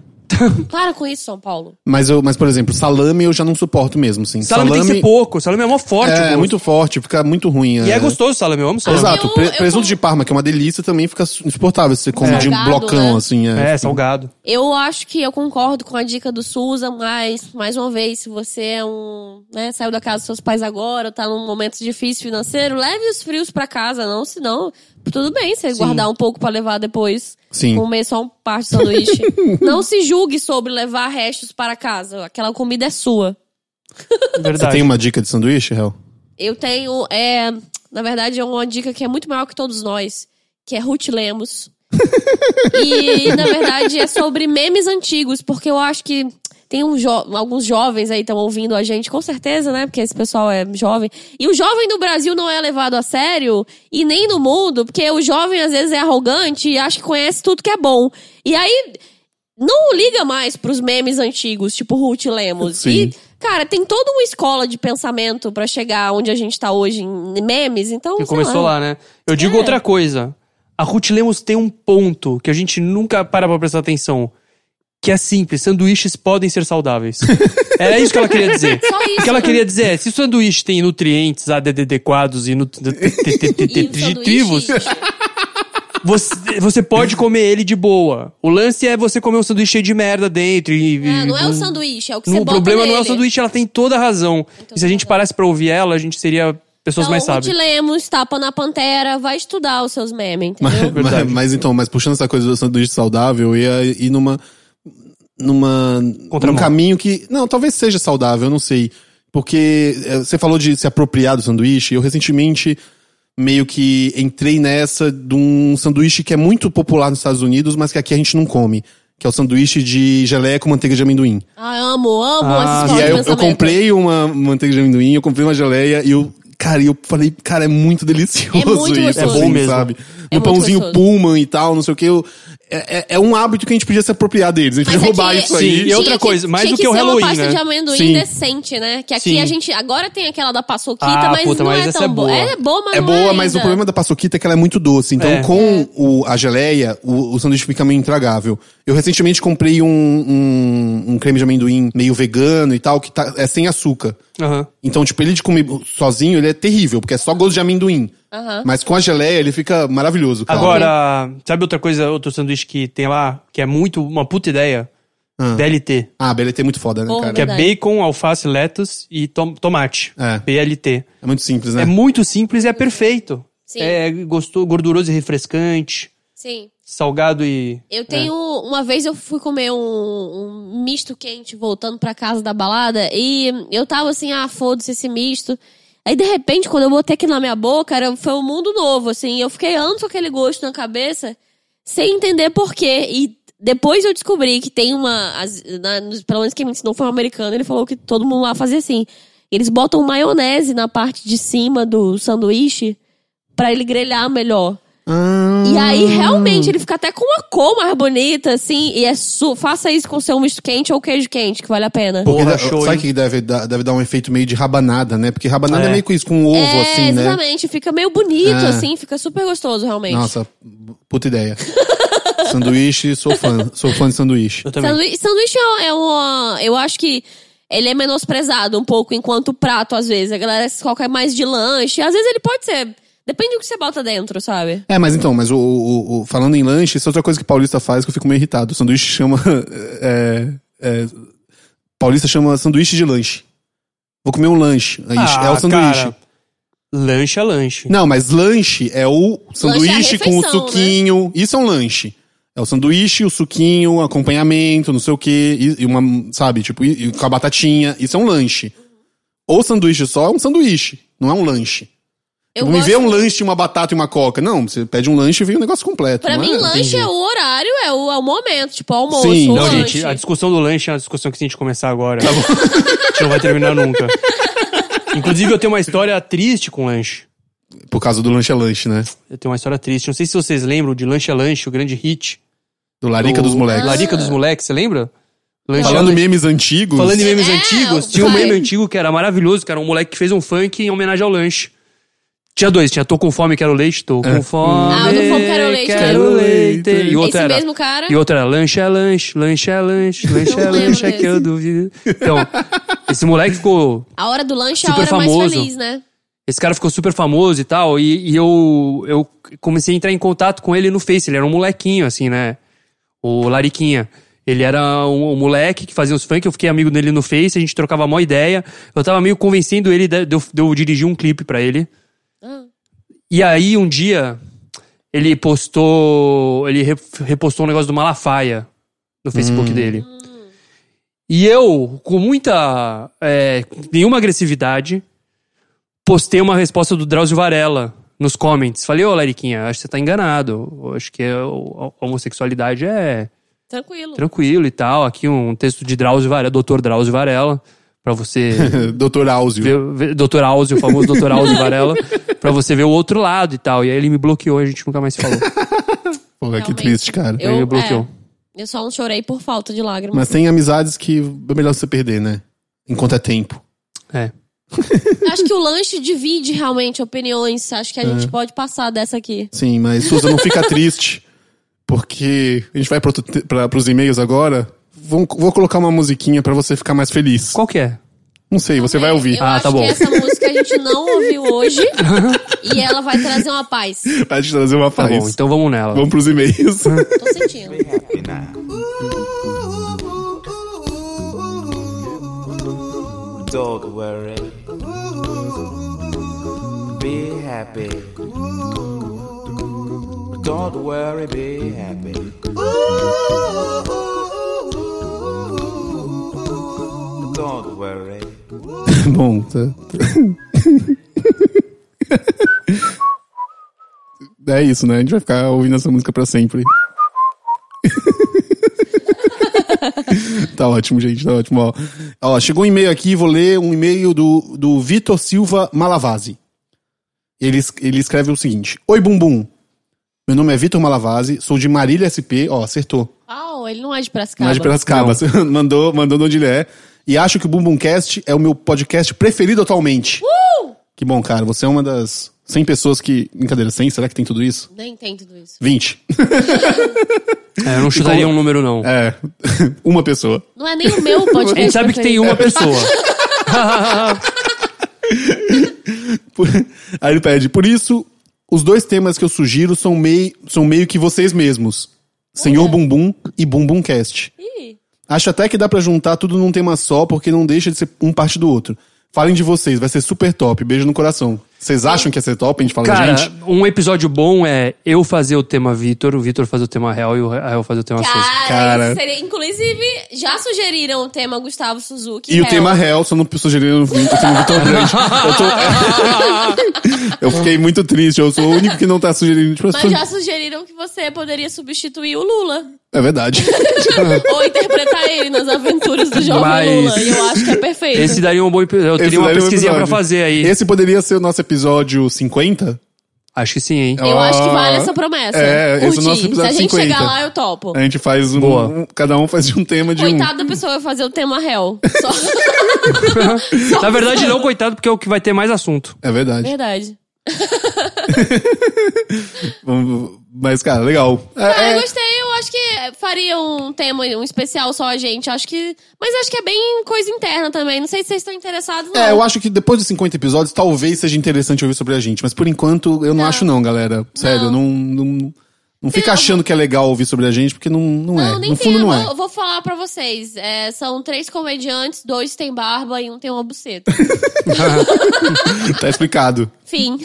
S1: Para com isso, São Paulo.
S2: Mas, eu, mas, por exemplo, salame eu já não suporto mesmo, assim.
S3: Salame, tem que ser pouco, salame é mó forte. o
S2: é, é
S3: gosto.
S2: muito forte, fica muito ruim.
S3: E é gostoso o salame, eu amo salame.
S2: Exato.
S1: Eu-
S2: pre-
S1: eu
S2: presunto
S1: como-
S2: de parma, que é uma delícia, também fica insuportável se você come de um
S1: Salgado,
S2: blocão,
S1: né?
S2: assim. É.
S3: É, salgado.
S1: Eu acho que eu concordo com a dica do Suza, mas, mais uma vez, se você é um. né, saiu da casa dos seus pais agora, tá num momento difícil financeiro, leve os frios pra casa, não, senão. Tudo bem você guardar um pouco pra levar depois.
S2: Sim.
S1: Comer só um parte do sanduíche.
S3: (laughs)
S1: não se julgue sobre levar restos para casa. Aquela comida é sua.
S2: Você
S3: Verdade.
S2: tem uma dica de sanduíche, Hel?
S1: Eu tenho, é, na verdade, é uma dica que é muito maior que todos nós, que é Ruth Lemos. e, na verdade, é sobre memes antigos, porque eu acho que tem um jo- alguns jovens aí estão ouvindo a gente, com certeza, né? Porque esse pessoal é jovem. E o jovem do Brasil não é levado a sério, e nem no mundo, porque o jovem às vezes é arrogante e acha que conhece tudo que é bom. E aí, não liga mais pros memes antigos, tipo Ruth Lemos.
S2: Sim.
S1: E, cara, tem toda uma escola de pensamento pra chegar onde a gente tá hoje em memes, então.
S3: Que
S1: sei
S3: começou lá, né? Eu digo
S1: É.
S3: outra coisa. A Ruth Lemos tem um ponto que a gente nunca para pra prestar atenção. Que é simples, sanduíches podem
S2: (laughs)
S3: ser saudáveis. Era isso que ela queria dizer.
S1: Só isso. né?
S3: O que ela queria dizer é, se o sanduíche tem nutrientes ADD adequados
S1: (laughs)
S3: e nut-
S1: E o
S3: nutritivos,
S1: sanduíche- tipo,
S3: você, você pode comer ele de boa. O lance é você comer um sanduíche cheio de merda dentro e...
S1: É, não é o
S3: e-
S1: sanduíche, é o que
S3: não,
S1: você
S3: o
S1: bota
S3: problema não é o
S1: nele. Então tá
S3: sanduíche, ela tem toda a razão.
S1: toda
S3: E se a gente
S1: razão.
S3: parasse pra ouvir ela, a gente seria pessoas
S1: Então,
S3: mais
S1: Ruth
S3: sábias.
S1: Lemos, tapa na pantera, vai estudar os seus memes, entendeu?
S2: mas,
S3: É Verdade.
S2: mas então, mas puxando essa coisa do sanduíche saudável, eu ia ir numa. numa
S3: Contramão.
S2: num caminho que. Não, talvez seja saudável, eu não sei. Porque eh, você falou de se apropriar do sanduíche, eu recentemente meio que entrei nessa de um sanduíche que é muito popular nos Estados Unidos, mas que aqui a gente não come. Que é o sanduíche de geleia com manteiga de amendoim.
S1: Ah, amo, amo
S3: Ah,
S1: essa
S2: E
S1: escola
S2: aí
S1: de
S2: eu, eu
S1: pensamento.
S2: comprei uma manteiga de amendoim, eu comprei uma geleia e eu, cara, eu falei, cara, é muito delicioso
S1: É muito
S2: isso,
S1: gostoso.
S2: assim,
S1: É bom
S3: mesmo.
S2: sabe?
S1: É
S2: No
S1: muito
S2: pãozinho
S1: gostoso.
S2: Pullman e tal, não sei o que. Eu, é, é- é um hábito que a gente podia se apropriar deles, a gente
S1: Mas é
S2: podia roubar
S1: aqui-
S2: isso
S3: Sim,
S2: aí.
S3: e outra
S1: tinha
S3: coisa, mais
S1: tinha
S3: do que o
S1: ser
S3: Halloween,
S1: uma pasta
S3: né?
S1: de amendoim
S2: Sim.
S1: decente, né? Que aqui
S3: Sim.
S1: a gente agora tem aquela da paçoquita,
S3: Ah,
S1: mas
S3: puta,
S1: não
S3: mas
S1: é
S3: essa
S1: tão
S3: é boa.
S1: Ela é boa, mas
S2: É
S1: não
S2: boa,
S1: é
S2: mas o
S1: ainda.
S2: problema da paçoquita é que ela é muito doce. Então,
S3: É.
S2: com o, a geleia, o, o sanduíche fica meio intragável. Eu recentemente comprei um, um, um creme de amendoim meio vegano e tal, que tá, é sem açúcar.
S3: Aham.
S1: Tá
S2: Então, tipo, ele de comer sozinho, ele é terrível, porque é só gosto de amendoim.
S1: Aham.
S2: Mas com a geleia, ele fica maravilhoso, cara.
S3: Agora, sabe outra coisa, outro sanduíche que tem lá, que é muito uma puta ideia? BLT.
S2: Ah, BLT é muito foda, né,
S1: Porra,
S2: cara?
S3: Que é
S1: Verdade.
S3: bacon, alface, lettuce e tom- tomate.
S2: É.
S3: BLT.
S2: É muito simples,
S3: É.
S2: né?
S3: muito simples e é perfeito.
S1: Sim.
S3: É gostoso, gorduroso e refrescante,
S1: Sim.
S3: salgado e...
S1: Eu tenho. Uma vez eu fui comer um, um misto quente voltando pra casa da balada e eu tava assim, ah, foda-se esse misto. Aí, de repente, quando eu botei aqui na minha boca, era, foi um mundo novo, assim. Eu fiquei anos com aquele gosto na cabeça, sem entender porquê. E depois eu descobri que tem uma. as- na- nos- pelo menos quem me ensinou foi um americano, ele falou que todo mundo lá fazia assim. Eles botam maionese na parte de cima do sanduíche pra ele grelhar melhor.
S2: Ah,
S1: E aí,
S3: Hum.
S1: realmente, ele fica até com uma cor mais bonita, assim, e é su faça isso com seu misto quente ou queijo quente, que vale a pena.
S2: porque
S3: Porra,
S2: dá-
S3: show,
S2: sabe
S3: hein?
S2: que deve, dar- deve dar um efeito meio de rabanada, né? Porque rabanada é,
S3: É.
S2: meio com isso, com ovo,
S1: é,
S2: assim, né?
S1: exatamente, fica meio bonito,
S2: É.
S1: assim, fica super gostoso, realmente.
S2: Nossa, puta ideia. (laughs) sanduíche, sou fã. Sou fã de sanduíche.
S3: Eu também.
S1: Sandui- sanduíche é um- é uma. Eu acho que ele é menosprezado um pouco enquanto prato, às vezes. A galera se coloca mais de lanche. Às vezes ele pode ser. Depende do que você bota dentro, sabe?
S2: É, mas então, mas o, o- o- falando em lanche, isso é outra coisa que paulista faz que eu fico meio irritado. O sanduíche chama. (laughs) é, é, paulista chama sanduíche de lanche. Vou comer um lanche. Aí
S3: Ah,
S2: é o sanduíche.
S3: cara, lanche é lanche.
S2: Não, mas lanche é o sanduíche com o
S1: é refeição, né?
S2: suquinho. Isso é um lanche. É o sanduíche, o suquinho, acompanhamento, não sei o quê, e, e uma, sabe, tipo, e- e com a batatinha. Isso é um lanche. Ou sanduíche só é um sanduíche, não é um lanche.
S1: Eu
S2: Tipo, me
S1: gosto-
S2: vê um lanche, uma batata e uma coca. Não, você pede um lanche e vem um negócio completo.
S1: Pra
S2: não
S1: mim,
S2: é?
S1: lanche é o horário, é o, é o momento, tipo, almoço,
S2: Sim.
S1: o
S3: Não,
S1: lanche.
S3: gente, a discussão do lanche é uma discussão que a gente começar agora. a gente não vai
S1: (laughs)
S3: terminar nunca. Inclusive, eu tenho uma história triste com lanche.
S2: (laughs) Por causa do lanche é lanche, né?
S3: Eu tenho uma história triste. Não sei se vocês lembram de Lanche é Lanche, o grande hit.
S2: Do Larica
S3: do-
S2: dos Moleques.
S3: Larica dos Moleques, você lembra? Lanche é
S2: Falando em
S3: Lanche.
S2: memes antigos.
S3: Falando em memes
S1: É,
S3: antigos,
S1: o
S3: tinha um
S1: pai.
S3: meme antigo que era maravilhoso, que era um moleque que fez um funk em homenagem ao lanche. Tinha dois, tinha Tô com fome, quero leite, tô com fome.
S1: Ah, o do fome, quero leite, né?
S3: quero leite. E outro
S1: Esse
S3: era,
S1: mesmo cara?
S3: E outro era lanche é lanche, lanche
S1: (laughs)
S3: é lanche, lanche é
S1: lembro
S3: lanche, é
S1: desse.
S3: que eu duvido. Então, esse moleque ficou
S1: A hora do lanche é a
S3: Super
S1: hora mais
S3: famoso.
S1: feliz, né?
S3: esse cara ficou super famoso e tal, e, e eu, eu comecei a entrar em contato com ele no Face. Ele era um molequinho, assim, né? O Lariquinha. Ele era um, um moleque que fazia uns funk, eu fiquei amigo dele no Face, a gente trocava mó ideia. Eu tava meio convencendo ele de, de eu, de eu dirigir um clipe pra ele.
S1: Ah.
S3: E aí, um dia, ele postou. Ele re- repostou um negócio do Malafaia no Facebook dele. E eu, com muita. é, nenhuma agressividade, postei uma resposta do Drauzio Varela nos comments. Falei, ô Lariquinha, acho que você tá enganado. Acho que é a homossexualidade é
S1: Tranquilo.
S3: tranquilo e tal. Aqui um texto de Drauzio Varela, doutor Drauzio Varela, pra
S2: (laughs)
S3: você
S2: Doutor Áuzio.
S3: ver, ver- Dr. Áuzio, o famoso Dr. Áuzio Varela, pra você ver o outro lado e tal. E aí ele me bloqueou, a gente nunca mais se falou.
S2: Porra, que
S1: Realmente.
S2: triste, cara.
S1: Eu,
S3: Aí me bloqueou.
S1: é, eu só não chorei por falta de lágrimas.
S2: Mas tem amizades que é melhor você perder, né? Enquanto é tempo.
S3: É.
S1: Acho que o lanche divide realmente opiniões. Acho que a gente pode passar dessa aqui.
S2: Sim, mas Suza, não fica triste. (laughs) Porque a gente vai pro, te- pra, pros e-mails agora. Vou, vou colocar uma musiquinha pra você ficar mais feliz.
S3: Qual que é?
S2: Não sei, você vai ouvir.
S1: Eu
S3: Ah,
S1: acho
S3: tá bom.
S1: que essa música a gente não ouviu hoje. e ela vai trazer uma paz.
S2: (laughs) Vai te trazer uma
S3: Tá
S2: paz.
S3: bom, então vamos nela.
S2: É Vamos pros e-mails.
S3: (laughs)
S1: Tô sentindo.
S4: Happy now. Don't worry. Be happy. Don't worry, be happy. Don't worry.
S2: bom, tá. É isso, né? A gente vai ficar ouvindo essa música pra sempre. tá ótimo, gente, tá ótimo. Ó, Ó, chegou um e-mail aqui, vou ler um e-mail do, do Vitor Silva Malavasi. Ele, es- ele escreve o seguinte: Oi, Bumbum. Meu nome é Vitor Malavasi, sou de Marília SP. Ó, acertou.
S1: Ah, ele não é de Piracicaba.
S2: Mais de Piracicaba. (laughs) mandou, mandou de onde ele é. E acho que o Bumbumcast é o meu podcast preferido atualmente. Que bom, cara. Você é uma das 100 pessoas que... Brincadeira, 100? Será que tem tudo isso?
S1: Nem tem tudo isso.
S2: 20.
S3: É, eu não chutaria um número, não.
S2: É. (laughs) uma pessoa.
S1: Não é nem o meu
S3: A
S1: podcast.
S3: gente sabe que tem
S1: preferido.
S3: uma pessoa.
S2: Por- Aí ele pede. Por isso, os dois temas que eu sugiro são meio, são meio que vocês mesmos. Senhor Bumbum e Bumbumcast.
S1: Ih,
S2: Acho até que dá pra juntar tudo num tema só, porque não deixa de ser um parte do outro. Falem de vocês, vai ser super top. Beijo no coração. Vocês acham que ia ser top a gente fala
S3: Cara,
S2: gente?
S3: um episódio bom é eu fazer o tema Vitor, o Vitor fazer o tema Real e o Real fazer o tema Souza.
S1: Cara,
S2: Cara.
S1: isso seria. Inclusive, já sugeriram o tema Gustavo Suzuki. é,
S2: E o
S1: Hell.
S2: tema real, só não sugeriram no Vitor, no Vitor Grande. Eu, tô-
S3: (laughs)
S2: eu fiquei muito triste, eu sou o único que não tá sugerindo. Tipo,
S1: Mas já sugeriram que você poderia substituir o Lula. (laughs)
S2: É verdade.
S1: ou interpretar ele nas aventuras do jovem
S3: Mas-
S1: Lula. E eu acho que é perfeito.
S3: Esse daria um bom episódio. Eu
S2: Esse
S3: teria uma
S2: daria um
S3: pesquisinha pra
S2: episódio.
S3: fazer aí.
S2: Esse poderia ser o nosso episódio 50?
S3: Acho que sim, hein?
S1: Eu
S2: Ah,
S1: acho que vale essa promessa.
S2: é, esse é o
S1: Curti.
S2: nosso
S1: Se
S2: episódio
S1: a gente
S2: 50.
S1: chegar lá, eu topo.
S2: A gente faz um.
S3: Boa.
S2: um- cada um faz de um tema de
S1: Coitado da pessoa, eu vou fazer o tema réu. Só... (laughs)
S3: Na verdade, não, coitado, porque é o que vai ter mais assunto.
S2: um. É verdade.
S1: Verdade.
S2: Vamos- Mas, cara, legal. É,
S1: Ah,
S2: é-
S1: eu gostei, eu acho que faria um tema, um especial só a gente. Acho que. Mas acho que é bem coisa interna também. Não sei se vocês estão interessados, não.
S2: é, eu acho que depois de 50 episódios, talvez seja interessante ouvir sobre a gente. Mas por enquanto, eu não, acho, não, galera. Sério, não. Não, não, fica achando que é legal ouvir sobre a gente, porque não, não, é.
S1: Não, nem
S2: no
S1: tem.
S2: fundo,
S1: Eu
S2: não
S1: vou,
S2: é.
S1: eu vou falar pra vocês. É, são três comediantes, dois têm barba e um tem uma
S2: (laughs)
S1: buceta.
S2: tá explicado.
S1: Fim.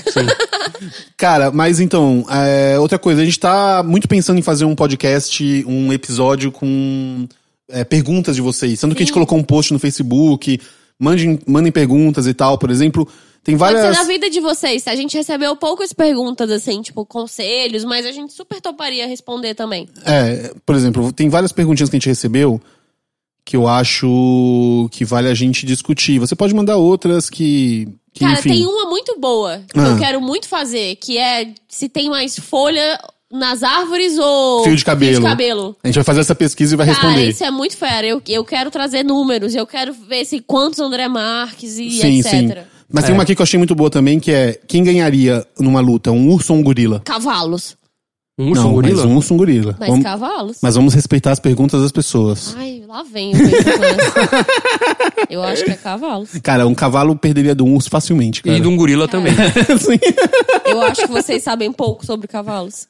S2: Cara, mas então, é, outra coisa, a gente tá muito pensando em fazer um podcast, um episódio com é, perguntas de vocês. Sendo que a gente colocou um post no Facebook, mandem, mandem perguntas e tal, por exemplo. Tem
S1: Pode ser
S2: várias.
S1: na vida de vocês. tá? A gente recebeu poucas perguntas, assim, tipo, conselhos, mas a gente super toparia responder também.
S2: É, por exemplo, tem várias perguntinhas que a gente recebeu que eu acho que vale a gente discutir. Você pode mandar outras que. que
S1: Cara,
S2: enfim.
S1: tem uma muito boa que
S2: Ah.
S1: eu quero muito fazer, que é se tem mais folha nas árvores ou
S2: Fio de cabelo.
S1: Fio de cabelo.
S2: A gente vai fazer essa pesquisa e vai
S1: Cara,
S2: responder.
S1: isso é muito fera. Eu, eu quero trazer números, eu quero ver se quantos André Marques e etc.
S2: Mas
S3: É.
S2: tem uma aqui que eu achei muito boa também, que é quem ganharia numa luta, um urso ou um gorila?
S1: Cavalos.
S3: Um urso,
S2: não,
S3: um gorila?
S2: mas um urso ou um gorila.
S1: Mas
S2: Vamos-
S1: cavalos?
S2: mas vamos respeitar as perguntas das pessoas.
S1: Ai, lá vem. o peito
S2: (laughs)
S1: com essa. eu acho que é cavalos.
S2: Cara, um cavalo perderia do urso facilmente, cara.
S3: E de um gorila também.
S2: (laughs) Assim.
S1: Eu acho que vocês sabem pouco sobre cavalos.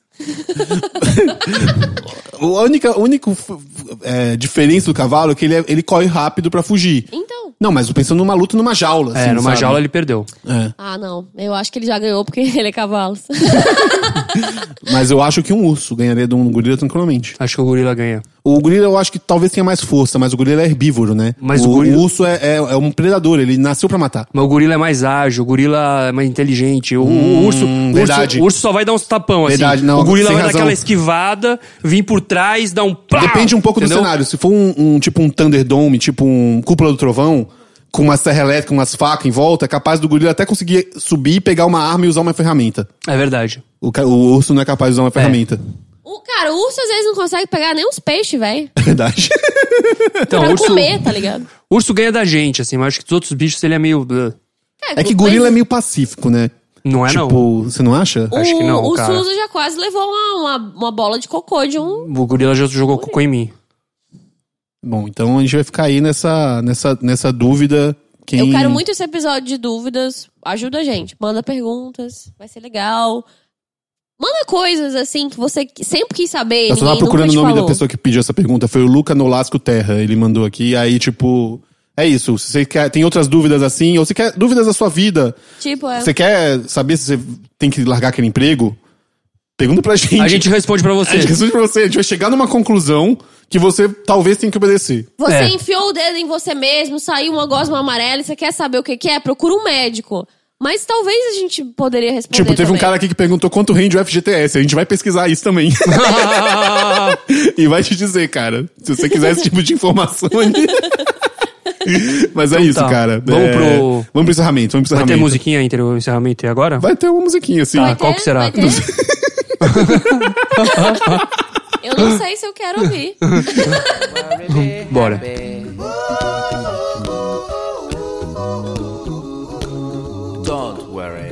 S2: A única, a única é, diferença do cavalo é que ele, é- ele corre rápido pra fugir.
S1: Então.
S2: Não, mas eu pensando numa luta numa jaula.
S3: (laughs) É,
S2: assim,
S3: numa
S2: sabe?
S3: jaula ele perdeu.
S2: É.
S1: Ah, não. Eu acho que ele já ganhou porque (laughs) ele é cavalos.
S2: Mas eu acho que um urso ganharia de um gorila tranquilamente.
S3: Acho que o gorila ganha.
S2: O gorila eu acho que talvez tenha mais força, mas o gorila é herbívoro, né?
S3: Mas
S2: o,
S3: o gorila-
S2: o urso é, é- é um predador, ele nasceu pra matar.
S3: Mas o gorila é mais ágil, o gorila é mais inteligente. O, o urso, o
S2: Hum, verdade.
S3: urso. o urso só vai dar uns tapão, assim.
S2: Verdade, não,
S3: o gorila
S2: sem
S3: vai
S2: razão.
S3: dar aquela esquivada, vir por trás, dar um pá,
S2: Depende um pouco
S3: entendeu?
S2: do cenário. Se for um, um tipo um Thunderdome, tipo um Cúpula do Trovão, com uma serra elétrica, umas facas em volta, é capaz do gorila até conseguir subir, pegar uma arma e usar uma ferramenta.
S3: É verdade.
S2: O, ca- o urso não é capaz de usar uma ferramenta. (laughs)
S1: O, cara, o urso às vezes não consegue pegar nem uns peixes, velho.
S2: É verdade.
S1: (laughs)
S3: Então,
S1: Pra
S3: o urso,
S1: comer, tá ligado?
S3: urso ganha da gente, assim, mas acho que dos outros bichos ele é meio. uh,
S2: É (laughs) que gorila é meio pacífico, né?
S3: Não é, não.
S2: tipo, você não acha?
S1: O,
S3: Acho que não,
S1: o
S3: cara.
S1: Suzo já quase levou uma, uma, uma bola de cocô de um.
S3: O gorila já jogou cocô em mim.
S2: Bom, então a gente vai ficar aí nessa, nessa, nessa dúvida. Quem...
S1: Eu quero muito esse episódio de dúvidas. Ajuda a gente. Manda perguntas. Vai ser legal. Manda coisas assim que você que- sempre quis saber.
S2: Eu só tava
S1: ninguém
S2: procurando
S1: nunca
S2: o
S1: te
S2: nome
S1: falou.
S2: da pessoa que pediu essa pergunta. Foi o Luca Nolasco Terra. Ele mandou aqui. Aí, tipo, é isso. Se você quer, tem outras dúvidas assim, ou você quer dúvidas da sua vida,
S1: Tipo, é.
S2: você quer saber se você tem que largar aquele emprego, pergunta pra gente.
S3: A gente responde pra
S2: A
S3: você.
S2: gente responde pra você. A gente vai chegar numa conclusão que você talvez tenha que obedecer.
S1: Você
S3: É.
S1: enfiou o dedo em você mesmo, saiu uma gosma amarela e você quer saber o que, que é? Procura um médico. Mas talvez a gente poderia responder.
S2: tipo, teve um
S1: também.
S2: cara aqui que perguntou quanto rende o FGTS. A gente vai pesquisar isso
S3: (laughs)
S2: também. e vai te dizer, cara. Se você quiser esse tipo de informação.
S3: (laughs)
S2: aí. Mas é isso,
S3: tá.
S2: cara.
S3: Vamos
S2: É,
S3: pro-
S2: Vamos pro encerramento. Vamos pro
S3: Vai ter
S2: encerramento.
S3: musiquinha entre o encerramento e agora?
S2: Vai ter uma musiquinha, assim.
S3: Tá.
S1: Vai
S3: Qual
S1: ter?
S3: que será? (laughs)
S1: Vai ter? eu não sei se eu quero ouvir.
S3: Bora.
S4: Don't worry,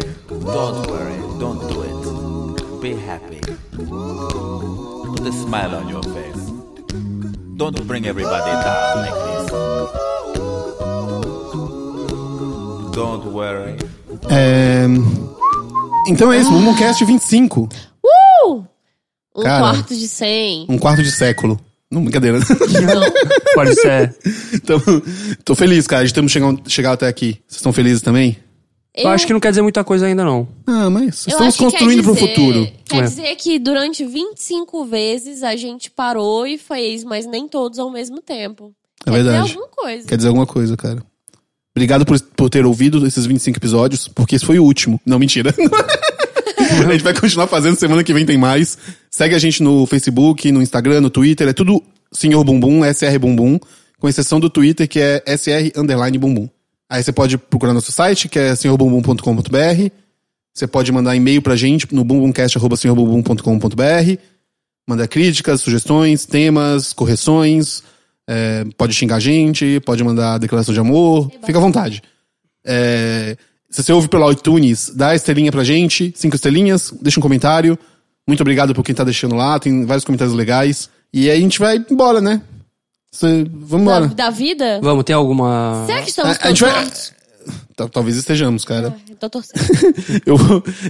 S4: don't worry, don't do it. Be happy. Put a smile on your face. Don't bring everybody down like this. Don't worry.
S2: É, Então é isso, Mooncast 25.
S1: Uh! Um
S2: Cara.
S1: quarto de 100.
S2: Um quarto de século. Não, brincadeira.
S3: Pode ser.
S2: (laughs) então, tô feliz, cara, de termos chegado, chegado até aqui. Vocês estão felizes também?
S3: Eu acho que não quer dizer muita coisa ainda, não.
S2: Ah, mas
S1: eu
S2: estamos
S1: acho que quer
S2: construindo pro
S1: dizer-
S2: futuro.
S1: Quer
S3: É.
S1: dizer que durante 25 vezes a gente parou e fez, mas nem todos ao mesmo tempo. Quer
S2: É
S1: dizer
S2: verdade.
S1: alguma coisa.
S2: Quer dizer alguma coisa, cara. Obrigado por, por ter ouvido esses 25 episódios, porque esse foi o último. Não, mentira. (laughs) a gente vai continuar fazendo, semana que vem tem mais. Segue a gente no Facebook, no Instagram, no Twitter, é tudo Senhor Bumbum, SR Bumbum, com exceção do Twitter, que é SR Underline Bumbum. Aí você pode procurar nosso site, que é senhorbumbum.com.br. Você pode mandar e-mail pra gente no bumbumcast.com.br. Mandar críticas, sugestões, temas, correções. É, pode xingar a gente, pode mandar declaração de amor. Fica à vontade. É, se você ouve pelo iTunes, dá a estrelinha pra gente, cinco estrelinhas, deixa um comentário. Muito obrigado por quem tá deixando lá, tem vários comentários legais. E aí a gente vai embora, né? Você- vamos
S1: Da,
S2: embora.
S1: da vida?
S3: Vamos, tem alguma.
S1: Será que estamos
S2: A- a gente vai-
S1: cansados?
S2: Tal- Talvez estejamos, cara.
S1: Ah, Tô torcendo.
S2: Eu,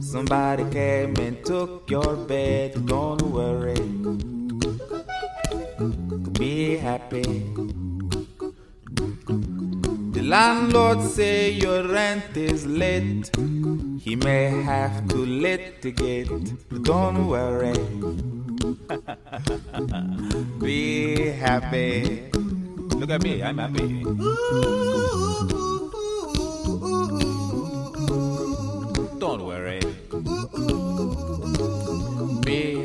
S4: Somebody came and took your bed. Don't worry. Be happy. The landlord say your rent is late. He may have to litigate. Don't worry. (laughs) Be happy. Look at me, I'm happy. Don't worry. Be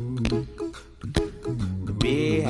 S4: be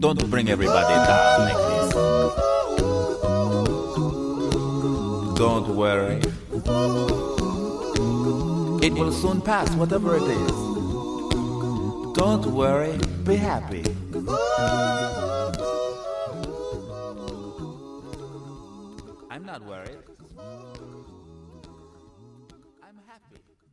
S4: Don't bring everybody down like this. Don't worry. It will soon pass, whatever it is. Don't worry, be happy. I'm not worried. I'm happy.